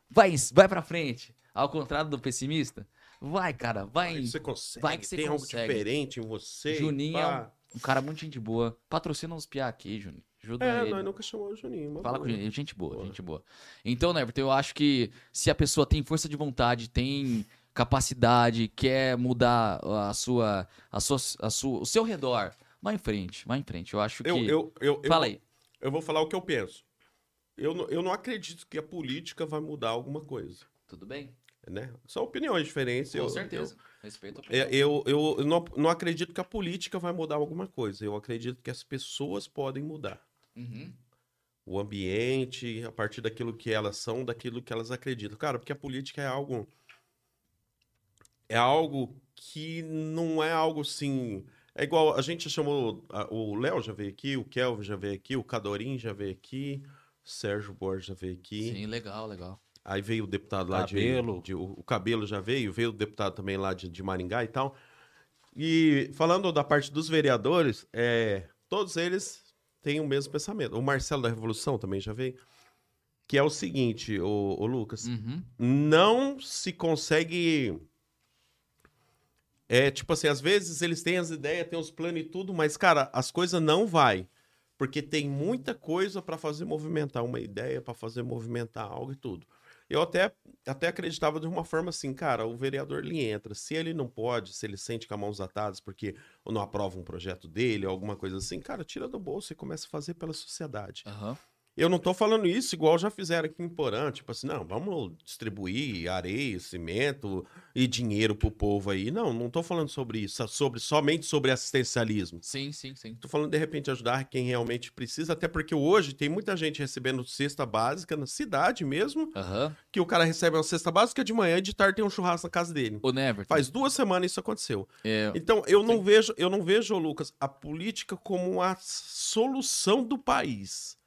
Speaker 2: Vai, em- vai pra frente. Ao contrário do pessimista. Vai, cara, vai. em-
Speaker 1: Você consegue,
Speaker 2: vai que você
Speaker 1: tem
Speaker 2: consegue.
Speaker 1: algo diferente em você.
Speaker 2: Juninho é
Speaker 1: pá.
Speaker 2: um cara muito gente boa. Patrocina uns piá aqui, Juninho. Ajuda
Speaker 1: É,
Speaker 2: ele.
Speaker 1: nós nunca chamamos o Juninho. uma
Speaker 2: Fala com
Speaker 1: boa.
Speaker 2: gente, gente boa,
Speaker 1: Boa.
Speaker 2: gente boa. Então, Neverton, eu acho que se a pessoa tem força de vontade, tem capacidade, quer mudar a sua, a sua, a sua, o seu redor, vai em frente, vai em frente. Eu acho que.
Speaker 1: Eu, eu, eu, eu,
Speaker 2: Fala aí.
Speaker 1: eu vou falar o que eu penso. Eu, não- eu não acredito que a política vai mudar alguma coisa,
Speaker 2: Tudo bem?
Speaker 1: né? São opiniões diferentes.
Speaker 2: Com
Speaker 1: eu, É,
Speaker 2: certeza. Respeito a
Speaker 1: Eu, eu, eu- eu não, não acredito que a política vai mudar alguma coisa. Eu acredito que as pessoas podem mudar.
Speaker 2: Uhum.
Speaker 1: O ambiente, a partir daquilo que elas são, daquilo que elas acreditam. Cara, porque a política é algo. É algo que não é algo assim. É igual. A gente chamou. a- O Léo já veio aqui, o Kelvin já veio aqui, o Cadorim já veio aqui, o Sérgio Borges já veio aqui.
Speaker 2: Sim, legal, legal.
Speaker 1: Aí veio o deputado lá de-
Speaker 3: Cabelo.
Speaker 1: de, o, o cabelo já veio, veio o deputado também lá de, de Maringá e tal. E falando da parte dos vereadores, é, todos eles têm o mesmo pensamento. O Marcelo da Revolução também já veio, que é o seguinte, o, Lucas,
Speaker 2: Uhum.
Speaker 1: não se consegue. É tipo assim, às vezes eles têm as ideias, têm os planos e tudo, mas cara, as coisas não vai, porque tem muita coisa pra fazer movimentar uma ideia, pra fazer movimentar algo e tudo. Eu até, até acreditava de uma forma assim, cara, o vereador ele entra, se ele não pode, se ele sente com a mãos atadas porque não aprova um projeto dele, alguma coisa assim, cara, tira do bolso e começa a fazer pela sociedade.
Speaker 2: Aham.
Speaker 1: Eu não tô falando isso igual já fizeram aqui em Porã, tipo assim, não, vamos distribuir areia, cimento e dinheiro pro povo aí. Não, não tô falando sobre isso, sobre, somente sobre assistencialismo.
Speaker 2: Sim, sim, sim.
Speaker 1: Tô falando de repente ajudar quem realmente precisa, até porque hoje tem muita gente recebendo cesta básica na cidade mesmo,
Speaker 2: Aham.
Speaker 1: que o cara recebe uma cesta básica de manhã e de tarde tem um churrasco na casa dele.
Speaker 2: O Neverton.
Speaker 1: Faz duas semanas isso aconteceu.
Speaker 2: é,
Speaker 1: Então, eu não vejo, eu não vejo, Lucas, a política como a solução do país.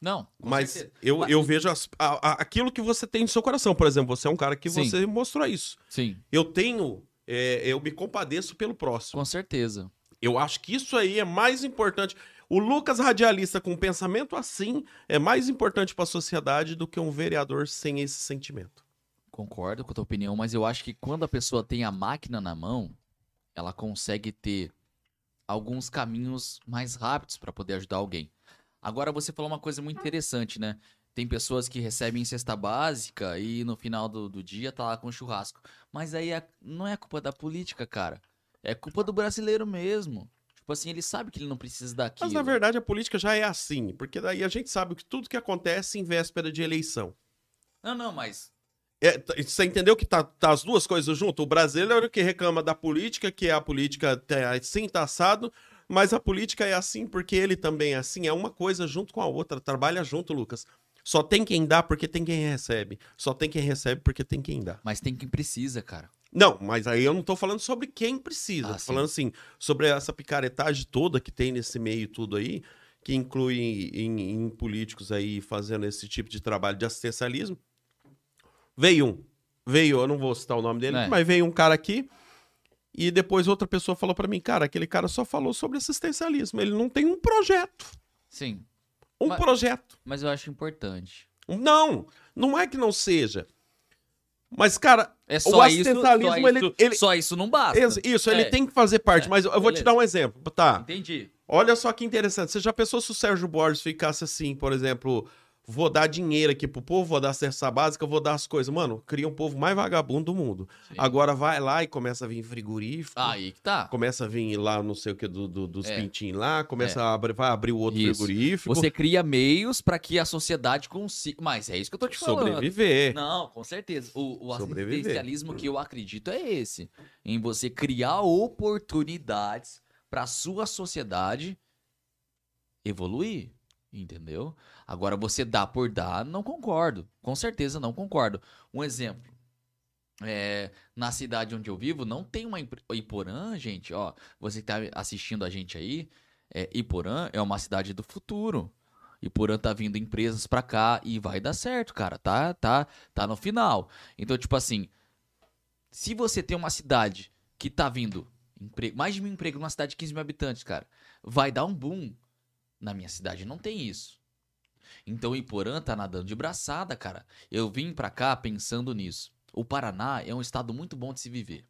Speaker 2: Não. com
Speaker 1: Mas
Speaker 2: certeza.
Speaker 1: eu,
Speaker 2: Mas-
Speaker 1: eu vejo as- a- a- aquilo que você tem no seu coração. Por exemplo, você é um cara que
Speaker 2: Sim.
Speaker 1: você mostrou isso.
Speaker 2: Sim,
Speaker 1: Eu tenho. é, eu me compadeço pelo próximo.
Speaker 2: com certeza.
Speaker 1: Eu acho que isso aí é mais importante. O Lucas Radialista com um pensamento assim é mais importante para a sociedade do que um vereador sem esse sentimento.
Speaker 2: Concordo com a tua opinião, mas eu acho que quando a pessoa tem a máquina na mão, ela consegue ter alguns caminhos mais rápidos para poder ajudar alguém. Agora você falou uma coisa muito interessante, né? Tem pessoas que recebem cesta básica e no final do, do dia tá lá com churrasco. Mas aí é- não é culpa da política, cara. É culpa do brasileiro mesmo. Tipo assim, ele sabe que ele não precisa daquilo.
Speaker 1: Mas na verdade a política já é assim, porque daí a gente sabe que tudo que acontece em véspera de eleição.
Speaker 2: Não, não, mas
Speaker 1: É, t- você entendeu que tá, tá as duas coisas junto? O brasileiro é o que reclama da política, que a política tá assim, tá assado, Mas a política é assim porque ele também é assim. É uma coisa junto com a outra. Trabalha junto, Lucas. Só tem quem dá porque tem quem recebe. Só tem quem recebe porque tem quem dá.
Speaker 2: Mas tem quem precisa, cara.
Speaker 1: Não, mas aí eu não tô falando sobre quem precisa.
Speaker 2: Ah,
Speaker 1: tô
Speaker 2: sim.
Speaker 1: falando assim, sobre essa picaretagem toda que tem nesse meio tudo aí, que inclui em, em políticos aí fazendo esse tipo de trabalho de assistencialismo. Veio um. Veio, eu não vou citar o nome dele,
Speaker 2: É.
Speaker 1: mas veio um cara aqui e depois outra pessoa falou pra mim, cara, aquele cara só falou sobre assistencialismo. Ele não tem um projeto.
Speaker 2: Sim,
Speaker 1: Um
Speaker 2: Mas-
Speaker 1: projeto. um,
Speaker 2: mas eu acho importante.
Speaker 1: Não, não é que não seja. Mas, cara,
Speaker 2: É só isso, só
Speaker 1: assistencialismo,
Speaker 2: isso,
Speaker 1: ele- ele-
Speaker 2: só isso não basta.
Speaker 1: ex- isso, ele
Speaker 2: É.
Speaker 1: tem que fazer parte.
Speaker 2: É,
Speaker 1: mas eu vou te
Speaker 2: beleza.
Speaker 1: dar um exemplo, tá?
Speaker 2: Entendi.
Speaker 1: Olha só que interessante. Você já pensou se o Sérgio Borges ficasse assim, por exemplo, vou dar dinheiro aqui pro povo, vou dar cesta básica, vou dar as coisas. Mano, cria um povo mais vagabundo do mundo.
Speaker 2: Sim.
Speaker 1: Agora vai lá e começa a vir frigorífico.
Speaker 2: Aí que tá.
Speaker 1: Começa a vir lá, não sei o que, do, do- dos
Speaker 2: É.
Speaker 1: pintinhos lá, começa a abrir, vai abrir o outro
Speaker 2: Isso.
Speaker 1: frigorífico,
Speaker 2: Você cria meios pra que a sociedade consiga. Mas é isso que eu tô te falando.
Speaker 1: sobreviver.
Speaker 2: Não, com certeza. O, o
Speaker 1: Sobreviver.
Speaker 2: assistencialismo que eu acredito é esse. Em você criar oportunidades para sua sociedade evoluir. Entendeu? Agora, você dá por dar, não concordo. Com certeza não concordo. Um exemplo. É, na cidade onde eu vivo, não tem uma impre- Iporã, gente. Ó, você que tá assistindo a gente aí, é, Iporã é uma cidade do futuro. Iporã tá vindo empresas pra cá e vai dar certo, cara. Tá, tá, tá no final. Então, tipo assim, se você tem uma cidade que tá vindo empre- mais de mil empregos numa cidade de 15 mil habitantes, cara, vai dar um boom. Na minha cidade não tem isso. Então, Iporã tá nadando de braçada, cara. Eu vim pra cá pensando nisso. O Paraná é um estado muito bom de se viver.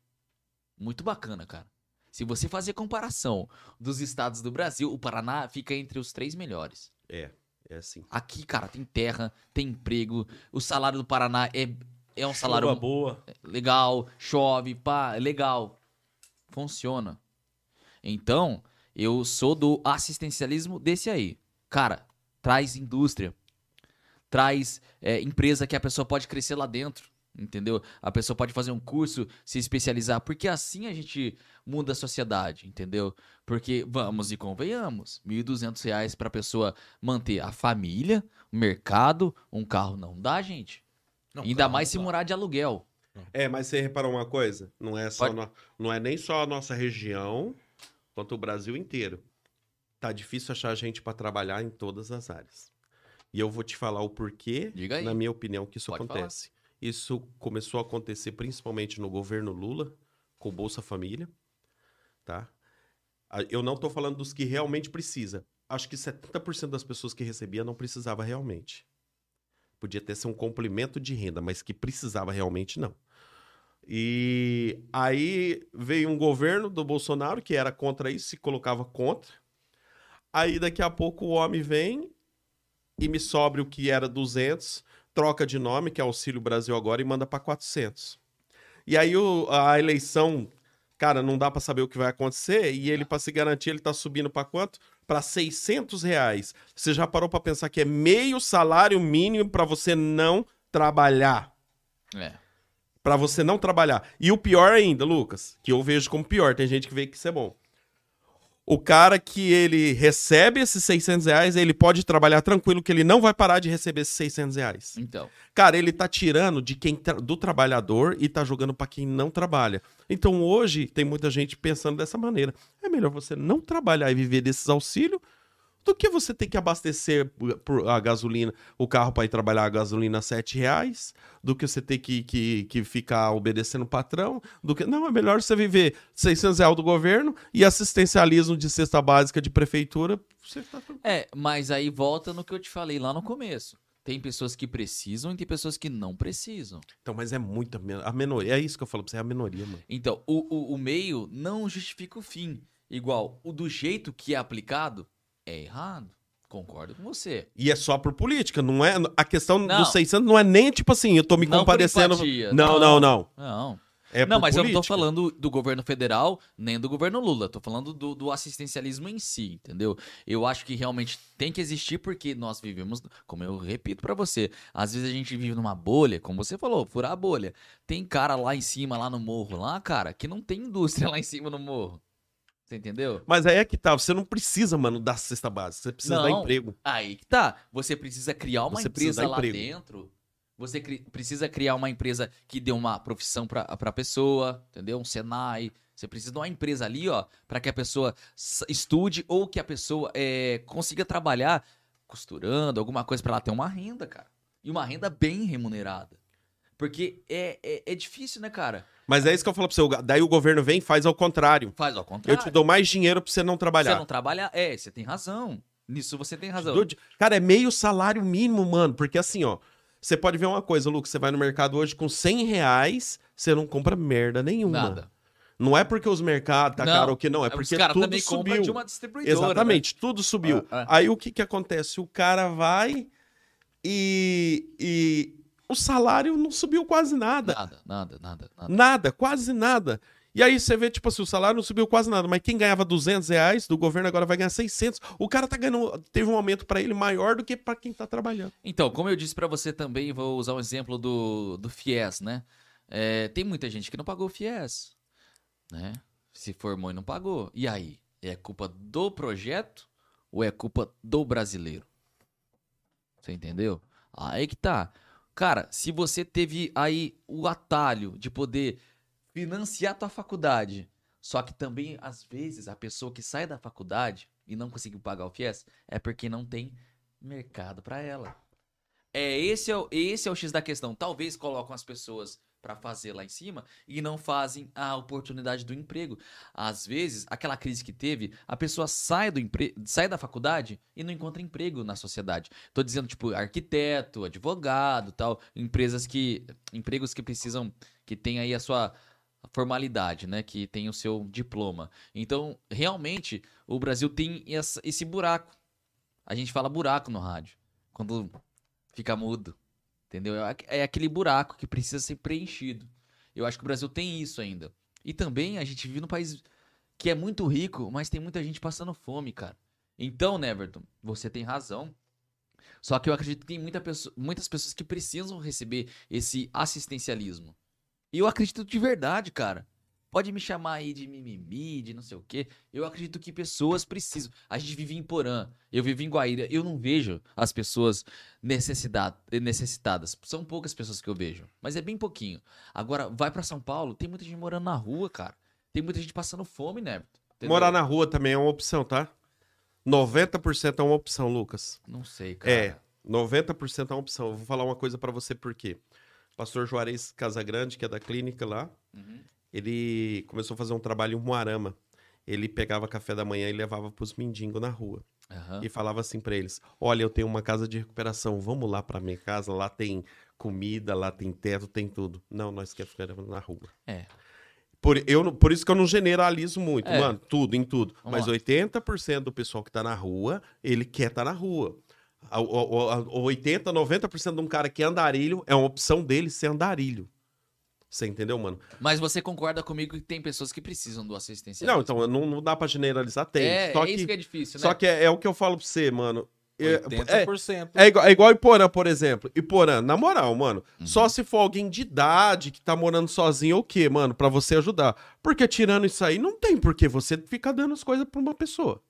Speaker 2: Muito bacana, cara. Se você fazer comparação dos estados do Brasil, o Paraná fica entre os três melhores.
Speaker 1: É assim.
Speaker 2: Aqui, cara, tem terra, tem emprego, o salário do Paraná é, é um salário
Speaker 5: Chuva boa.
Speaker 2: legal, chove, pá, é legal. Funciona. Então, eu sou do assistencialismo desse aí. Cara, traz indústria. Traz é, empresa que a pessoa pode crescer lá dentro. Entendeu? A pessoa pode fazer um curso, se especializar, porque assim a gente muda a sociedade, entendeu? Porque vamos e convenhamos, R$ 1.200 reais pra pessoa manter a família, o mercado, um carro não dá, gente. Ainda mais se morar de aluguel.
Speaker 1: É, mas você reparou uma coisa? Não é, só
Speaker 2: Pode-
Speaker 1: no- não é nem só a nossa região, quanto o Brasil inteiro. Tá difícil achar gente pra trabalhar em todas as áreas. E eu vou te falar o porquê,
Speaker 2: Diga aí.
Speaker 1: na minha opinião, que isso
Speaker 2: Pode
Speaker 1: acontece. Isso começou a acontecer principalmente no governo Lula, com o Bolsa Família, tá? Ah, Eu não tô falando dos que realmente precisa. Acho que 70% das pessoas que recebia não precisava realmente. Podia ter sido um complemento de renda, mas que precisava realmente não. E aí veio um governo do Bolsonaro que era contra isso, se colocava contra. Aí daqui a pouco o homem vem e me sobra o que era 200, troca de nome, que é Auxílio Brasil agora, e manda para 400. E aí o- a eleição, cara, não dá para saber o que vai acontecer, e ele, para se garantir, ele tá subindo para quanto? Para 600 reais. Você já parou para pensar que é meio salário mínimo para você não trabalhar?
Speaker 2: É.
Speaker 1: Pra você não trabalhar. E o pior ainda, Lucas, que eu vejo como pior, tem gente que vê que isso é bom. O cara que ele recebe esses 600 reais, ele pode trabalhar tranquilo, que ele não vai parar de receber esses 600 reais.
Speaker 2: Então,
Speaker 1: Cara, ele tá tirando de quem tra- do trabalhador e tá jogando pra quem não trabalha. Então hoje tem muita gente pensando dessa maneira. É melhor você não trabalhar e viver desses auxílios do que você ter que abastecer por- por a gasolina, o carro para ir trabalhar a gasolina a 7 reais, do que você ter que, que, que ficar obedecendo o patrão, do que não é melhor você viver 600 reais do governo e assistencialismo de cesta básica de prefeitura. Você tá...
Speaker 2: é, mas aí volta no que eu te falei lá no começo. Tem pessoas que precisam e tem pessoas que não precisam.
Speaker 1: Então, mas é muito a men- a minoria. É isso que eu falo pra você, é a minoria, mano.
Speaker 2: Então, o, o, o meio não justifica o fim. Igual, o do jeito que é aplicado é errado. Concordo com você.
Speaker 1: E é só por política, não é? A questão
Speaker 2: Não.
Speaker 1: dos 600 não é nem tipo assim, eu tô me
Speaker 2: Não por
Speaker 1: compadecendo.
Speaker 2: empatia,
Speaker 1: não, não, não.
Speaker 2: Não.
Speaker 1: É
Speaker 2: não,
Speaker 1: por
Speaker 2: mas eu não tô
Speaker 1: política.
Speaker 2: falando do governo federal nem do governo Lula. Tô falando do, do assistencialismo em si, entendeu? Eu acho que realmente tem que existir porque nós vivemos, como eu repito pra você, às vezes a gente vive numa bolha, como você falou, furar a bolha. Tem cara lá em cima, lá no morro, lá, cara, que não tem indústria lá em cima no morro. Você entendeu?
Speaker 1: Mas aí é que tá, você não precisa, mano, da cesta básica, você precisa
Speaker 2: Não.
Speaker 1: dar emprego.
Speaker 2: Aí que tá. Você precisa criar uma
Speaker 1: Você precisa
Speaker 2: empresa
Speaker 1: dar
Speaker 2: lá
Speaker 1: emprego.
Speaker 2: dentro. Você cri- precisa criar uma empresa que dê uma profissão pra, pra pessoa, entendeu? Um Senai. Você precisa de uma empresa ali, ó, pra que a pessoa s- estude ou que a pessoa é, consiga trabalhar costurando, alguma coisa pra ela ter uma renda, cara. E uma renda bem remunerada. Porque é, é, é difícil, né, cara?
Speaker 1: Mas é isso que eu falo pra você, o- daí o governo vem e faz ao contrário.
Speaker 2: Faz ao
Speaker 1: Eu
Speaker 2: contrário.
Speaker 1: te dou mais dinheiro pra você não trabalhar.
Speaker 2: Ah. Você não trabalha? É, você tem razão. Nisso você tem razão.
Speaker 1: Do- Cara, é meio salário mínimo, mano. Porque assim, ó. Você pode ver uma coisa, Lucas. Você vai no mercado hoje com 100 reais, você não compra merda nenhuma.
Speaker 2: Nada.
Speaker 1: Não é porque os mercados tá
Speaker 2: Não,
Speaker 1: caro ou que não, é
Speaker 2: Os
Speaker 1: porque
Speaker 2: caras
Speaker 1: tudo
Speaker 2: também compram
Speaker 1: subiu.
Speaker 2: de uma distribuidora. né?
Speaker 1: Exatamente, tudo subiu.
Speaker 2: Ah,
Speaker 1: Aí o que que acontece? O cara vai e, e o salário não subiu quase
Speaker 2: né?
Speaker 1: nada.
Speaker 2: Nada, nada, nada, nada.
Speaker 1: Nada, quase nada. E aí você vê, tipo assim, o salário não subiu quase nada, mas quem ganhava 200 reais do governo agora vai ganhar 600. O cara tá ganhando, teve um aumento pra ele maior do que pra quem tá trabalhando.
Speaker 2: Então, como eu disse pra você também, vou usar um exemplo do, do FIES, né? É, tem muita gente que não pagou o FIES, né? Se formou e não pagou. E aí? É culpa do projeto ou é culpa do brasileiro? Você entendeu? Aí que tá. Cara, se você teve aí o atalho de poder financiar tua faculdade, só que também, às vezes, a pessoa que sai da faculdade e não conseguiu pagar o FIES é porque não tem mercado pra ela. É esse é o, esse é o X da questão. Talvez colocam as pessoas pra fazer lá em cima e não fazem a oportunidade do emprego. Às vezes, aquela crise que teve, a pessoa sai do empre... sai da faculdade e não encontra emprego na sociedade. Tô dizendo tipo arquiteto, advogado, tal, empresas que empregos que precisam que tem aí a sua formalidade, né, que tem o seu diploma. Então, realmente, o Brasil tem essa- esse buraco a gente fala buraco no rádio. Quando fica mudo. Entendeu? É aqu- É aquele buraco que precisa ser preenchido. Eu acho que o Brasil tem isso ainda. E também a gente vive num país que é muito rico, mas tem muita gente passando fome, cara. Então, Neverton, você tem razão. Só que eu acredito que tem muita pesso- muitas pessoas que precisam receber esse assistencialismo. E eu acredito de verdade, cara. Pode me chamar aí de mimimi, de não sei o quê. Eu acredito que pessoas precisam. A gente vive em Porã, eu vivo em Guaíra. Eu não vejo as pessoas necessida- necessitadas. São poucas pessoas que eu vejo, mas é bem pouquinho. Agora, vai pra São Paulo, tem muita gente morando na rua, cara. Tem muita gente passando fome, né? Entendeu?
Speaker 1: Morar na rua também é uma opção, tá? 90% é uma opção, Lucas.
Speaker 2: Não sei, cara.
Speaker 1: É. 90% é uma opção. Eu vou falar uma coisa pra você por quê. Pastor Juarez Casagrande, que é da clínica lá,
Speaker 2: Uhum.
Speaker 1: ele começou a fazer um trabalho em Moarama. Ele pegava café da manhã e levava pros mendigos na rua.
Speaker 2: Aham.
Speaker 1: E falava assim pra eles: Olha, eu tenho uma casa de recuperação, vamos lá pra minha casa, lá tem comida, lá tem teto, tem tudo. Não, nós queremos ficar na rua.
Speaker 2: É.
Speaker 1: Por, eu, não- por isso que eu não generalizo muito,
Speaker 2: É.
Speaker 1: mano, tudo, em tudo.
Speaker 2: Vamos
Speaker 1: Mas 80% do pessoal que tá na rua, ele quer estar na rua. A- o- o- a- o 80, 90% de um cara que é andarilho, é uma opção dele ser andarilho. Você entendeu, mano?
Speaker 2: Mas você concorda comigo que tem pessoas que precisam do assistência?
Speaker 1: Não, então, não, não dá pra generalizar, tem.
Speaker 2: é,
Speaker 1: só
Speaker 2: é isso
Speaker 1: que,
Speaker 2: que é difícil, né?
Speaker 1: só que é, é o que eu falo pra você, mano. É, é,
Speaker 3: 80%.
Speaker 1: é igual, é igual Iporã, por exemplo. Iporã, na moral, mano, só se for alguém de idade que tá morando sozinho ou o quê, mano, pra você ajudar. Porque tirando isso aí, não tem por que você ficar dando as coisas pra uma pessoa.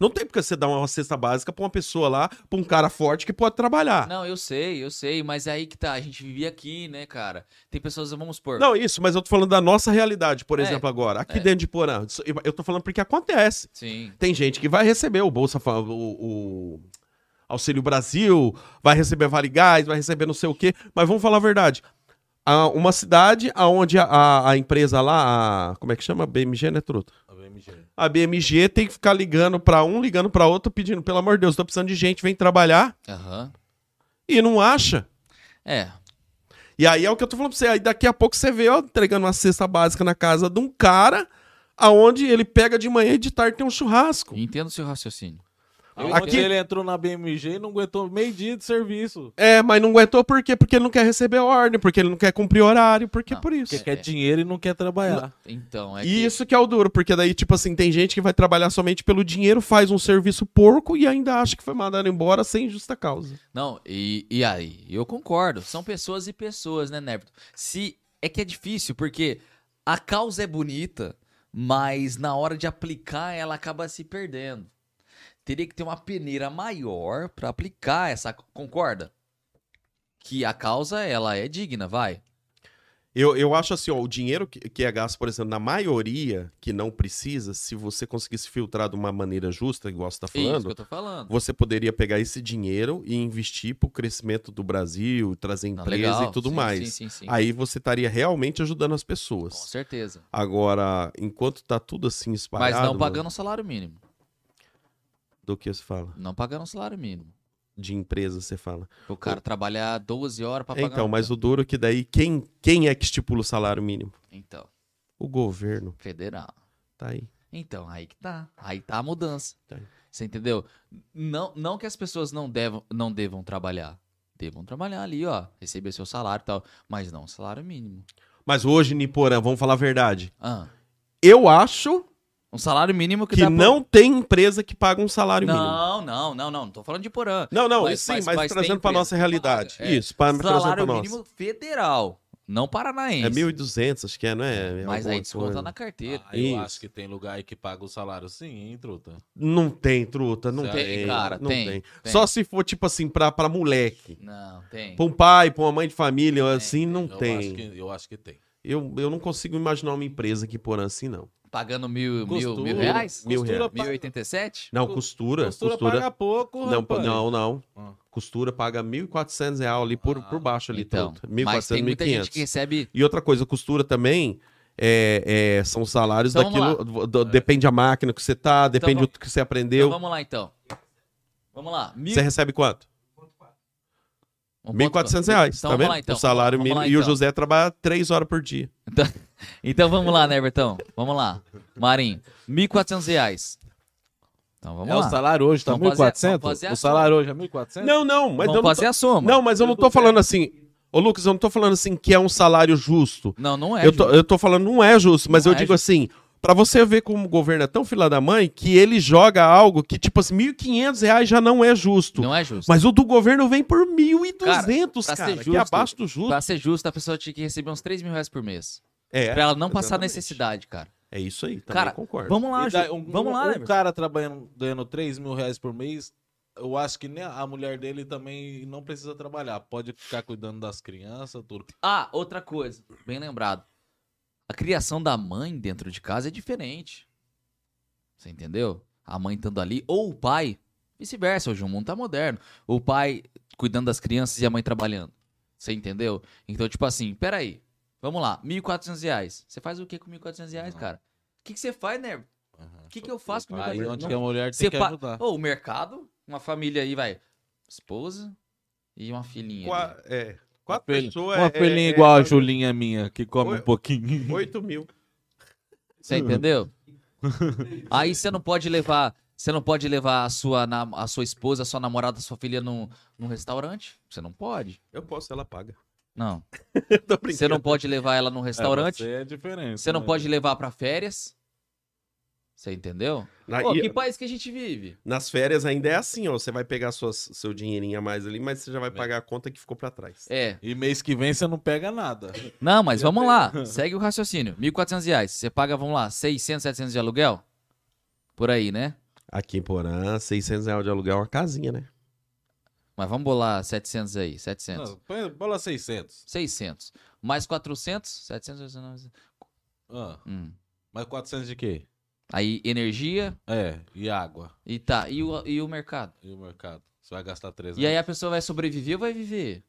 Speaker 1: Não tem porque você dar uma cesta básica pra uma pessoa lá, pra um cara forte que pode trabalhar. Não,
Speaker 2: Não, eu sei, eu sei, mas aí que tá, a gente vivia aqui, né, cara? Tem pessoas, vamos supor.
Speaker 1: isso, mas eu tô falando da nossa realidade, por
Speaker 2: É,
Speaker 1: exemplo, agora. Aqui
Speaker 2: é.
Speaker 1: dentro de Iporã. Isso- Eu tô falando porque acontece.
Speaker 2: Sim.
Speaker 1: Tem gente que vai receber o Bolsa Fa- o, o Auxílio Brasil, vai receber Vale Gás, vai receber não sei o quê, mas vamos falar a verdade. Há uma cidade onde a, a- a empresa lá, a- como é que chama? BMG, né, Truto? A BMG tem que ficar ligando pra um, ligando pra outro, pedindo, pelo amor de Deus, tô precisando de gente, vem trabalhar,
Speaker 2: Aham.
Speaker 1: e não acha.
Speaker 2: É.
Speaker 1: E aí é o que eu tô falando pra você. Aí daqui a pouco você vê, ó, entregando uma cesta básica na casa de um cara, aonde ele pega de manhã e de tarde tem um churrasco.
Speaker 2: Entendo o seu raciocínio.
Speaker 3: Aonde
Speaker 1: Aqui-
Speaker 3: Ah, ele entrou na BMG e não aguentou meio dia de serviço.
Speaker 1: É, mas não aguentou por quê? Porque ele não quer receber ordem, porque ele não quer cumprir horário, porque
Speaker 2: Não,
Speaker 1: por isso.
Speaker 3: Porque
Speaker 2: É.
Speaker 3: quer dinheiro e não quer trabalhar.
Speaker 2: Então, é
Speaker 1: E
Speaker 2: que...
Speaker 1: isso que é o duro, porque daí, tipo assim, tem gente que vai trabalhar somente pelo dinheiro, faz um serviço porco e ainda acha que foi mandado embora sem justa causa.
Speaker 2: Não, e, e aí? Eu concordo. São pessoas e pessoas, né, Neverton? Se é que é difícil, porque a causa é bonita, mas na hora de aplicar ela acaba se perdendo. Teria que ter uma peneira maior para aplicar essa, concorda? Que a causa ela é digna, vai.
Speaker 1: Eu, eu acho assim, ó, o dinheiro que, que é gasto, por exemplo, na maioria que não precisa, se você conseguisse filtrar de uma maneira justa, igual você tá
Speaker 2: É isso que
Speaker 1: falando,
Speaker 2: eu tô falando.
Speaker 1: você poderia pegar esse dinheiro e investir pro crescimento do Brasil, trazer
Speaker 2: Não,
Speaker 1: empresa
Speaker 2: Ah, legal,
Speaker 1: e tudo
Speaker 2: sim,
Speaker 1: mais.
Speaker 2: Sim, sim, sim.
Speaker 1: Aí você estaria realmente ajudando as
Speaker 2: Com
Speaker 1: pessoas.
Speaker 2: certeza.
Speaker 1: Agora, enquanto tá tudo assim espalhado...
Speaker 2: Mas não
Speaker 1: mano,
Speaker 2: pagando o salário mínimo.
Speaker 1: Do que você fala?
Speaker 2: Não pagando o salário mínimo.
Speaker 1: De empresa, você fala.
Speaker 2: O cara trabalhar 12 horas pra pagar.
Speaker 1: então,
Speaker 2: um-
Speaker 1: mas o duro é que daí, quem, quem é que estipula o salário mínimo?
Speaker 2: Então,
Speaker 1: O governo.
Speaker 2: federal.
Speaker 1: Tá aí.
Speaker 2: Então, aí que tá. Aí tá a mudança.
Speaker 1: Tá.
Speaker 2: Você entendeu? Não, não que as pessoas não devam, não devam trabalhar. Devam trabalhar ali, ó. Receber seu salário e tal. Mas não o salário mínimo.
Speaker 1: Mas hoje, Niporã, vamos falar a verdade.
Speaker 2: Ah,
Speaker 1: Eu acho
Speaker 2: um salário mínimo que,
Speaker 1: que
Speaker 2: dá pra-
Speaker 1: não tem empresa que paga um salário mínimo.
Speaker 2: Não, não, não, não. Não tô falando de porã.
Speaker 1: Não, não,
Speaker 2: Mas-
Speaker 1: sim,
Speaker 2: mas-
Speaker 1: mas,
Speaker 2: mas tem
Speaker 1: trazendo pra
Speaker 2: empresa
Speaker 1: nossa
Speaker 2: que
Speaker 1: realidade.
Speaker 2: paga, é.
Speaker 1: Isso, para trazendo um pra
Speaker 2: salário
Speaker 1: nossa.
Speaker 2: mínimo federal. Não paranaense.
Speaker 1: É 1.200, acho que é, não é? É
Speaker 2: Mas
Speaker 1: alguma
Speaker 2: aí desconta
Speaker 1: coisa.
Speaker 2: na carteira.
Speaker 3: Ah, eu
Speaker 1: Isso.
Speaker 3: acho que tem lugar aí que paga o salário sim, hein, truta?
Speaker 1: Não tem, truta, não
Speaker 3: Tem,
Speaker 1: tem.
Speaker 2: cara,
Speaker 1: não
Speaker 2: tem, tem.
Speaker 1: Só se for, tipo assim, pra, pra moleque.
Speaker 2: Não, tem.
Speaker 1: Pra um pai, pra uma mãe de família, assim, não
Speaker 3: eu
Speaker 1: tem.
Speaker 3: Acho que, eu acho que tem.
Speaker 1: Eu, eu não consigo imaginar uma empresa que por assim, não.
Speaker 2: Pagando mil, mil,
Speaker 3: Costura.
Speaker 2: mil reais?
Speaker 1: Mil reais.
Speaker 3: paga-
Speaker 2: Mil e oitenta e sete?
Speaker 1: Não,
Speaker 3: Co-
Speaker 1: costura.
Speaker 3: Costura,
Speaker 1: Costura,
Speaker 3: paga pouco,
Speaker 1: não,
Speaker 3: rapaz.
Speaker 1: não, não.
Speaker 3: Ah.
Speaker 1: Costura paga 1.400 reais ali por,
Speaker 3: Ah,
Speaker 1: por baixo ali,
Speaker 2: Então,
Speaker 1: truta.
Speaker 2: mas
Speaker 1: 1.400,
Speaker 2: tem muita gente
Speaker 1: 1.500.
Speaker 2: que recebe... Então,
Speaker 1: E outra coisa, costura também é, é, são salários
Speaker 2: Então, vamos Então,
Speaker 1: daquilo. do- depende da máquina que você tá, depende
Speaker 2: vamos-
Speaker 1: do que você aprendeu.
Speaker 2: Então, vamos lá, então. Vamos lá. Mil...
Speaker 1: Você recebe quanto?
Speaker 2: um ponto-
Speaker 1: 1.400 reais,
Speaker 2: Então,
Speaker 1: tá
Speaker 2: vamos
Speaker 1: vendo?
Speaker 2: lá, então.
Speaker 1: O salário
Speaker 2: Vamos
Speaker 1: mínimo.
Speaker 2: lá,
Speaker 1: E o
Speaker 2: então.
Speaker 1: José trabalha 3 horas por dia.
Speaker 2: Então, vamos lá, né, Evertão? Vamos lá. Marinho, 1.400 reais. Então, vamos
Speaker 3: É o
Speaker 2: lá.
Speaker 3: salário hoje, tá
Speaker 2: Vamos fazer-
Speaker 3: 1.400?
Speaker 2: vamos fazer a
Speaker 3: o salário hoje é 1.400?
Speaker 1: Não, não, mas
Speaker 2: vamos
Speaker 1: eu não,
Speaker 2: fazer
Speaker 1: tô,
Speaker 2: a soma.
Speaker 1: não, mas eu não tô falando assim. Ô, Lucas, eu não tô falando assim que é um salário justo.
Speaker 2: não, não é.
Speaker 1: eu, tô,
Speaker 2: Ju.
Speaker 1: eu tô falando, não é justo, mas
Speaker 2: Não
Speaker 1: eu
Speaker 2: é
Speaker 1: digo assim, pra você ver como o governo é tão fila da mãe, que ele joga algo que, tipo assim, 1.500 reais já não é justo.
Speaker 2: Não é justo.
Speaker 1: Mas o do governo vem por 1.200,
Speaker 2: Cara, pra
Speaker 1: cara,
Speaker 2: ser
Speaker 1: que é
Speaker 2: justo,
Speaker 1: abaixo do justo.
Speaker 2: Pra ser justo, a pessoa tinha que receber uns 3 mil reais por mês.
Speaker 1: É,
Speaker 2: pra ela não passar
Speaker 1: exatamente.
Speaker 2: necessidade, cara.
Speaker 1: é isso aí, também
Speaker 2: Cara,
Speaker 1: concordo.
Speaker 2: Vamos lá,
Speaker 3: E daí,
Speaker 2: Ju.
Speaker 3: um,
Speaker 2: Vamos
Speaker 3: um-
Speaker 2: lá, né,
Speaker 3: um
Speaker 2: Everton.
Speaker 3: cara trabalhando, ganhando 3 mil reais por mês, eu acho que nem a mulher dele também não precisa trabalhar. Pode ficar cuidando das crianças, tudo.
Speaker 2: Ah, outra coisa, bem lembrado. A criação da mãe dentro de casa é diferente. Você entendeu? A mãe estando ali, ou o pai, vice-versa, hoje o mundo tá moderno. O pai cuidando das crianças e a mãe trabalhando. Você entendeu? Então, tipo assim, peraí, vamos lá, 1.400 reais. Você faz o que com 1.400 reais, cara? O que, que você faz, né? O que, que eu faço com
Speaker 3: Aí
Speaker 2: 1.400
Speaker 3: onde que a mulher tem
Speaker 2: Você
Speaker 3: que
Speaker 2: pa-
Speaker 3: ajudar.
Speaker 2: Ou o mercado, uma família aí, vai, esposa e uma filhinha. ali.
Speaker 1: Qua- é, quatro
Speaker 3: Uma filha-
Speaker 2: um
Speaker 1: pessoas
Speaker 3: Uma
Speaker 1: é-
Speaker 3: filhinha
Speaker 1: é-
Speaker 3: igual a
Speaker 1: é-
Speaker 3: Julinha minha, que come
Speaker 1: Oi.
Speaker 3: um pouquinho.
Speaker 1: 8 mil.
Speaker 2: Você
Speaker 3: Uhum.
Speaker 2: entendeu? Aí você não pode levar, você não pode levar a sua, na- a sua esposa, a sua namorada, a sua filha num, num restaurante. Você não pode.
Speaker 1: Eu posso, ela paga.
Speaker 2: Não.
Speaker 1: Tô
Speaker 2: Você não pode levar ela num restaurante.
Speaker 3: É,
Speaker 2: você...
Speaker 3: você é diferente.
Speaker 2: não
Speaker 3: né?
Speaker 2: pode levar pra férias. Você entendeu?
Speaker 1: Na-
Speaker 2: Pô,
Speaker 1: e-
Speaker 2: que país que a gente vive?
Speaker 1: Nas férias ainda é assim, ó. Você vai pegar suas, seu dinheirinho a mais ali, mas você já vai pagar a conta que ficou pra trás.
Speaker 2: É.
Speaker 3: E mês que vem você não pega nada.
Speaker 2: Não, mas vamos lá. Segue o raciocínio. 1.400 reais. Você paga, vamos lá, 600, 700 de aluguel? Por aí, né?
Speaker 1: Aqui em Porã, 600 reais de aluguel é uma casinha, né?
Speaker 2: Mas vamos bolar 700 aí, 700.
Speaker 3: Não, põe- bola 600.
Speaker 2: 600. Mais 400, 700, 800,
Speaker 3: Ah,
Speaker 2: Hum.
Speaker 3: mas 400 de quê?
Speaker 2: Aí energia
Speaker 3: É, e água.
Speaker 2: e tá, e o, e o mercado.
Speaker 3: E o mercado? Você vai gastar 300.
Speaker 2: E aí a pessoa vai sobreviver ou vai viver?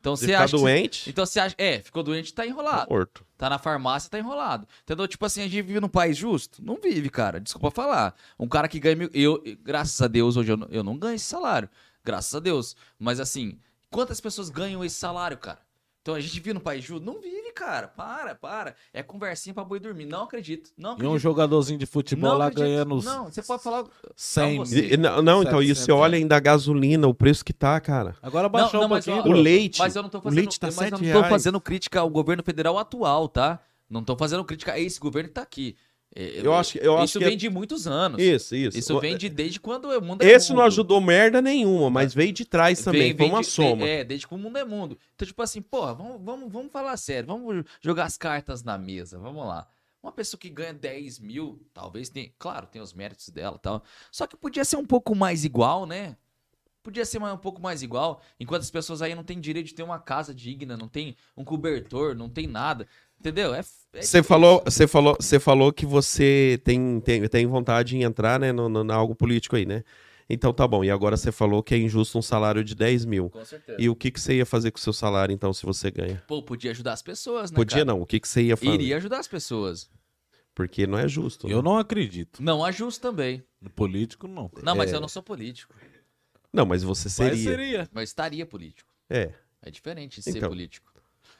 Speaker 2: Então
Speaker 1: Você
Speaker 2: você
Speaker 1: ficar
Speaker 2: acha. que-
Speaker 1: doente,
Speaker 2: Então você acha. É, ficou doente, tá enrolado.
Speaker 1: morto.
Speaker 2: Tá na farmácia, tá enrolado. Entendeu? Tipo assim, a gente vive num país justo? Não vive, cara. Desculpa falar. Um cara que ganha mil. Eu, graças a Deus, hoje eu, não- eu não ganho esse salário. Graças a Deus. Mas assim, quantas pessoas ganham esse salário, cara? Então a gente vive num país justo? Não vive, cara. Para, para. É conversinha pra boi dormir. Não acredito. Não
Speaker 3: E
Speaker 2: acredito.
Speaker 3: um jogadorzinho de futebol
Speaker 2: é Não
Speaker 3: lá
Speaker 2: acredito.
Speaker 3: ganhando
Speaker 2: Não, você pode falar.
Speaker 3: 100
Speaker 2: Não,
Speaker 3: mil.
Speaker 2: você-
Speaker 1: E- e não, não, então, e
Speaker 3: 700
Speaker 1: você
Speaker 2: é.
Speaker 1: olha ainda a gasolina, o preço que tá, cara.
Speaker 3: Agora baixou
Speaker 2: Não,
Speaker 3: um
Speaker 2: não, mas
Speaker 3: pouquinho.
Speaker 2: ó,
Speaker 1: O leite.
Speaker 2: Mas eu não tô
Speaker 1: o
Speaker 2: fazendo,
Speaker 1: leite tá
Speaker 2: mas eu
Speaker 1: sete
Speaker 2: não tô
Speaker 1: reais.
Speaker 2: fazendo crítica ao governo federal atual, tá? Não tô fazendo crítica a esse governo que tá aqui. É,
Speaker 1: Eu acho que- eu acho
Speaker 2: isso
Speaker 1: que
Speaker 2: vem
Speaker 1: é-
Speaker 2: de muitos anos.
Speaker 1: Isso, isso.
Speaker 2: Isso vem de desde quando o mundo é
Speaker 1: Esse não
Speaker 2: mundo.
Speaker 1: ajudou merda nenhuma, mas veio de trás também.
Speaker 2: Vem-
Speaker 1: foi
Speaker 2: vem
Speaker 1: uma
Speaker 2: de-
Speaker 1: soma.
Speaker 2: vem- é, desde que o mundo é mundo. Então, tipo assim, porra, vamos, vamos, vamos falar sério, vamos jogar as cartas na mesa, vamos lá. Uma pessoa que ganha 10 mil, talvez tem, claro, tem os méritos dela e tal. Só que podia ser um pouco mais igual, né? Podia ser mais- um pouco mais igual, enquanto as pessoas aí não têm direito de ter uma casa digna, não tem um cobertor, não tem nada. Entendeu? É, f- é
Speaker 1: Você falou, você falou, você falou que você tem, tem, tem vontade em entrar, né, no, no, na algo político aí, né? Então tá bom. E agora você falou que é injusto um salário de 10 mil.
Speaker 2: Com certeza.
Speaker 1: E o que, que você ia fazer com o seu salário, então, se você ganha?
Speaker 2: Pô, podia ajudar as pessoas, né?
Speaker 1: Podia
Speaker 2: cara?
Speaker 1: não. O que, que você ia fazer?
Speaker 2: Iria ajudar as pessoas.
Speaker 1: Porque não é justo.
Speaker 3: Eu não acredito.
Speaker 2: Não ajusto também.
Speaker 3: No político, não.
Speaker 2: Não,
Speaker 1: É.
Speaker 2: mas eu não sou político.
Speaker 1: Não, mas você seria.
Speaker 3: Mas seria.
Speaker 2: Mas estaria político.
Speaker 1: É.
Speaker 2: É diferente de ser
Speaker 1: Então.
Speaker 2: político.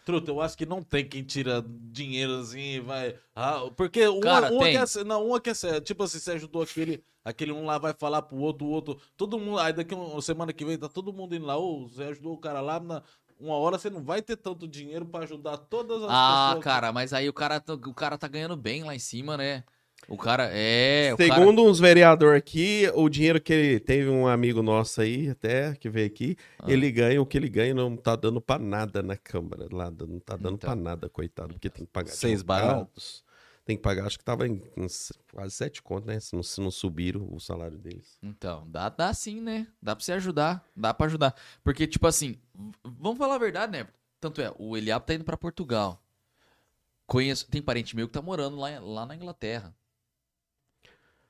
Speaker 3: Truta, eu acho que não tem quem tira dinheiro assim e vai. Ah, porque uma,
Speaker 2: Cara,
Speaker 3: uma
Speaker 2: tem.
Speaker 3: quer ser. Não, uma quer ser. Tipo assim, você ajudou aquele, aquele um lá, vai falar pro outro, o outro. Todo mundo. Aí daqui uma semana que vem tá todo mundo indo lá. Ô, você ajudou o cara lá. Na, uma hora você não vai ter tanto dinheiro pra ajudar todas as
Speaker 2: Ah,
Speaker 3: pessoas.
Speaker 2: cara, mas aí o cara, tá- o cara tá ganhando bem lá em cima, né? O cara é. o cara-
Speaker 1: Segundo uns vereadores aqui, o dinheiro que ele teve um amigo nosso aí, até que veio aqui,
Speaker 2: Ah.
Speaker 1: ele ganha o que ele ganha, não tá dando pra nada na Câmara lá, não tá dando
Speaker 2: Então.
Speaker 1: pra nada, coitado, porque tem que pagar
Speaker 3: Seis
Speaker 1: advogados, Tem que pagar, acho que tava em, em s- quase sete contas, né? Se não, se não subiram o salário deles.
Speaker 2: Então, dá, dá sim, né? Dá pra você ajudar. Dá pra ajudar. Porque, tipo assim, v- vamos falar a verdade, né? Tanto é, o Eliab tá indo pra Portugal. Conheço, tem parente meu que tá morando lá, lá na Inglaterra.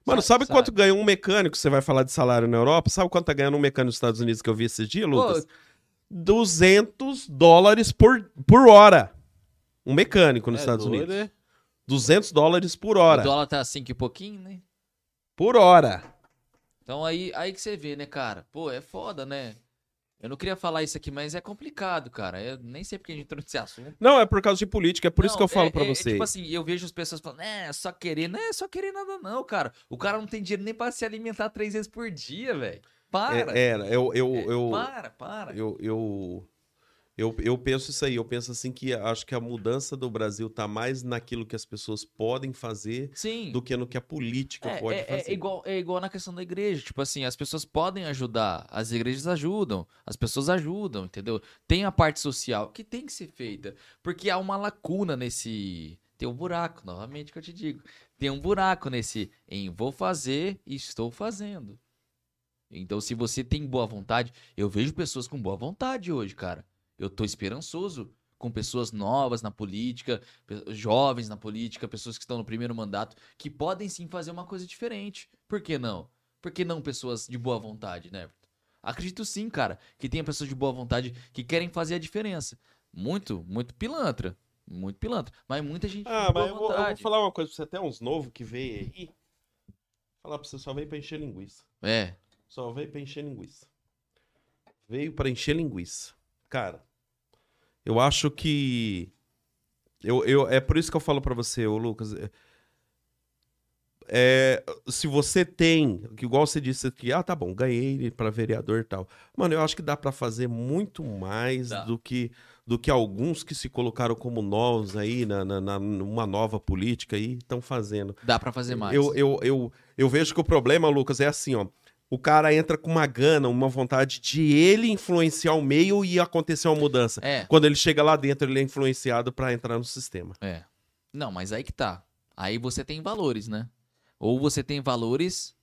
Speaker 1: Mano, sabe,
Speaker 2: sabe.
Speaker 1: quanto ganha um mecânico? Você vai falar de salário na Europa? Sabe quanto tá ganhando um mecânico nos Estados Unidos que eu vi esses dias, Lucas? 200 dólares por, por hora. Um mecânico nos
Speaker 3: É
Speaker 1: Estados
Speaker 3: doido,
Speaker 1: Unidos.
Speaker 2: né?
Speaker 3: é?
Speaker 1: 200 dólares por
Speaker 2: O
Speaker 1: hora.
Speaker 2: dólar tá assim que pouquinho, né?
Speaker 1: Por hora.
Speaker 2: Então aí, aí que você vê, né, cara? Pô, é foda, né? Eu não queria falar isso aqui, mas é complicado, cara. Eu nem sei porque a gente entrou nesse assunto.
Speaker 1: Não, é por causa de política, é por isso
Speaker 2: Não,
Speaker 1: que eu falo
Speaker 2: é-
Speaker 1: pra
Speaker 2: é- é
Speaker 1: você.
Speaker 2: tipo assim, eu vejo as pessoas falando, é, só querer, não é só querer nada não, cara. O cara não tem dinheiro nem pra se alimentar três vezes por dia, velho. Para.
Speaker 1: É, era, eu, eu,
Speaker 2: É,
Speaker 1: eu,
Speaker 2: para, para.
Speaker 1: eu, eu, eu, eu penso isso aí, eu penso assim que acho que a mudança do Brasil tá mais naquilo que as pessoas podem fazer
Speaker 2: Sim.
Speaker 1: do que no que a política
Speaker 2: É,
Speaker 1: pode
Speaker 2: é- é
Speaker 1: fazer.
Speaker 2: igual, é igual na questão da igreja. Tipo assim, as pessoas podem ajudar, as igrejas ajudam, as pessoas ajudam, entendeu? Tem a parte social que tem que ser feita. Porque há uma lacuna nesse. Tem um buraco, novamente que eu te digo. Tem um buraco nesse em vou fazer e estou fazendo. Então, se você tem boa vontade, eu vejo pessoas com boa vontade hoje, cara. Eu tô esperançoso com pessoas novas na política, pe- jovens na política, pessoas que estão no primeiro mandato que podem sim fazer uma coisa diferente. Por que não? Por que não pessoas de boa vontade, né? Acredito sim, cara, que tenha pessoas de boa vontade que querem fazer a diferença. Muito, muito pilantra. Muito pilantra. Mas muita gente.
Speaker 1: Ah,
Speaker 2: de boa
Speaker 1: mas eu vou, eu vou
Speaker 2: vontade.
Speaker 1: falar uma coisa pra você, até uns novos que veio aí. Falar pra você, só veio pra encher linguiça.
Speaker 2: É.
Speaker 1: Só veio pra encher linguiça. Veio pra encher linguiça. Cara, eu acho que. Eu, eu, é por isso que eu falo pra você, ô Lucas. é- é, se você tem, que igual você disse que, ah, tá bom, ganhei pra vereador e tal. Mano, eu acho que dá pra fazer muito mais
Speaker 2: Dá.
Speaker 1: do que do que alguns que se colocaram como novos aí, na, na- na- numa nova política aí, estão fazendo.
Speaker 2: Dá pra fazer mais.
Speaker 1: Eu, eu, eu, eu vejo que o problema, Lucas, é assim, ó. O cara entra com uma gana, uma vontade de ele influenciar o meio e acontecer uma mudança.
Speaker 2: É,
Speaker 1: Quando ele chega lá dentro, ele é influenciado pra entrar no sistema.
Speaker 2: é. Não, mas aí que tá. Aí você tem valores, né? Ou você tem valores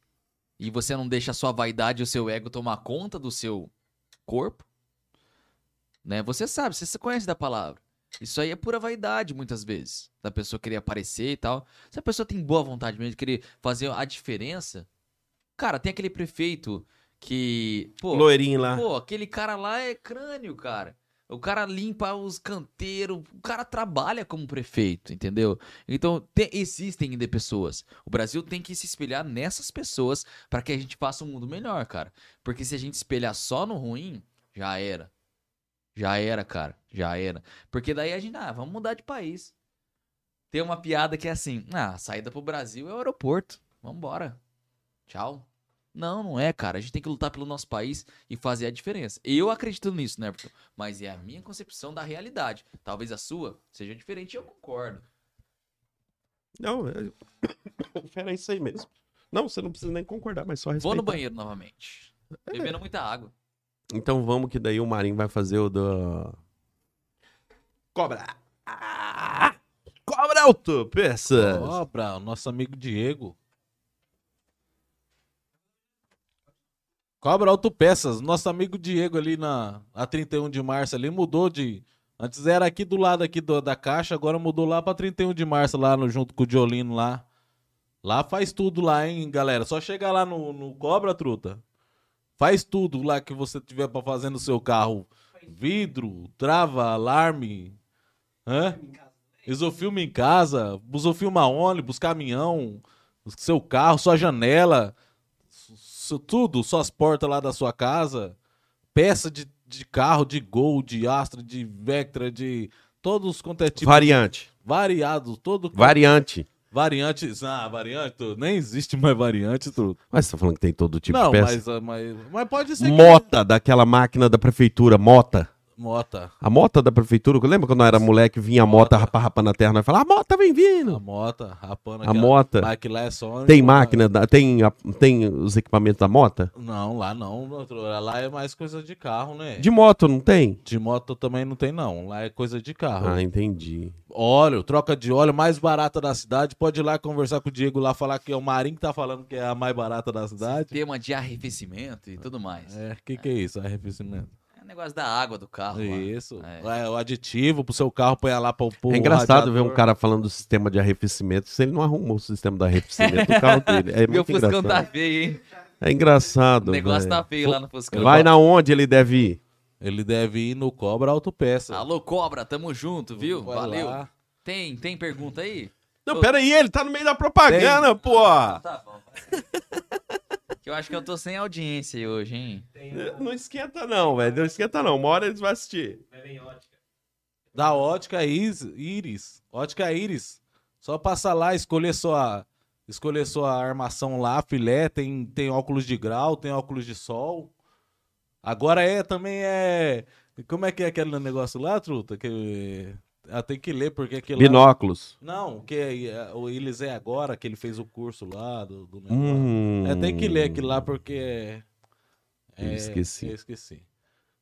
Speaker 2: e você não deixa a sua vaidade e o seu ego tomar conta do seu corpo. Né? Você sabe, você se conhece da palavra. Isso aí é pura vaidade, muitas vezes. Da pessoa querer aparecer e tal. Se a pessoa tem boa vontade mesmo de querer fazer a diferença. Cara, tem aquele prefeito que. Pô,
Speaker 1: Loirinho lá.
Speaker 2: Pô, aquele cara lá é crânio, cara. O cara limpa os canteiros, o cara trabalha como prefeito, entendeu? Então, te- existem ainda pessoas. O Brasil tem que se espelhar nessas pessoas pra que a gente faça um mundo melhor, cara. Porque se a gente espelhar só no ruim, já era. Já era, cara. Já era. Porque daí a gente, ah, vamos mudar de país. Tem uma piada que é assim: ah, a saída pro Brasil é o aeroporto. Vambora. Tchau. Não, não é, cara. A gente tem que lutar pelo nosso país e fazer a diferença. Eu acredito nisso, né, Everton? Mas é a minha concepção da realidade. Talvez a sua seja diferente e eu concordo.
Speaker 1: Não, é... Fera, é isso aí mesmo. Não, você não precisa nem concordar, mas só respeitar.
Speaker 2: Vou no banheiro novamente. Bebendo muita água.
Speaker 1: Então vamos que daí o Marinho vai fazer o do... Cobra! Ah! Cobra Delto Peças.
Speaker 3: Obra, nosso amigo Diego. Cobra Autopeças, nosso amigo Diego ali na a 31 de março ali mudou de antes era aqui do lado aqui do- da caixa, agora mudou lá pra 31 de março lá no junto com o Diolino lá. Lá faz tudo lá, hein, galera. Só chegar lá no, no Cobra Truta. Faz tudo lá que você tiver pra fazer no seu carro. Vidro, trava, alarme. Hã? Isofilme em casa, busofilma ônibus, caminhão, seu carro, sua janela, su- su- tudo, suas portas lá da sua casa, peça de, de carro, de Gol, de Astra, de Vectra, de todos quanto é tipo
Speaker 1: Variante.
Speaker 3: variado, todo
Speaker 1: Variante.
Speaker 3: variantes, ah, variante, tu- nem existe mais variante, tudo.
Speaker 1: Mas você tá falando que tem todo tipo
Speaker 3: Não,
Speaker 1: de peça?
Speaker 3: mas, ah, mas mas pode ser que-
Speaker 1: Mota, daquela máquina da prefeitura, mota.
Speaker 3: mota,
Speaker 1: A mota da prefeitura, lembra quando eu era moleque, vinha a mota rapa- rapando na terra, nós falava, a mota vem
Speaker 3: a
Speaker 1: vindo.
Speaker 3: mota, rapando
Speaker 1: A mota.
Speaker 3: Mas que lá é só
Speaker 1: Tem máquina, da- tem, a- tem os equipamentos da mota?
Speaker 3: Não, lá não, lá é mais coisa de carro,
Speaker 2: É.
Speaker 3: né?
Speaker 1: De moto não tem?
Speaker 3: De moto também não tem, não. Lá é coisa de carro.
Speaker 1: Ah, entendi.
Speaker 3: Óleo, troca de óleo, mais barata da cidade. Pode ir lá conversar com o Diego lá, falar que é o Marinho que tá falando que é a mais barata da cidade.
Speaker 2: Tema de arrefecimento e tudo mais.
Speaker 3: É, que que é isso? Arrefecimento.
Speaker 2: É o negócio da água do carro. lá.
Speaker 3: Isso. É. o aditivo pro seu carro, põe lá pra pôr
Speaker 1: Tá é engraçado ver um cara falando do sistema de arrefecimento se ele não arrumou o sistema de arrefecimento do carro dele. É
Speaker 2: Meu
Speaker 1: muito
Speaker 2: Fuscão tá
Speaker 1: engraçado.
Speaker 2: feio, hein?
Speaker 1: É engraçado.
Speaker 2: O negócio
Speaker 1: velho.
Speaker 2: tá feio lá no Fuscão.
Speaker 1: Vai na onde ele deve ir?
Speaker 3: Ele deve ir no Cobra Autopeça.
Speaker 2: Alô, Cobra, tamo junto, viu?
Speaker 3: Vai
Speaker 2: Valeu.
Speaker 3: lá.
Speaker 2: Tem, tem pergunta aí?
Speaker 1: Não, peraí, ele tá no meio da propaganda, pô.
Speaker 2: Tá bom. que eu acho que eu tô sem audiência aí hoje, hein?
Speaker 1: Não esquenta não, velho. Não esquenta não. Uma hora eles vão assistir.
Speaker 3: Da Ótica Is- Iris. Ótica Iris. Só passar lá, escolher sua, escolher sua armação lá, filé, tem, tem óculos de grau, tem óculos de sol. Agora é, também é... Como é que é aquele negócio lá, Truta? Que, ah, tem que ler, porque aquele lá- é
Speaker 1: Binóculos.
Speaker 3: Não, que é- o Iris é agora, que ele fez o curso lá do, do negócio.
Speaker 1: Hum.
Speaker 3: É, tem que ler aquilo lá, é. porque... é
Speaker 1: Eu esqueci.
Speaker 3: Eu esqueci.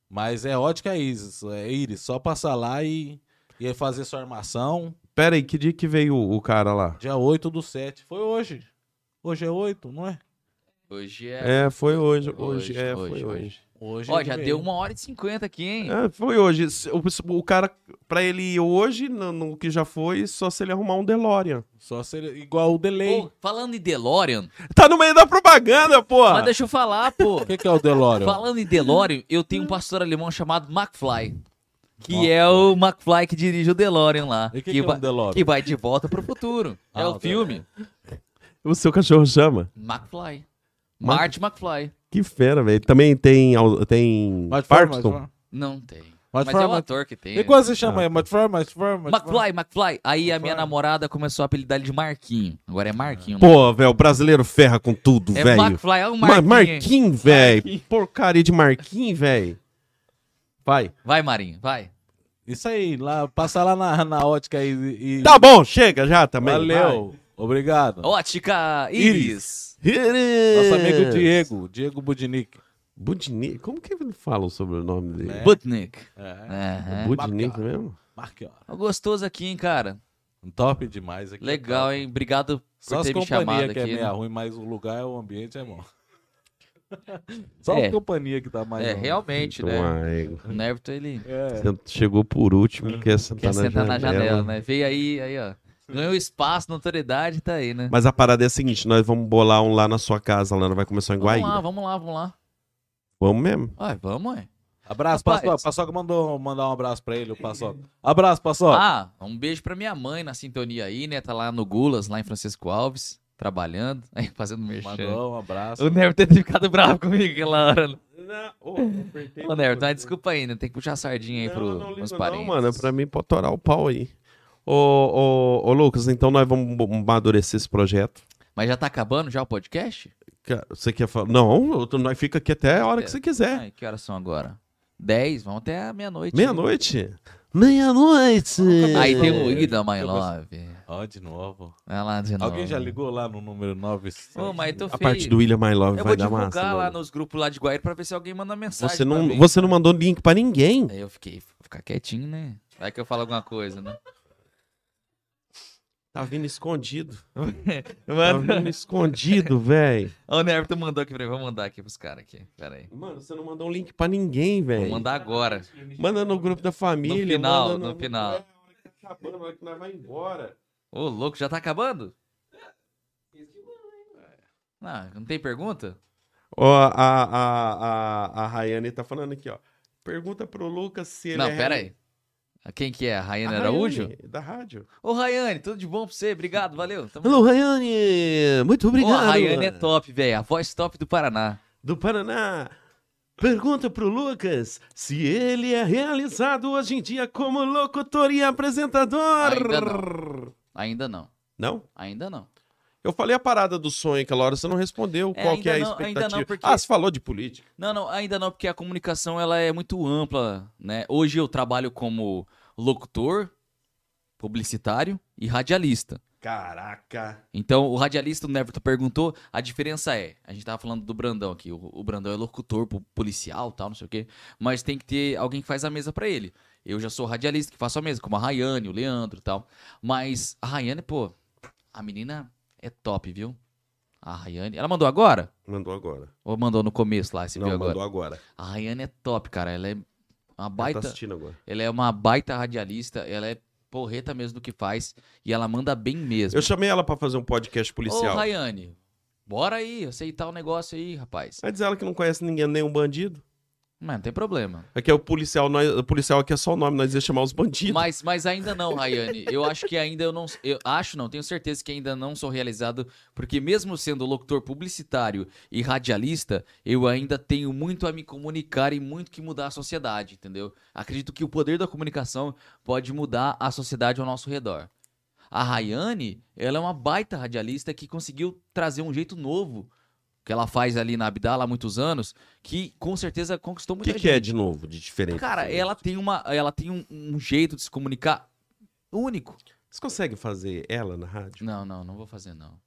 Speaker 3: Mas é ótica Isis, é Iris. Só passar lá e, e aí fazer sua armação.
Speaker 1: Pera aí, que dia que veio o o cara lá?
Speaker 3: Dia 8 do 7. Foi hoje. Hoje é 8, não é?
Speaker 2: Hoje é.
Speaker 1: É, foi hoje. Hoje,
Speaker 2: Hoje,
Speaker 1: é,
Speaker 2: hoje,
Speaker 1: foi hoje.
Speaker 2: hoje.
Speaker 3: Hoje é
Speaker 2: Ó,
Speaker 3: ele
Speaker 2: já
Speaker 3: veio.
Speaker 2: deu uma hora e cinquenta aqui, hein?
Speaker 1: É, foi hoje. Se- O, o cara, pra ele ir hoje, no, no que já foi, só se ele arrumar um DeLorean.
Speaker 3: Só ser igual o delay.
Speaker 2: Pô, falando em DeLorean,
Speaker 1: Tá no meio da propaganda, pô.
Speaker 3: Ah.
Speaker 2: mas deixa eu falar, pô.
Speaker 3: O que, que é o DeLorean?
Speaker 2: Falando em DeLorean, eu tenho um pastor alemão chamado McFly. Que é o McFly que dirige o DeLorean lá.
Speaker 3: E o que,
Speaker 2: que,
Speaker 3: que é
Speaker 2: vai,
Speaker 3: um DeLorean?
Speaker 2: que vai de volta pro futuro. é
Speaker 3: Ah,
Speaker 2: o
Speaker 3: o
Speaker 2: filme
Speaker 1: O seu cachorro chama.
Speaker 2: McFly.
Speaker 1: Mac-
Speaker 2: Marty McFly.
Speaker 1: Que fera, velho. Também tem, al- tem
Speaker 3: Mas foi, mas
Speaker 1: Parkinson.
Speaker 3: foi.
Speaker 2: Não tem.
Speaker 3: Mas
Speaker 2: Mas,
Speaker 3: foi
Speaker 2: é o
Speaker 3: Mc-
Speaker 2: ator que tem.
Speaker 3: E quando se chama aí? Matform, Matform,
Speaker 2: McFly, McFly. Aí a minha
Speaker 3: McFly.
Speaker 2: namorada começou a apelidar ele de Marquinho. Agora é Marquinho.
Speaker 1: Pô, velho, o brasileiro ferra com tudo,
Speaker 2: é
Speaker 1: velho.
Speaker 2: McFly, é o
Speaker 1: Ma-
Speaker 2: Marquinho.
Speaker 1: Marquinhos, velho. Porcaria de Marquinhos, velho. Vai.
Speaker 2: Vai, Marinho, vai.
Speaker 3: Isso aí, lá, passar lá na, na ótica aí e. e-
Speaker 1: Tá bom, chega já também.
Speaker 3: Valeu. Obrigado.
Speaker 2: Ótica
Speaker 3: Iris.
Speaker 2: Iris.
Speaker 1: Vai.
Speaker 3: Nosso amigo Diego, Diego Budinic.
Speaker 1: Budini- Como que ele fala o sobrenome dele?
Speaker 2: Né?
Speaker 3: É.
Speaker 2: Butnick.
Speaker 3: É.
Speaker 2: Aham.
Speaker 1: Budinic
Speaker 3: Babica.
Speaker 1: mesmo?
Speaker 3: Marquinhos.
Speaker 2: É um Gostoso aqui, hein, cara.
Speaker 3: Top demais
Speaker 1: é
Speaker 3: aqui.
Speaker 2: Legal, hein? Obrigado por
Speaker 3: Só as
Speaker 2: ter me chamado
Speaker 3: companhias que
Speaker 2: aqui.
Speaker 3: é
Speaker 2: né?
Speaker 3: meia ruim, mas o lugar, o ambiente é bom. Só
Speaker 2: É.
Speaker 3: a companhia que tá mais.
Speaker 2: É,
Speaker 3: ruim.
Speaker 2: realmente,
Speaker 1: Então,
Speaker 2: né?
Speaker 1: ai,
Speaker 2: O Nervito, ele
Speaker 3: É.
Speaker 1: você chegou por último, quer sentar,
Speaker 2: quer
Speaker 1: na,
Speaker 2: é sentar
Speaker 1: janela.
Speaker 2: Tá na janela, né? Veio aí, aí, ó. Ganhou espaço, notoriedade, tá aí, né?
Speaker 1: Mas a parada é a seguinte, nós vamos bolar um lá na sua casa, lá não vai começar em
Speaker 2: Vamos
Speaker 1: Guaíra.
Speaker 2: lá,
Speaker 1: Vamos,
Speaker 2: vamos lá, vamos lá.
Speaker 1: mesmo.
Speaker 2: Ué, vamos, ué.
Speaker 3: Abraço,
Speaker 2: Rapaz.
Speaker 3: Paçoca. Paçoca mandou mandar um abraço pra ele, o Paçoca. Abraço, Paçoca.
Speaker 2: Ah, um beijo pra minha mãe na sintonia aí, né? Tá lá no Gulas, lá em Francisco Alves, trabalhando, aí fazendo merchan.
Speaker 3: mandou um abraço.
Speaker 2: O Nervito deve ter ficado bravo comigo aquela hora. né? Ô, Nervito, mas
Speaker 1: mas
Speaker 2: desculpa aí, né? Tem que puxar a sardinha aí
Speaker 1: Não,
Speaker 2: pro,
Speaker 1: não ligo
Speaker 2: pros
Speaker 1: não,
Speaker 2: parentes.
Speaker 1: mano, é pra mim pode torar o pau aí. Ô, ô, ô, Lucas, então nós vamos bo- amadurecer esse projeto.
Speaker 2: Mas já tá acabando já o podcast?
Speaker 1: Cara, Você quer falar? Não, outro- nós fica aqui até a hora que você quiser.
Speaker 2: Ai, que horas são agora? 10, vamos até a meia-noite.
Speaker 1: Meia-noite. Meia-noite.
Speaker 2: Aí tem um-
Speaker 3: É.
Speaker 2: o Ida My
Speaker 3: Eu gosto.
Speaker 2: Love.
Speaker 3: Ó, de novo.
Speaker 2: Vai lá de novo.
Speaker 3: Alguém já ligou lá no número 9?
Speaker 2: Ô, mas eu tô
Speaker 1: A
Speaker 2: feio.
Speaker 1: parte do William My Love
Speaker 2: Eu vou
Speaker 1: vai dar
Speaker 2: divulgar
Speaker 1: massa.
Speaker 2: lá
Speaker 1: mano.
Speaker 2: nos grupos lá de Guaíra pra ver se alguém manda mensagem
Speaker 1: Você,
Speaker 2: pra
Speaker 1: não,
Speaker 2: mim.
Speaker 1: você não mandou link pra ninguém.
Speaker 2: Aí eu fiquei, vou ficar quietinho, né? Vai que eu falo alguma coisa, né?
Speaker 1: Tá vindo escondido. Tá
Speaker 2: Mano,
Speaker 1: vindo escondido, velho.
Speaker 2: ó, o Neverton mandou aqui pra mim. Vou mandar aqui pros caras aqui. Pera aí.
Speaker 1: Mano, você não mandou um link pra ninguém,
Speaker 2: Vou
Speaker 1: velho.
Speaker 2: mandar agora.
Speaker 1: Manda no grupo da família.
Speaker 2: No final,
Speaker 1: manda
Speaker 2: no final.
Speaker 1: É, a hora que tá acabando, a hora que nós vai embora.
Speaker 2: Ô, louco, já tá acabando? Não, não tem pergunta?
Speaker 1: Ó, a, a, a, a Rayane tá falando aqui, ó. Pergunta pro Lucas se ele
Speaker 2: não,
Speaker 1: é...
Speaker 2: pera aí. Quem que é? A
Speaker 1: A
Speaker 2: Rayane
Speaker 1: Rayane,
Speaker 2: Araújo?
Speaker 1: Da rádio.
Speaker 2: Ô, Rayane, tudo de bom pra você? Obrigado, valeu. Tamo
Speaker 6: Alô, Rayane! Muito
Speaker 2: junto. Ô,
Speaker 6: obrigado!
Speaker 2: a Rayane é top, velho. A voz top do Paraná.
Speaker 1: Do Paraná.
Speaker 6: Pergunta pro Lucas se ele é realizado hoje em dia como locutor e apresentador.
Speaker 2: Ainda não. Ainda não.
Speaker 1: Não?
Speaker 2: Ainda não.
Speaker 1: Eu falei a parada do sonho aquela hora, você não respondeu
Speaker 2: É,
Speaker 1: qual
Speaker 2: ainda
Speaker 1: que é a
Speaker 2: não- ainda
Speaker 1: expectativa.
Speaker 2: não, porque-
Speaker 1: Ah, você falou de política.
Speaker 2: Não, não, ainda não, porque a comunicação ela é muito ampla, né? Hoje eu trabalho como locutor, publicitário e radialista.
Speaker 1: Caraca.
Speaker 2: Então, o radialista, o Neverton perguntou, a diferença é, a gente tava falando do Brandão aqui, o, o Brandão é locutor, pu- policial, tal, não sei o quê, mas tem que ter alguém que faz a mesa pra ele. Eu já sou radialista que faço a mesa, como a Rayane, o Leandro e tal. Mas a Rayane, pô, a menina é top, viu? A Rayane, ela mandou agora?
Speaker 1: Mandou agora.
Speaker 2: Ou mandou no começo lá, você
Speaker 1: não,
Speaker 2: viu agora?
Speaker 1: mandou agora.
Speaker 2: A Rayane é top, cara, ela é uma
Speaker 1: Ela Tá
Speaker 2: baita...
Speaker 1: assistindo agora.
Speaker 2: Ela é uma baita radialista, ela é porreta mesmo do que faz e ela manda bem mesmo.
Speaker 1: Eu chamei ela pra fazer um podcast policial.
Speaker 2: Ô, Rayane, bora aí, aceitar o negócio aí, rapaz.
Speaker 1: Vai dizer ela que não conhece ninguém, nenhum bandido.
Speaker 2: Mas não tem problema.
Speaker 1: Aqui é o policial, nós, o policial aqui é só o nome, nós ia chamar os bandidos.
Speaker 2: Mas, mas ainda não, Rayane. Eu acho que ainda eu não. Eu acho não, tenho certeza que ainda não sou realizado, porque mesmo sendo locutor publicitário e radialista, eu ainda tenho muito a me comunicar e muito que mudar a sociedade, entendeu? Acredito que o poder da comunicação pode mudar a sociedade ao nosso redor. A Rayane, ela é uma baita radialista que conseguiu trazer um jeito novo que ela faz ali na Abdala há muitos anos, que com certeza conquistou
Speaker 1: O
Speaker 2: muita
Speaker 1: que, que é de novo, de diferente?
Speaker 2: Cara, ela tem uma, ela tem um, um jeito de se comunicar único.
Speaker 1: Vocês conseguem fazer ela na rádio?
Speaker 2: Não, não, não vou fazer não.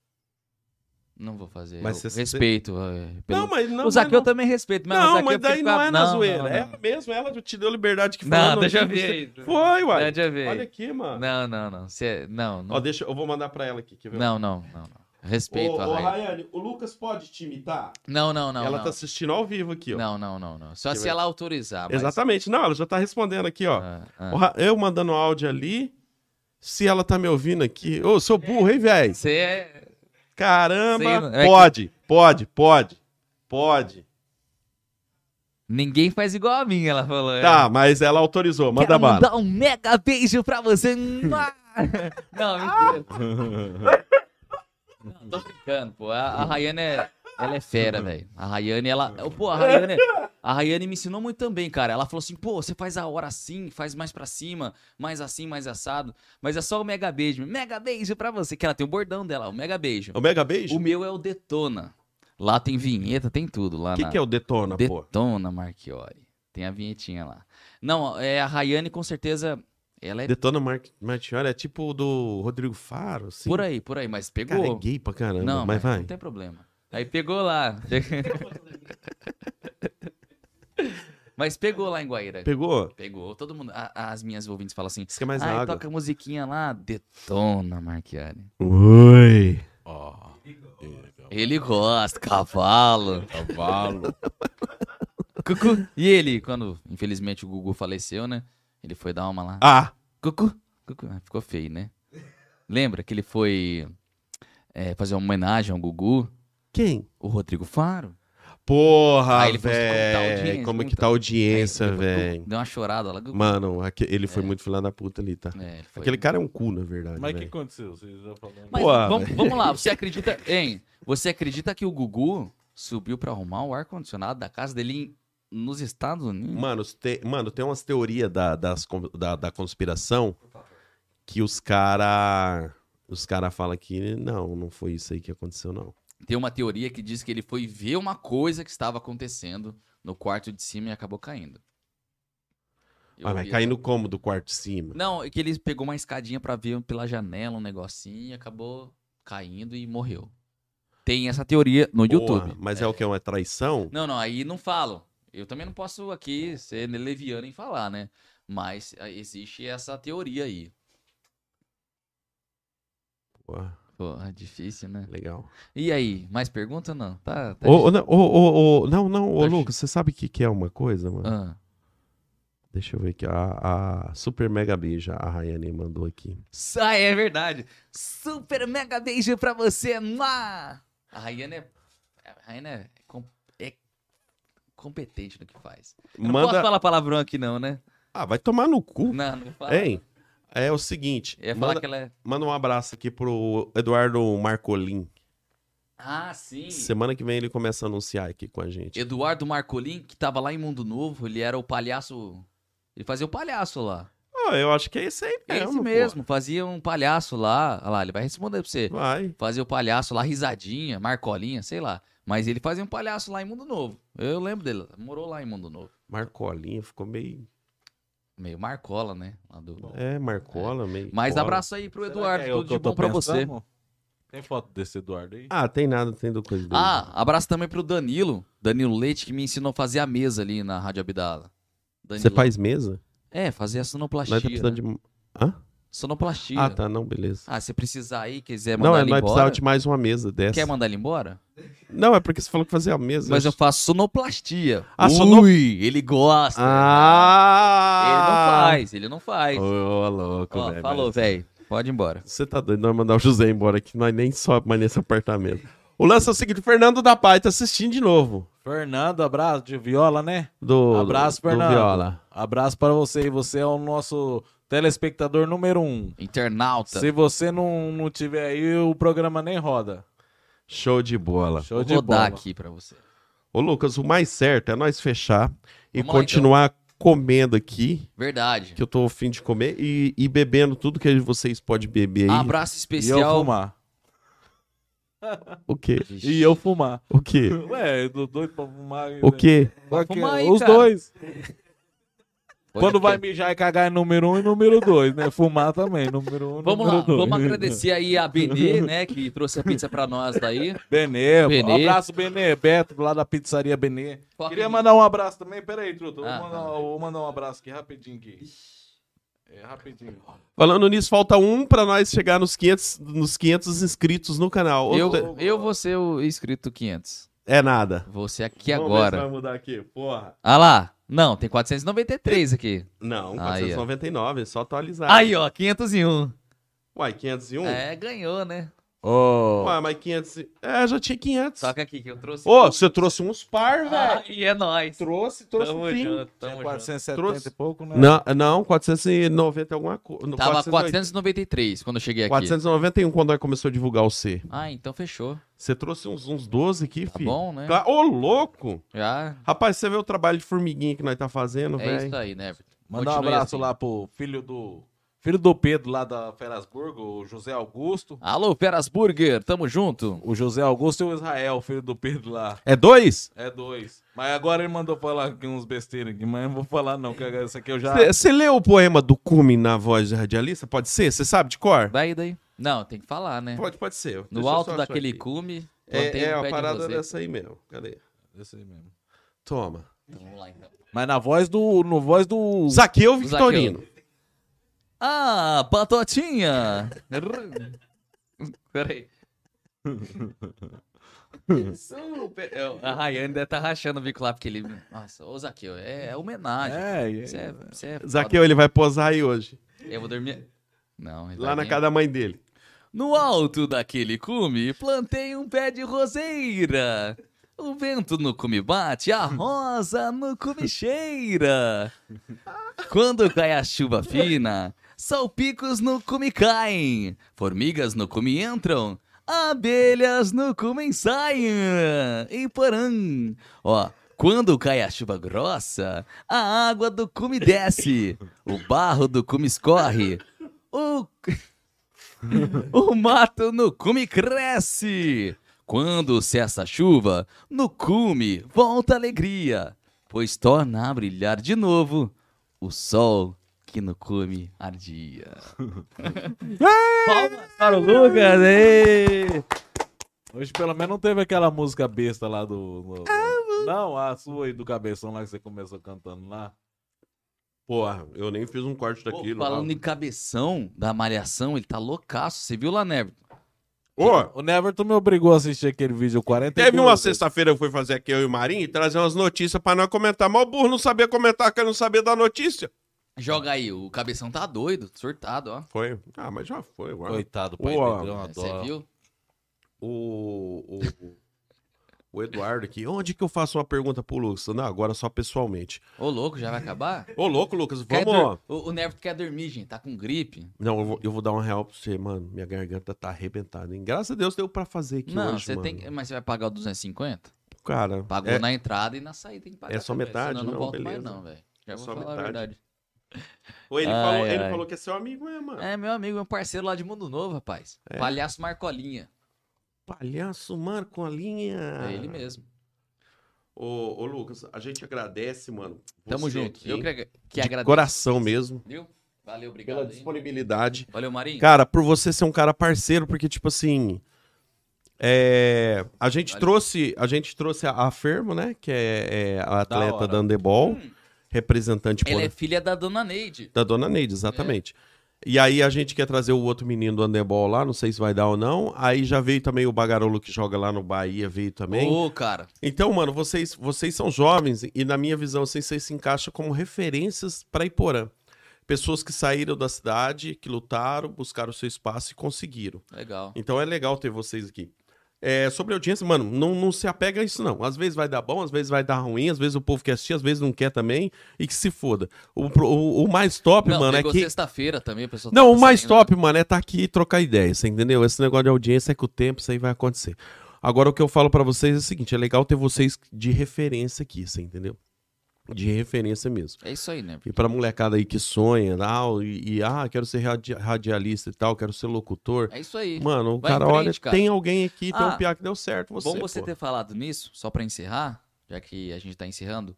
Speaker 2: Não vou fazer.
Speaker 1: Mas você-
Speaker 2: Eu
Speaker 1: você-
Speaker 2: respeito. eh, pelo-
Speaker 1: Não, mas não.
Speaker 2: o Zaqueu
Speaker 1: não,
Speaker 2: também respeito, mas o
Speaker 1: não,
Speaker 2: Zaqueu
Speaker 1: mas
Speaker 2: fica-
Speaker 1: daí não é na
Speaker 2: não,
Speaker 1: zoeira.
Speaker 2: Não, não.
Speaker 1: É mesmo, ela te deu liberdade que
Speaker 2: Não,
Speaker 1: falou,
Speaker 2: deixa eu
Speaker 1: que você-
Speaker 2: ver.
Speaker 1: Foi, uai.
Speaker 2: Deixa eu ver.
Speaker 1: Olha aqui, mano.
Speaker 2: Não, não, não. Você, é, não, não,
Speaker 1: Ó, deixa, eu vou mandar pra ela aqui, quer ver?
Speaker 2: não, não, não, não. Respeito
Speaker 1: Ô,
Speaker 2: a
Speaker 1: ô,
Speaker 2: Raia.
Speaker 1: Rayane, o Lucas pode te imitar?
Speaker 2: Não, não, não.
Speaker 1: ela
Speaker 2: não.
Speaker 1: tá assistindo ao vivo aqui, ó.
Speaker 2: não, não, não, não.
Speaker 1: Deixa
Speaker 2: Só
Speaker 1: eu
Speaker 2: se
Speaker 1: ver.
Speaker 2: ela autorizar. mas-
Speaker 1: Exatamente. Não, ela já tá respondendo aqui, ó.
Speaker 2: Ah, ah.
Speaker 1: O Ra- Eu mandando áudio ali. Se ela tá me ouvindo aqui. Ô, seu burro, hein, velho?
Speaker 2: Você é. Sei
Speaker 1: Caramba!
Speaker 2: não, é que-
Speaker 1: pode, pode, pode, pode.
Speaker 2: Ninguém faz igual a mim, ela falou.
Speaker 1: Tá, mas ela autorizou. Manda
Speaker 2: Quero
Speaker 1: bala.
Speaker 2: mandar um mega beijo pra você. Mua! Não, mentira. Não, tô brincando, pô. A, a Rayane é. Ela é fera, velho. A Rayane, ela. Pô, a Rayane. A Rayane me ensinou muito também, cara. Ela falou assim, pô, você faz a hora assim, faz mais pra cima, mais assim, mais assado. Mas é só o mega beijo. Mega beijo pra você. Que ela tem o bordão dela, o mega beijo.
Speaker 1: O mega beijo?
Speaker 2: O
Speaker 1: O
Speaker 2: meu é o Detona. Lá tem vinheta, tem tudo. Lá
Speaker 1: que,
Speaker 2: na...
Speaker 1: que é o detona, pô?
Speaker 2: Detona Marchiori. Tem a vinhetinha lá. Não, é a Rayane com certeza. Ela é
Speaker 1: Detona Mar Martiori é tipo o do Rodrigo Faro, assim.
Speaker 2: por aí, por aí, mas pegou.
Speaker 1: Cara, é gay pra caramba,
Speaker 2: não,
Speaker 1: mas vai.
Speaker 2: não tem problema. Aí pegou lá. mas pegou lá em Guaíra.
Speaker 1: Pegou?
Speaker 2: Pegou. Todo mundo. a- as minhas ouvintes falam assim.
Speaker 1: Isso que é mais
Speaker 2: Ah,
Speaker 1: água.
Speaker 2: toca a musiquinha lá, detona, Marchiori.
Speaker 1: Oi.
Speaker 2: Ele gosta, cavalo.
Speaker 3: Cavalo.
Speaker 2: Cucu. E ele, quando infelizmente o Gugu faleceu, né? Ele foi dar uma lá.
Speaker 1: Ah,
Speaker 2: Cucu, cucu. Ah, Ficou feio, né? Lembra que ele foi é, fazer uma homenagem ao Gugu?
Speaker 1: quem?
Speaker 2: O Rodrigo Faro.
Speaker 1: Porra,
Speaker 2: Aí ele falou assim, como tá a
Speaker 1: velho.
Speaker 2: audiência,
Speaker 1: Como
Speaker 2: como
Speaker 1: que tá a
Speaker 2: tá?
Speaker 1: audiência,
Speaker 2: Aí, Gugu
Speaker 1: velho.
Speaker 2: Deu uma chorada lá. Gugu.
Speaker 1: Mano, aque- ele foi muito filha da puta ali, tá?
Speaker 2: É, ele É. foi.
Speaker 1: Aquele cara é um cu, na verdade.
Speaker 3: Mas o que
Speaker 1: velho.
Speaker 3: aconteceu? Vocês já né? falaram.
Speaker 2: Mas
Speaker 1: Pô,
Speaker 2: vamos, vamos lá, você acredita, hein? Você acredita que o Gugu subiu pra arrumar o ar-condicionado da casa dele em- nos Estados Unidos?
Speaker 1: Mano, te- mano, tem umas teorias da, das con- da, da conspiração que os cara os cara fala que não, não foi isso aí que aconteceu não.
Speaker 2: Tem uma teoria que diz que ele foi ver uma coisa que estava acontecendo no quarto de cima e acabou caindo. Eu
Speaker 1: Mas Ah, vai
Speaker 2: vi
Speaker 1: cair no como do quarto de cima.
Speaker 2: Não, é que ele pegou uma escadinha pra ver pela janela um negocinho e acabou caindo e morreu. Tem essa teoria no
Speaker 1: Porra,
Speaker 2: YouTube.
Speaker 1: mas é. o que é uma traição?
Speaker 2: Não, não, aí não falo. Eu também não posso aqui ser leviano em falar, né? Mas ah, existe essa teoria aí.
Speaker 1: Boa,
Speaker 2: Porra, difícil, né?
Speaker 1: legal.
Speaker 2: E aí, mais pergunta ou não? Tá, tá
Speaker 1: Ô, ô, não, ô, ô, ô, não, não, ô,
Speaker 2: Tá
Speaker 1: Lucas, você sabe o que, que é uma coisa, mano?
Speaker 2: Ah,
Speaker 1: Deixa eu ver aqui. A, a Super Mega Bija, a Rayane mandou aqui.
Speaker 2: Ah, é verdade. Super mega beijo pra você. Mua! A Rayane é, a Rayane é, com- é competente no que faz. Eu não posso
Speaker 1: Manda.
Speaker 2: falar palavrão aqui não, né?
Speaker 1: Ah, vai tomar no cu.
Speaker 2: Não, não fala.
Speaker 1: Hein? É o seguinte.
Speaker 2: Eu ia falar
Speaker 1: Manda,
Speaker 2: que ela é...
Speaker 1: manda um abraço aqui pro Eduardo Marcolin.
Speaker 2: Ah, sim.
Speaker 1: Semana que vem ele começa a anunciar aqui com a gente.
Speaker 2: Eduardo Marcolin, que tava lá em Mundo Novo, ele era o palhaço... Ele fazia o palhaço lá.
Speaker 1: Ah, eu acho que é isso aí
Speaker 2: É
Speaker 1: mesmo.
Speaker 2: isso
Speaker 1: pô.
Speaker 2: mesmo, fazia um palhaço lá. Olha lá, ele vai responder pra você.
Speaker 1: Vai.
Speaker 2: Fazia o palhaço lá, risadinha, marcolinha, sei lá. Mas ele fazia um palhaço lá em Mundo Novo. Eu lembro dele, morou lá em Mundo Novo.
Speaker 1: Marcolinha ficou meio.
Speaker 2: Meio Marcola, né? Lá do...
Speaker 1: É, Marcola, meio.
Speaker 2: Mas
Speaker 1: cola.
Speaker 2: abraço aí pro
Speaker 3: Será
Speaker 2: Eduardo,
Speaker 3: que é o
Speaker 2: tudo
Speaker 3: que
Speaker 2: de
Speaker 3: eu tô
Speaker 2: bom pra você.
Speaker 3: pensando? Tem foto desse Eduardo aí?
Speaker 1: Ah, tem nada, tem do coisa dele.
Speaker 2: Ah, abraço também pro Danilo, Danilo Leite, que me ensinou a fazer a mesa ali na Rádio Abdala.
Speaker 1: Você
Speaker 2: Danilo...
Speaker 1: faz mesa?
Speaker 2: É, fazer a sonoplastia.
Speaker 1: Nós tá precisando
Speaker 2: né?
Speaker 1: de. Hã?
Speaker 2: Sonoplastia.
Speaker 1: Ah, tá, não, beleza.
Speaker 2: Ah, se precisar aí, quiser mandar
Speaker 1: Não, é,
Speaker 2: ele
Speaker 1: nós precisava
Speaker 2: embora.
Speaker 1: de mais uma mesa dessa.
Speaker 2: Quer mandar ele embora?
Speaker 1: Não, é porque você falou que fazia a mesa.
Speaker 2: Mas eu faço sonoplastia.
Speaker 1: Ah,
Speaker 2: Ui,
Speaker 1: sono-
Speaker 2: ele gosta. Ele não
Speaker 1: Ah!
Speaker 2: faz, ele não faz.
Speaker 7: Ô, ô, louco,
Speaker 2: Ó,
Speaker 7: velho.
Speaker 2: falou, velho. Pode ir embora.
Speaker 1: Você tá doido, nós mandar o José embora aqui, nós nem sobe mais nesse apartamento. O lance é o seguinte, o Fernando da Pai tá assistindo de novo.
Speaker 3: Fernando, abraço de viola, né?
Speaker 1: Do,
Speaker 3: Abraço,
Speaker 1: do
Speaker 3: Fernando.
Speaker 1: Viola.
Speaker 3: Abraço para você. e Você é o nosso telespectador número um.
Speaker 2: Internauta.
Speaker 3: Se você não, não tiver aí, o programa nem roda.
Speaker 1: Show de bola.
Speaker 3: Show de
Speaker 2: Vou rodar
Speaker 3: bola.
Speaker 2: aqui pra você.
Speaker 1: Ô, Lucas, o mais certo é nós fechar e
Speaker 2: Vamos lá,
Speaker 1: continuar comendo aqui,
Speaker 2: Verdade.
Speaker 1: que eu tô afim de comer, e, e bebendo tudo que vocês podem beber aí.
Speaker 2: Abraço
Speaker 3: E eu
Speaker 2: especial.
Speaker 3: fumar.
Speaker 1: O quê?
Speaker 3: E eu fumar.
Speaker 1: O quê?
Speaker 3: Ué, eu tô doido pra fumar.
Speaker 1: O quê?
Speaker 3: Pra
Speaker 2: Fuma aí,
Speaker 3: Os
Speaker 2: cara.
Speaker 3: dois.
Speaker 2: Pode
Speaker 3: Quando vai
Speaker 2: ter.
Speaker 3: mijar e cagar é número um e número dois, né? Fumar também, número um e
Speaker 2: Vamos
Speaker 3: número
Speaker 2: lá,
Speaker 3: dois.
Speaker 2: vamos agradecer aí a Benê, né, que trouxe a pizza pra nós daí.
Speaker 3: Benê,
Speaker 2: Benê.
Speaker 3: Um abraço, Benê. Beto, lá da pizzaria Benê.
Speaker 2: Foca
Speaker 3: Queria
Speaker 2: em-
Speaker 3: mandar um abraço também. Pera aí, Truto.
Speaker 2: Ah,
Speaker 3: vou, mandar, vou mandar um abraço aqui rapidinho aqui. É, rapidinho.
Speaker 1: Falando nisso, falta um pra nós chegar nos 500, nos 500 inscritos no canal. Ou te-
Speaker 2: Eu, eu vou ser o inscrito 500.
Speaker 1: É nada.
Speaker 2: Você aqui
Speaker 1: Vamos ver se
Speaker 2: agora.
Speaker 1: vai mudar aqui, porra.
Speaker 2: Ah lá. Não, tem 493 aqui.
Speaker 1: Não,
Speaker 2: Aí, ó.
Speaker 1: 499, é só atualizar.
Speaker 2: Tá. Aí, ó, 501.
Speaker 1: Uai, 501?
Speaker 2: É, ganhou, né?
Speaker 3: Ô,
Speaker 1: Uai, mas 500... e- É, já tinha 500.
Speaker 2: Toca aqui que eu trouxe.
Speaker 1: Ô, você trouxe uns par, velho.
Speaker 2: Ah, e é nóis.
Speaker 1: Trouxe, trouxe
Speaker 2: Tamo
Speaker 1: um fim.
Speaker 2: junto, tamo junto.
Speaker 3: 470
Speaker 1: Trouxe.
Speaker 3: e pouco, né?
Speaker 1: Não, não, 490 e um é alguma coisa.
Speaker 2: Tava 493 quando eu cheguei aqui.
Speaker 1: 491 quando nós começou a divulgar o C.
Speaker 2: Ah, então fechou.
Speaker 1: Você trouxe uns, uns 12 aqui,
Speaker 2: Tá
Speaker 1: filho.
Speaker 2: bom, né?
Speaker 1: Tá- Ô, louco!
Speaker 2: Já.
Speaker 1: Rapaz, você vê o trabalho de formiguinha que nós tá fazendo,
Speaker 2: É
Speaker 1: velho.
Speaker 2: isso aí, né?
Speaker 3: Mandar um
Speaker 2: Continue
Speaker 3: abraço
Speaker 2: assim.
Speaker 3: lá pro filho do. Filho do Pedro lá da Ferasburgo, o José Augusto.
Speaker 2: Alô, Feras Burger, tamo junto.
Speaker 3: O José Augusto e o Israel, filho do Pedro lá.
Speaker 1: É dois?
Speaker 3: É dois. Mas agora ele mandou falar aqui uns besteiros aqui, mas eu não vou falar não, que isso aqui eu
Speaker 2: Tá.
Speaker 3: já.
Speaker 1: Você leu o poema do Cume na voz de radialista? Pode ser? Você sabe de cor?
Speaker 2: Daí, daí. Não, tem que falar, né?
Speaker 1: Pode, pode ser. Deixa eu
Speaker 2: No
Speaker 1: só
Speaker 2: alto
Speaker 1: achar
Speaker 2: daquele
Speaker 1: aqui.
Speaker 2: cume, plantei
Speaker 1: É, é a
Speaker 2: um pé de
Speaker 1: parada
Speaker 2: roseta.
Speaker 1: dessa aí mesmo. Cadê?
Speaker 3: Esse aí mesmo.
Speaker 1: Toma.
Speaker 2: Então, vamos lá, então.
Speaker 3: Mas na voz do. No voz
Speaker 2: Hum.
Speaker 3: do.
Speaker 1: Zaqueu Victorino.
Speaker 2: Ah, patotinha! Peraí. Super. Eu- A Rayane deve estar rachando o bico lá, porque ele. Nossa, ô Zaqueu, é, é homenagem.
Speaker 3: É, é.
Speaker 2: Você é, você é foda.
Speaker 1: Zaqueu, ele vai posar aí hoje.
Speaker 2: Eu vou dormir. Não, ele
Speaker 1: Lá
Speaker 2: vai
Speaker 1: na
Speaker 2: nem-
Speaker 1: casa da mãe dele.
Speaker 2: No alto daquele cume, plantei um pé de roseira. O vento no cume bate, a rosa no cume cheira. Quando cai a chuva fina, salpicos no cume caem, formigas no cume entram, abelhas no cume saem. E porã. Ó, quando cai a chuva grossa, a água do cume desce, o barro do cume escorre. O o mato no cume cresce. Quando cessa a chuva, no cume volta a alegria, pois torna a brilhar de novo o sol que no cume ardia. Palmas para o Lucas, ê!
Speaker 3: Hoje pelo menos não teve aquela música besta lá do. do- do- Não, a sua aí do cabeção lá que você começou cantando lá.
Speaker 1: Porra, eu nem fiz um corte
Speaker 2: Pô,
Speaker 1: daquilo.
Speaker 2: Falando em cabeção da malhação, ele tá loucaço. Você viu lá, né?
Speaker 1: Ô,
Speaker 3: O Neverton me obrigou a assistir aquele vídeo 40
Speaker 1: teve uma
Speaker 2: né?
Speaker 1: sexta-feira eu fui fazer aqui, eu e o Marinho, e trazer umas notícias pra nós comentar. Mas o burro não sabia comentar, que eu não sabia da notícia.
Speaker 2: Joga aí, o cabeção tá doido, surtado, ó.
Speaker 1: Foi. Ah, mas já foi, ué.
Speaker 3: Coitado, pai
Speaker 1: Uau.
Speaker 3: Pedrão, adoro.
Speaker 2: Você viu?
Speaker 1: o, o, o Eduardo aqui. Onde que eu faço uma pergunta pro Lucas? Não, agora só pessoalmente.
Speaker 2: Ô, louco, já vai acabar?
Speaker 1: Ô, louco, Lucas,
Speaker 2: Quer
Speaker 1: vamos.
Speaker 2: dor-
Speaker 1: ó.
Speaker 2: O, o Neverton quer dormir, gente, tá com gripe.
Speaker 1: Não, eu vou, eu vou dar uma real pra você, mano. Minha garganta tá arrebentada, hein? Graças a Deus deu pra fazer aqui
Speaker 2: não,
Speaker 1: hoje,
Speaker 2: você
Speaker 1: mano.
Speaker 2: tem que... Mas você vai pagar o 250?
Speaker 1: Cara,
Speaker 2: Pagou
Speaker 1: é,
Speaker 2: na entrada e na saída tem que pagar.
Speaker 1: É só
Speaker 2: também,
Speaker 1: metade?
Speaker 2: Senão eu não,
Speaker 1: Não,
Speaker 2: volto mais
Speaker 1: beleza.
Speaker 2: não, velho. Já
Speaker 1: É
Speaker 2: vou
Speaker 1: só
Speaker 2: falar a
Speaker 1: metade.
Speaker 2: verdade.
Speaker 1: Ou ele,
Speaker 2: Ai,
Speaker 1: falou, ele
Speaker 2: ai.
Speaker 1: falou que é seu amigo, é, mano.
Speaker 2: É, meu amigo, meu parceiro lá de Mundo Novo, rapaz.
Speaker 1: É.
Speaker 2: Palhaço Marcolinha.
Speaker 1: Palhaço Marco a linha.
Speaker 2: É ele mesmo.
Speaker 1: Ô, ô, Lucas, a gente agradece, mano.
Speaker 2: Tamo
Speaker 1: você
Speaker 2: junto.
Speaker 1: aqui,
Speaker 2: Eu que, que
Speaker 1: é de
Speaker 2: agradeço.
Speaker 1: coração mesmo,
Speaker 2: Viu? Valeu,
Speaker 1: pela
Speaker 2: obrigado. aí.
Speaker 1: disponibilidade.
Speaker 2: Valeu, Marinho.
Speaker 1: Cara, por você ser um cara parceiro, porque, tipo assim. é, a gente
Speaker 2: Olha.
Speaker 1: trouxe a gente trouxe a, a Fermo, né? Que é, é a atleta
Speaker 3: hora.
Speaker 1: da handebol, representante
Speaker 2: Ela Hum. é
Speaker 1: por-
Speaker 2: filha da dona Neide.
Speaker 1: da dona Neide, exatamente. E aí a gente quer trazer o outro menino do handebol lá, não sei se vai dar ou não. Aí já veio também o Bagarolo que joga lá no Bahia, veio também.
Speaker 2: Ô, cara.
Speaker 1: Então, mano, vocês, vocês são jovens e, na minha visão, assim, vocês se encaixam como referências para Iporã. Pessoas que saíram da cidade, que lutaram, buscaram seu espaço e conseguiram.
Speaker 2: Legal.
Speaker 1: Então é legal ter vocês aqui. É, sobre a audiência, mano, não, não se apega a isso, não. Às vezes vai dar bom, às vezes vai dar ruim, às vezes o povo quer assistir, às vezes não quer também, e que se foda. O, pro- o- o mais top,
Speaker 2: Não,
Speaker 1: mano, é
Speaker 2: pegou
Speaker 1: que.
Speaker 2: sexta-feira também, o pessoal tá
Speaker 1: Não, o mais
Speaker 2: saindo.
Speaker 1: top, mano, é tá aqui e trocar ideia, você entendeu? Esse negócio de audiência é com o tempo, isso aí vai acontecer. Agora, o que eu falo pra vocês é o seguinte: é legal ter vocês de referência aqui, você entendeu? De referência mesmo.
Speaker 2: É isso aí, né?
Speaker 1: E pra molecada aí que sonha, tal, e, e, ah, quero ser radi- radialista e tal, quero ser locutor.
Speaker 2: É isso aí.
Speaker 1: Mano, o
Speaker 2: Vai em
Speaker 1: cara
Speaker 2: frente,
Speaker 1: olha,
Speaker 2: cara.
Speaker 1: tem alguém aqui, tem
Speaker 2: Ah,
Speaker 1: um piá que deu certo, você,
Speaker 2: Bom você
Speaker 1: pô.
Speaker 2: ter falado nisso, só pra encerrar, já que a gente tá encerrando.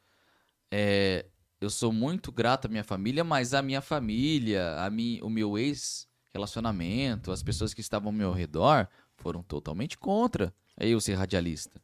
Speaker 2: É, eu sou muito grato à minha família, mas a minha família, a mi, o meu ex-relacionamento, as pessoas que estavam ao meu redor foram totalmente contra eu ser radialista.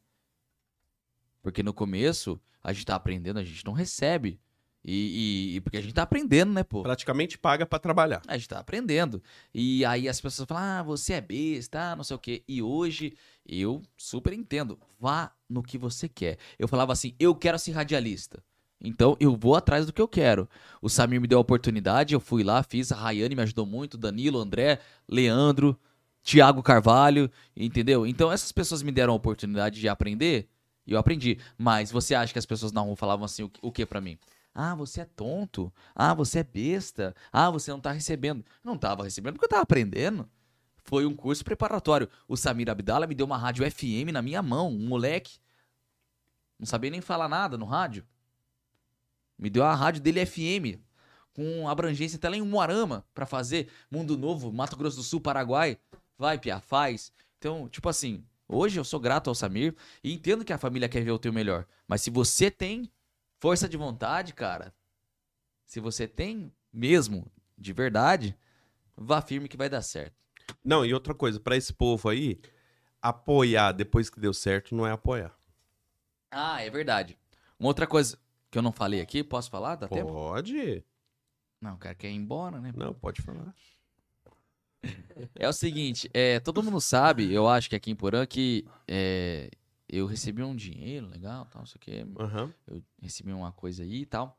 Speaker 2: Porque no começo, a gente tá aprendendo, a gente não recebe. E, e- e porque a gente tá aprendendo, né, pô?
Speaker 1: Praticamente paga pra trabalhar.
Speaker 2: A gente tá aprendendo. E aí as pessoas falam, ah, você é besta, ah, não sei o quê. E hoje eu super entendo. Vá no que você quer. Eu falava assim, eu quero ser radialista. Então eu vou atrás do que eu quero. O Samir me deu a oportunidade, eu fui lá, fiz. A Rayane me ajudou muito, Danilo, André, Leandro, Tiago Carvalho, entendeu? Então essas pessoas me deram a oportunidade de aprender e eu aprendi. Mas você acha que as pessoas na rua falavam assim, o que- o que pra mim? Ah, você é tonto. Ah, você é besta. Ah, você não tá recebendo. Não tava recebendo porque eu tava aprendendo. Foi um curso preparatório. O Samir Abdala me deu uma rádio FM na minha mão, um moleque. Não sabia nem falar nada no rádio. Me deu a rádio dele FM, com abrangência até lá em Moarama, pra fazer Mundo Novo, Mato Grosso do Sul, Paraguai. Vai, Pia, faz. Então, tipo assim, hoje eu sou grato ao Samir e entendo que a família quer ver o teu melhor. Mas se você tem força de vontade, cara, se você tem mesmo, de verdade, vá firme que vai dar certo.
Speaker 1: Não, e outra coisa, pra esse povo aí, apoiar depois que deu certo não é apoiar.
Speaker 2: Ah, é verdade. Uma outra coisa que eu não falei aqui, posso falar? Dá tempo?
Speaker 1: Pode?
Speaker 2: Não, o cara quer ir embora, né?
Speaker 1: Não, pode falar.
Speaker 2: É o seguinte, é, todo mundo sabe, eu acho que aqui em Porã, que é, eu recebi um dinheiro legal, tal, não sei o quê.
Speaker 1: Aham.
Speaker 2: Eu recebi uma coisa aí e tal.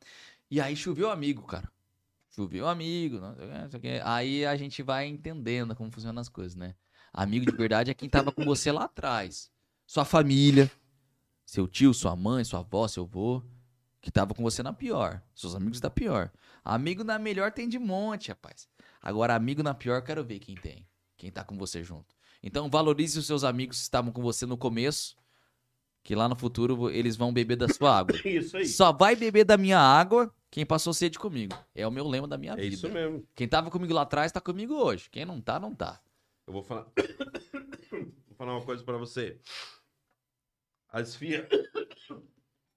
Speaker 2: E aí choveu amigo, cara. Choveu amigo, não sei o quê, não sei o quê. Aí a gente vai entendendo como funcionam as coisas, né? Amigo de verdade é quem tava com você lá atrás. Sua família, seu tio, sua mãe, sua avó, seu avô, que tava com você na pior. Seus amigos da pior. Amigo na melhor tem de monte, rapaz. Agora, amigo na pior, quero ver quem tem. Quem tá com você junto. Então, valorize os seus amigos que estavam com você no começo, que lá no futuro vo- eles vão beber da sua água.
Speaker 1: Isso
Speaker 2: Só vai beber da minha água quem passou sede comigo. É o meu lema da minha
Speaker 1: É
Speaker 2: vida.
Speaker 1: isso mesmo.
Speaker 2: Quem tava comigo lá atrás tá comigo hoje. Quem não tá, não tá.
Speaker 1: Eu vou falar. vou falar uma coisa pra você. A esfirra.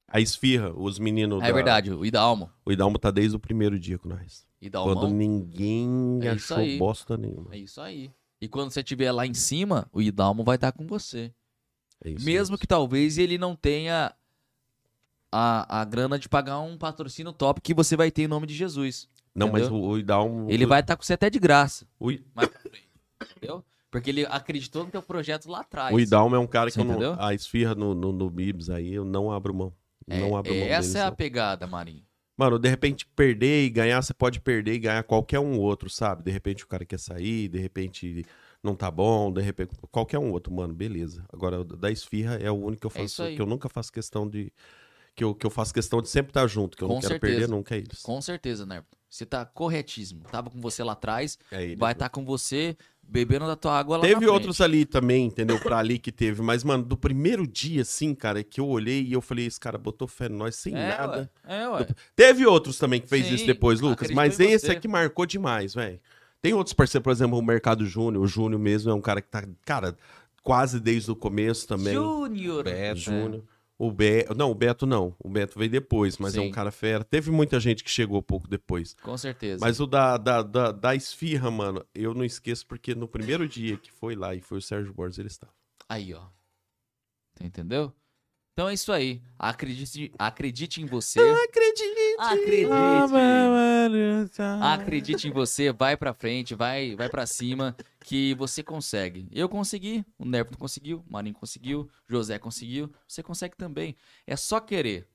Speaker 1: A esfirra, os meninos.
Speaker 2: é
Speaker 1: da-
Speaker 2: verdade, o Idalmo.
Speaker 1: O Idalmo tá desde o primeiro dia com nós. Quando um-
Speaker 2: Idalmão.
Speaker 1: ninguém
Speaker 2: É isso
Speaker 1: achou
Speaker 2: aí.
Speaker 1: bosta nenhuma.
Speaker 2: É isso aí. E quando você estiver lá em cima, o Idalmo vai estar com você.
Speaker 1: É isso
Speaker 2: Mesmo
Speaker 1: mesmo.
Speaker 2: que talvez ele não tenha a, a grana de pagar um patrocínio top que você vai ter em nome de Jesus. tá
Speaker 1: Não, mas
Speaker 2: entendeu?
Speaker 1: o, o Idalmo.
Speaker 2: Ele vai estar com você até de graça.
Speaker 1: o-
Speaker 2: Mais pra frente. Entendeu? Porque ele acreditou no teu projeto lá atrás.
Speaker 1: O Idalma é um cara que
Speaker 2: Você
Speaker 1: eu não,
Speaker 2: entendeu?
Speaker 1: a esfirra no, no, no Bibs aí, eu não abro mão.
Speaker 2: É-
Speaker 1: não abro
Speaker 2: é-
Speaker 1: mão deles,
Speaker 2: Essa é a
Speaker 1: não.
Speaker 2: pegada, Marinho.
Speaker 1: Mano, de repente perder e ganhar, você pode perder e ganhar qualquer um outro, sabe? De repente o cara quer sair, de repente não tá bom, de repente qualquer um outro, mano, beleza. Agora o da esfirra é o único que eu
Speaker 2: isso
Speaker 1: faço,
Speaker 2: aí.
Speaker 1: que eu nunca faço questão de que eu, que eu faço questão de sempre estar junto, que eu não
Speaker 2: Com
Speaker 1: quero
Speaker 2: certeza.
Speaker 1: perder nunca é eles.
Speaker 2: Com certeza, Nervo. Você tá corretíssimo. Tava com você lá atrás,
Speaker 1: É eles,
Speaker 2: vai
Speaker 1: mano.
Speaker 2: estar com você bebendo da tua água lá na
Speaker 1: Teve
Speaker 2: frente.
Speaker 1: outros ali também, entendeu? Pra ali que teve. Mas, mano, do primeiro dia, assim, cara, que eu olhei e eu falei, esse cara botou fé em nós sem
Speaker 2: É,
Speaker 1: nada.
Speaker 2: ué. É, ué.
Speaker 1: Teve outros também que fez
Speaker 2: Sim,
Speaker 1: isso depois, Lucas,
Speaker 2: acreditou
Speaker 1: mas
Speaker 2: em
Speaker 1: esse
Speaker 2: você.
Speaker 1: aqui marcou demais, velho. Tem outros parceiros, por exemplo, o Mercado Júnior. O Júnior mesmo é um cara que tá, cara, quase desde o começo também. É,
Speaker 2: Júnior. É, né?
Speaker 1: Júnior. O Beto. Não, o Beto não. O Beto veio depois, mas é um
Speaker 2: Sim.
Speaker 1: cara fera. Teve muita gente que chegou pouco depois.
Speaker 2: Com certeza.
Speaker 1: Mas o da, da, da, da Esfirra, mano, eu não esqueço, porque no primeiro dia que foi lá e foi o Sérgio Borges, ele estava.
Speaker 2: Aí, ó. Você entendeu? Então é isso aí. Acredite, acredite em você.
Speaker 3: Ah,
Speaker 2: Acredite. Ah, Acredite em você, vai pra frente, vai, vai para cima que você consegue. Eu consegui, o Nervo conseguiu, o Marinho conseguiu, o José conseguiu, você consegue também. É só querer.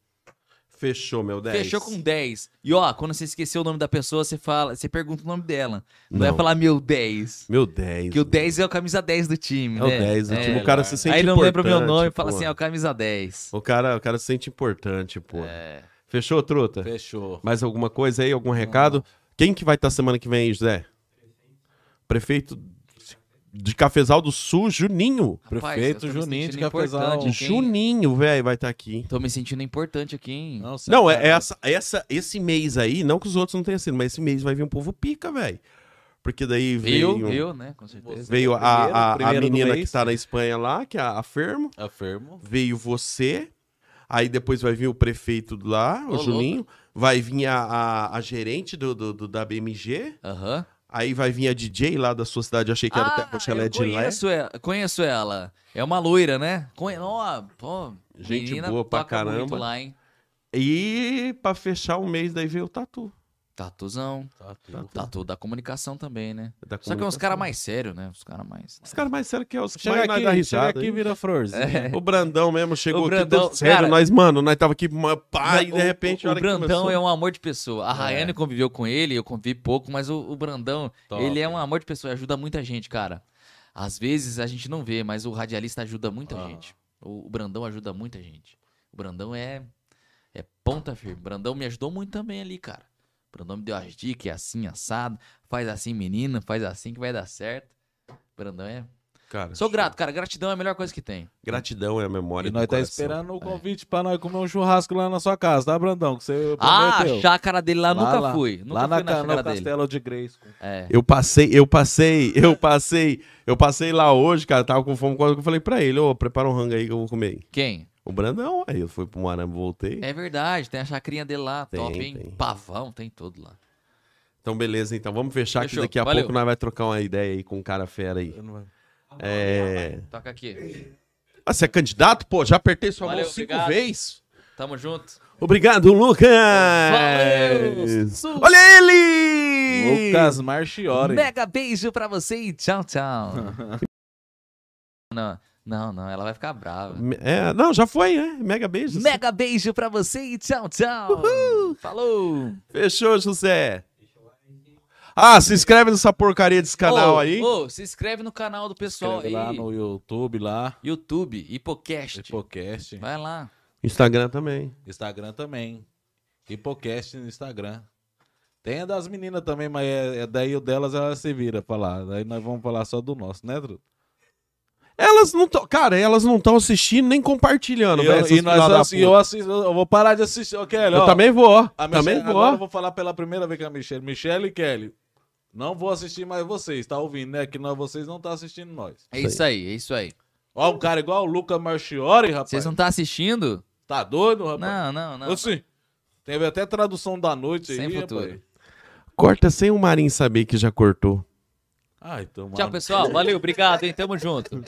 Speaker 1: Fechou, meu 10.
Speaker 2: Fechou com 10. E ó, quando você esqueceu o nome da pessoa, você fala, você pergunta o nome dela. Não, vai
Speaker 1: Não.
Speaker 2: falar meu 10.
Speaker 1: Meu 10.
Speaker 2: Que o 10 é o camisa 10 do
Speaker 1: É
Speaker 2: time, né? É.
Speaker 1: o 10, o time, o cara se sente
Speaker 2: Aí não lembra o meu nome,
Speaker 1: importante,
Speaker 2: fala
Speaker 1: pô.
Speaker 2: assim, é o camisa 10.
Speaker 1: O cara, o cara se sente importante, pô.
Speaker 2: É.
Speaker 1: Fechou, truta?
Speaker 3: Fechou.
Speaker 1: Mais alguma coisa aí, algum recado? Quem que vai estar semana que vem aí, José? Prefeito de Cafezal do Sul, Juninho.
Speaker 2: Rapaz,
Speaker 3: Prefeito
Speaker 2: eu tô me
Speaker 3: Juninho de
Speaker 2: sentindo
Speaker 3: Cafezal.
Speaker 2: importante aqui, hein?
Speaker 1: Juninho, velho, vai estar aqui. hein?
Speaker 2: Tô me sentindo importante aqui, hein?
Speaker 1: Não,
Speaker 2: tá
Speaker 1: é, é
Speaker 3: assim.
Speaker 1: essa, essa, esse mês aí, não que os outros não tenham sido, mas esse mês vai vir um povo pica, velho. Porque daí veio,
Speaker 2: Eu, eu, né? Com certeza.
Speaker 1: veio a,
Speaker 3: é Primeiro-
Speaker 1: a, a
Speaker 3: primeiro do
Speaker 1: menina que
Speaker 3: mês.
Speaker 1: tá na Espanha lá, que é a, a Fermo.
Speaker 3: Afirmo.
Speaker 1: veio você, aí depois vai vir o prefeito lá, o
Speaker 2: Ô,
Speaker 1: Juninho, vai vir a, a, a gerente do, do- do- da BMG,
Speaker 2: Aham.
Speaker 1: aí vai vir a DJ lá da sua cidade, eu achei que era até porque ela é
Speaker 2: Ah, eu
Speaker 1: de lá.
Speaker 2: conheço ela, conheço ela. É uma loira, né? Conhe... Ó, pô,
Speaker 1: Gente
Speaker 2: menina
Speaker 1: boa pra
Speaker 2: toca muito
Speaker 1: caramba.
Speaker 2: lá, hein?
Speaker 1: E pra fechar o mês, daí veio o Tatu.
Speaker 2: Tatuzão.
Speaker 3: Tá,
Speaker 2: Tatu da comunicação também, né?
Speaker 1: da
Speaker 2: Só que é uns
Speaker 1: comunicação.
Speaker 2: caras mais sérios, né? Os caras mais.
Speaker 1: Os caras mais sérios que é, os que
Speaker 3: Chega
Speaker 1: mais, mais dá
Speaker 3: aqui, chega
Speaker 1: risada.
Speaker 3: aqui e
Speaker 1: hein?
Speaker 3: vira
Speaker 2: É,
Speaker 3: florzinha.
Speaker 1: O Brandão mesmo chegou
Speaker 2: O Brandão,
Speaker 1: aqui, todo sério,
Speaker 2: cara-
Speaker 1: nós, mano, nós tava aqui, uma pá, e
Speaker 2: Não,
Speaker 1: de repente... a
Speaker 2: o, o
Speaker 1: hora que
Speaker 2: Brandão
Speaker 1: começou-
Speaker 2: é um amor de pessoa. A Rayane conviveu com ele, eu convivi pouco, mas o, o Brandão,
Speaker 3: Top.
Speaker 2: ele é um amor de pessoa, ajuda muita gente, cara. Às vezes a gente não vê, mas o radialista ajuda muita
Speaker 3: Ah.
Speaker 2: gente. O, o Brandão ajuda muita gente. O Brandão é é ponta firme. O Brandão me ajudou muito também ali, cara. O Brandão me deu as dicas, é assim, assado, faz assim, menina, faz assim que vai dar certo. O Brandão é.
Speaker 1: Cara,
Speaker 2: Sou grato, cara. Gratidão é a melhor coisa que tem.
Speaker 1: Gratidão é a memória
Speaker 3: E
Speaker 1: do
Speaker 3: nós tá
Speaker 1: coração.
Speaker 3: esperando o convite pra nós comer um churrasco lá na sua casa, tá, Brandão? Que você
Speaker 2: Ah, a
Speaker 3: prometeu.
Speaker 2: chácara dele lá,
Speaker 3: Lá,
Speaker 2: nunca
Speaker 3: lá.
Speaker 2: fui. Nunca
Speaker 3: lá
Speaker 2: fui
Speaker 3: na,
Speaker 2: na,
Speaker 3: ca- no
Speaker 2: chácara dele.
Speaker 3: Castelo de Grace.
Speaker 2: É.
Speaker 1: Eu passei, eu passei, eu passei, eu passei lá hoje, cara, tava com fome, quando eu falei pra ele, ô, prepara um rango aí que eu vou comer.
Speaker 2: Quem?
Speaker 1: O Brandão, aí eu fui pro Moarama, voltei.
Speaker 2: É verdade, tem a chacrinha dele lá,
Speaker 1: Tem,
Speaker 2: top, hein?
Speaker 1: tem.
Speaker 2: Pavão, tem tudo lá.
Speaker 1: Então beleza, então vamos fechar que
Speaker 2: Fechou,
Speaker 1: daqui a
Speaker 2: valeu.
Speaker 1: pouco nós vai trocar uma ideia aí com um cara fera aí. É,
Speaker 2: Toca aqui.
Speaker 1: ah, você é candidato, pô, já apertei sua
Speaker 2: Valeu,
Speaker 1: mão cinco
Speaker 2: obrigado.
Speaker 1: vezes.
Speaker 2: Tamo junto.
Speaker 1: Obrigado, Lucas.
Speaker 2: Valeu! Su-
Speaker 1: Olha ele!
Speaker 3: Lucas Marchiori.
Speaker 2: Mega beijo pra você e tchau, tchau. não, não, não, ela vai ficar brava.
Speaker 1: É, não, já foi, né? Mega beijo.
Speaker 2: Mega beijo pra você e tchau, tchau. Falou.
Speaker 1: Fechou, José. Ah, se inscreve nessa porcaria desse canal
Speaker 2: Ô,
Speaker 1: aí.
Speaker 2: ô, se inscreve no canal do pessoal
Speaker 3: Inscreve lá
Speaker 2: aí.
Speaker 3: no YouTube, lá.
Speaker 2: YouTube, Hipocast.
Speaker 3: Hipocast.
Speaker 2: Vai lá.
Speaker 1: Instagram também.
Speaker 3: Instagram também. Hipocast no Instagram. Tem a das meninas também, mas é, é daí o delas ela se vira pra lá. Daí nós vamos falar só do nosso, né, Truto?
Speaker 1: Elas não estão. Cara, elas não estão assistindo nem compartilhando,
Speaker 3: E
Speaker 1: velho,
Speaker 3: eu,
Speaker 1: essas
Speaker 3: e nós
Speaker 1: filha da
Speaker 3: assi-
Speaker 1: puta.
Speaker 3: eu, assisto- eu vou parar de assistir. Ô, Kelly,
Speaker 1: Eu
Speaker 3: ó,
Speaker 1: também vou.
Speaker 3: a Michelle-
Speaker 1: Também vou.
Speaker 3: Agora eu vou falar pela primeira vez com a Michelle. Michelle e Kelly, não vou assistir mais vocês, tá ouvindo, né? Que nós, vocês não tá assistindo nós.
Speaker 2: É isso aí, é isso aí.
Speaker 3: Ó, um cara igual o Luca Marchiori, rapaz.
Speaker 2: Vocês não tá assistindo?
Speaker 3: Tá doido, rapaz?
Speaker 2: Não, não, não.
Speaker 3: Assim, teve até tradução da noite
Speaker 2: Sem
Speaker 3: aí,
Speaker 2: futuro.
Speaker 3: rapaz.
Speaker 1: Corta sem o Marinho saber que já cortou.
Speaker 3: Ai, tomara.
Speaker 2: Tchau, pessoal. Valeu, obrigado, hein? Tamo junto.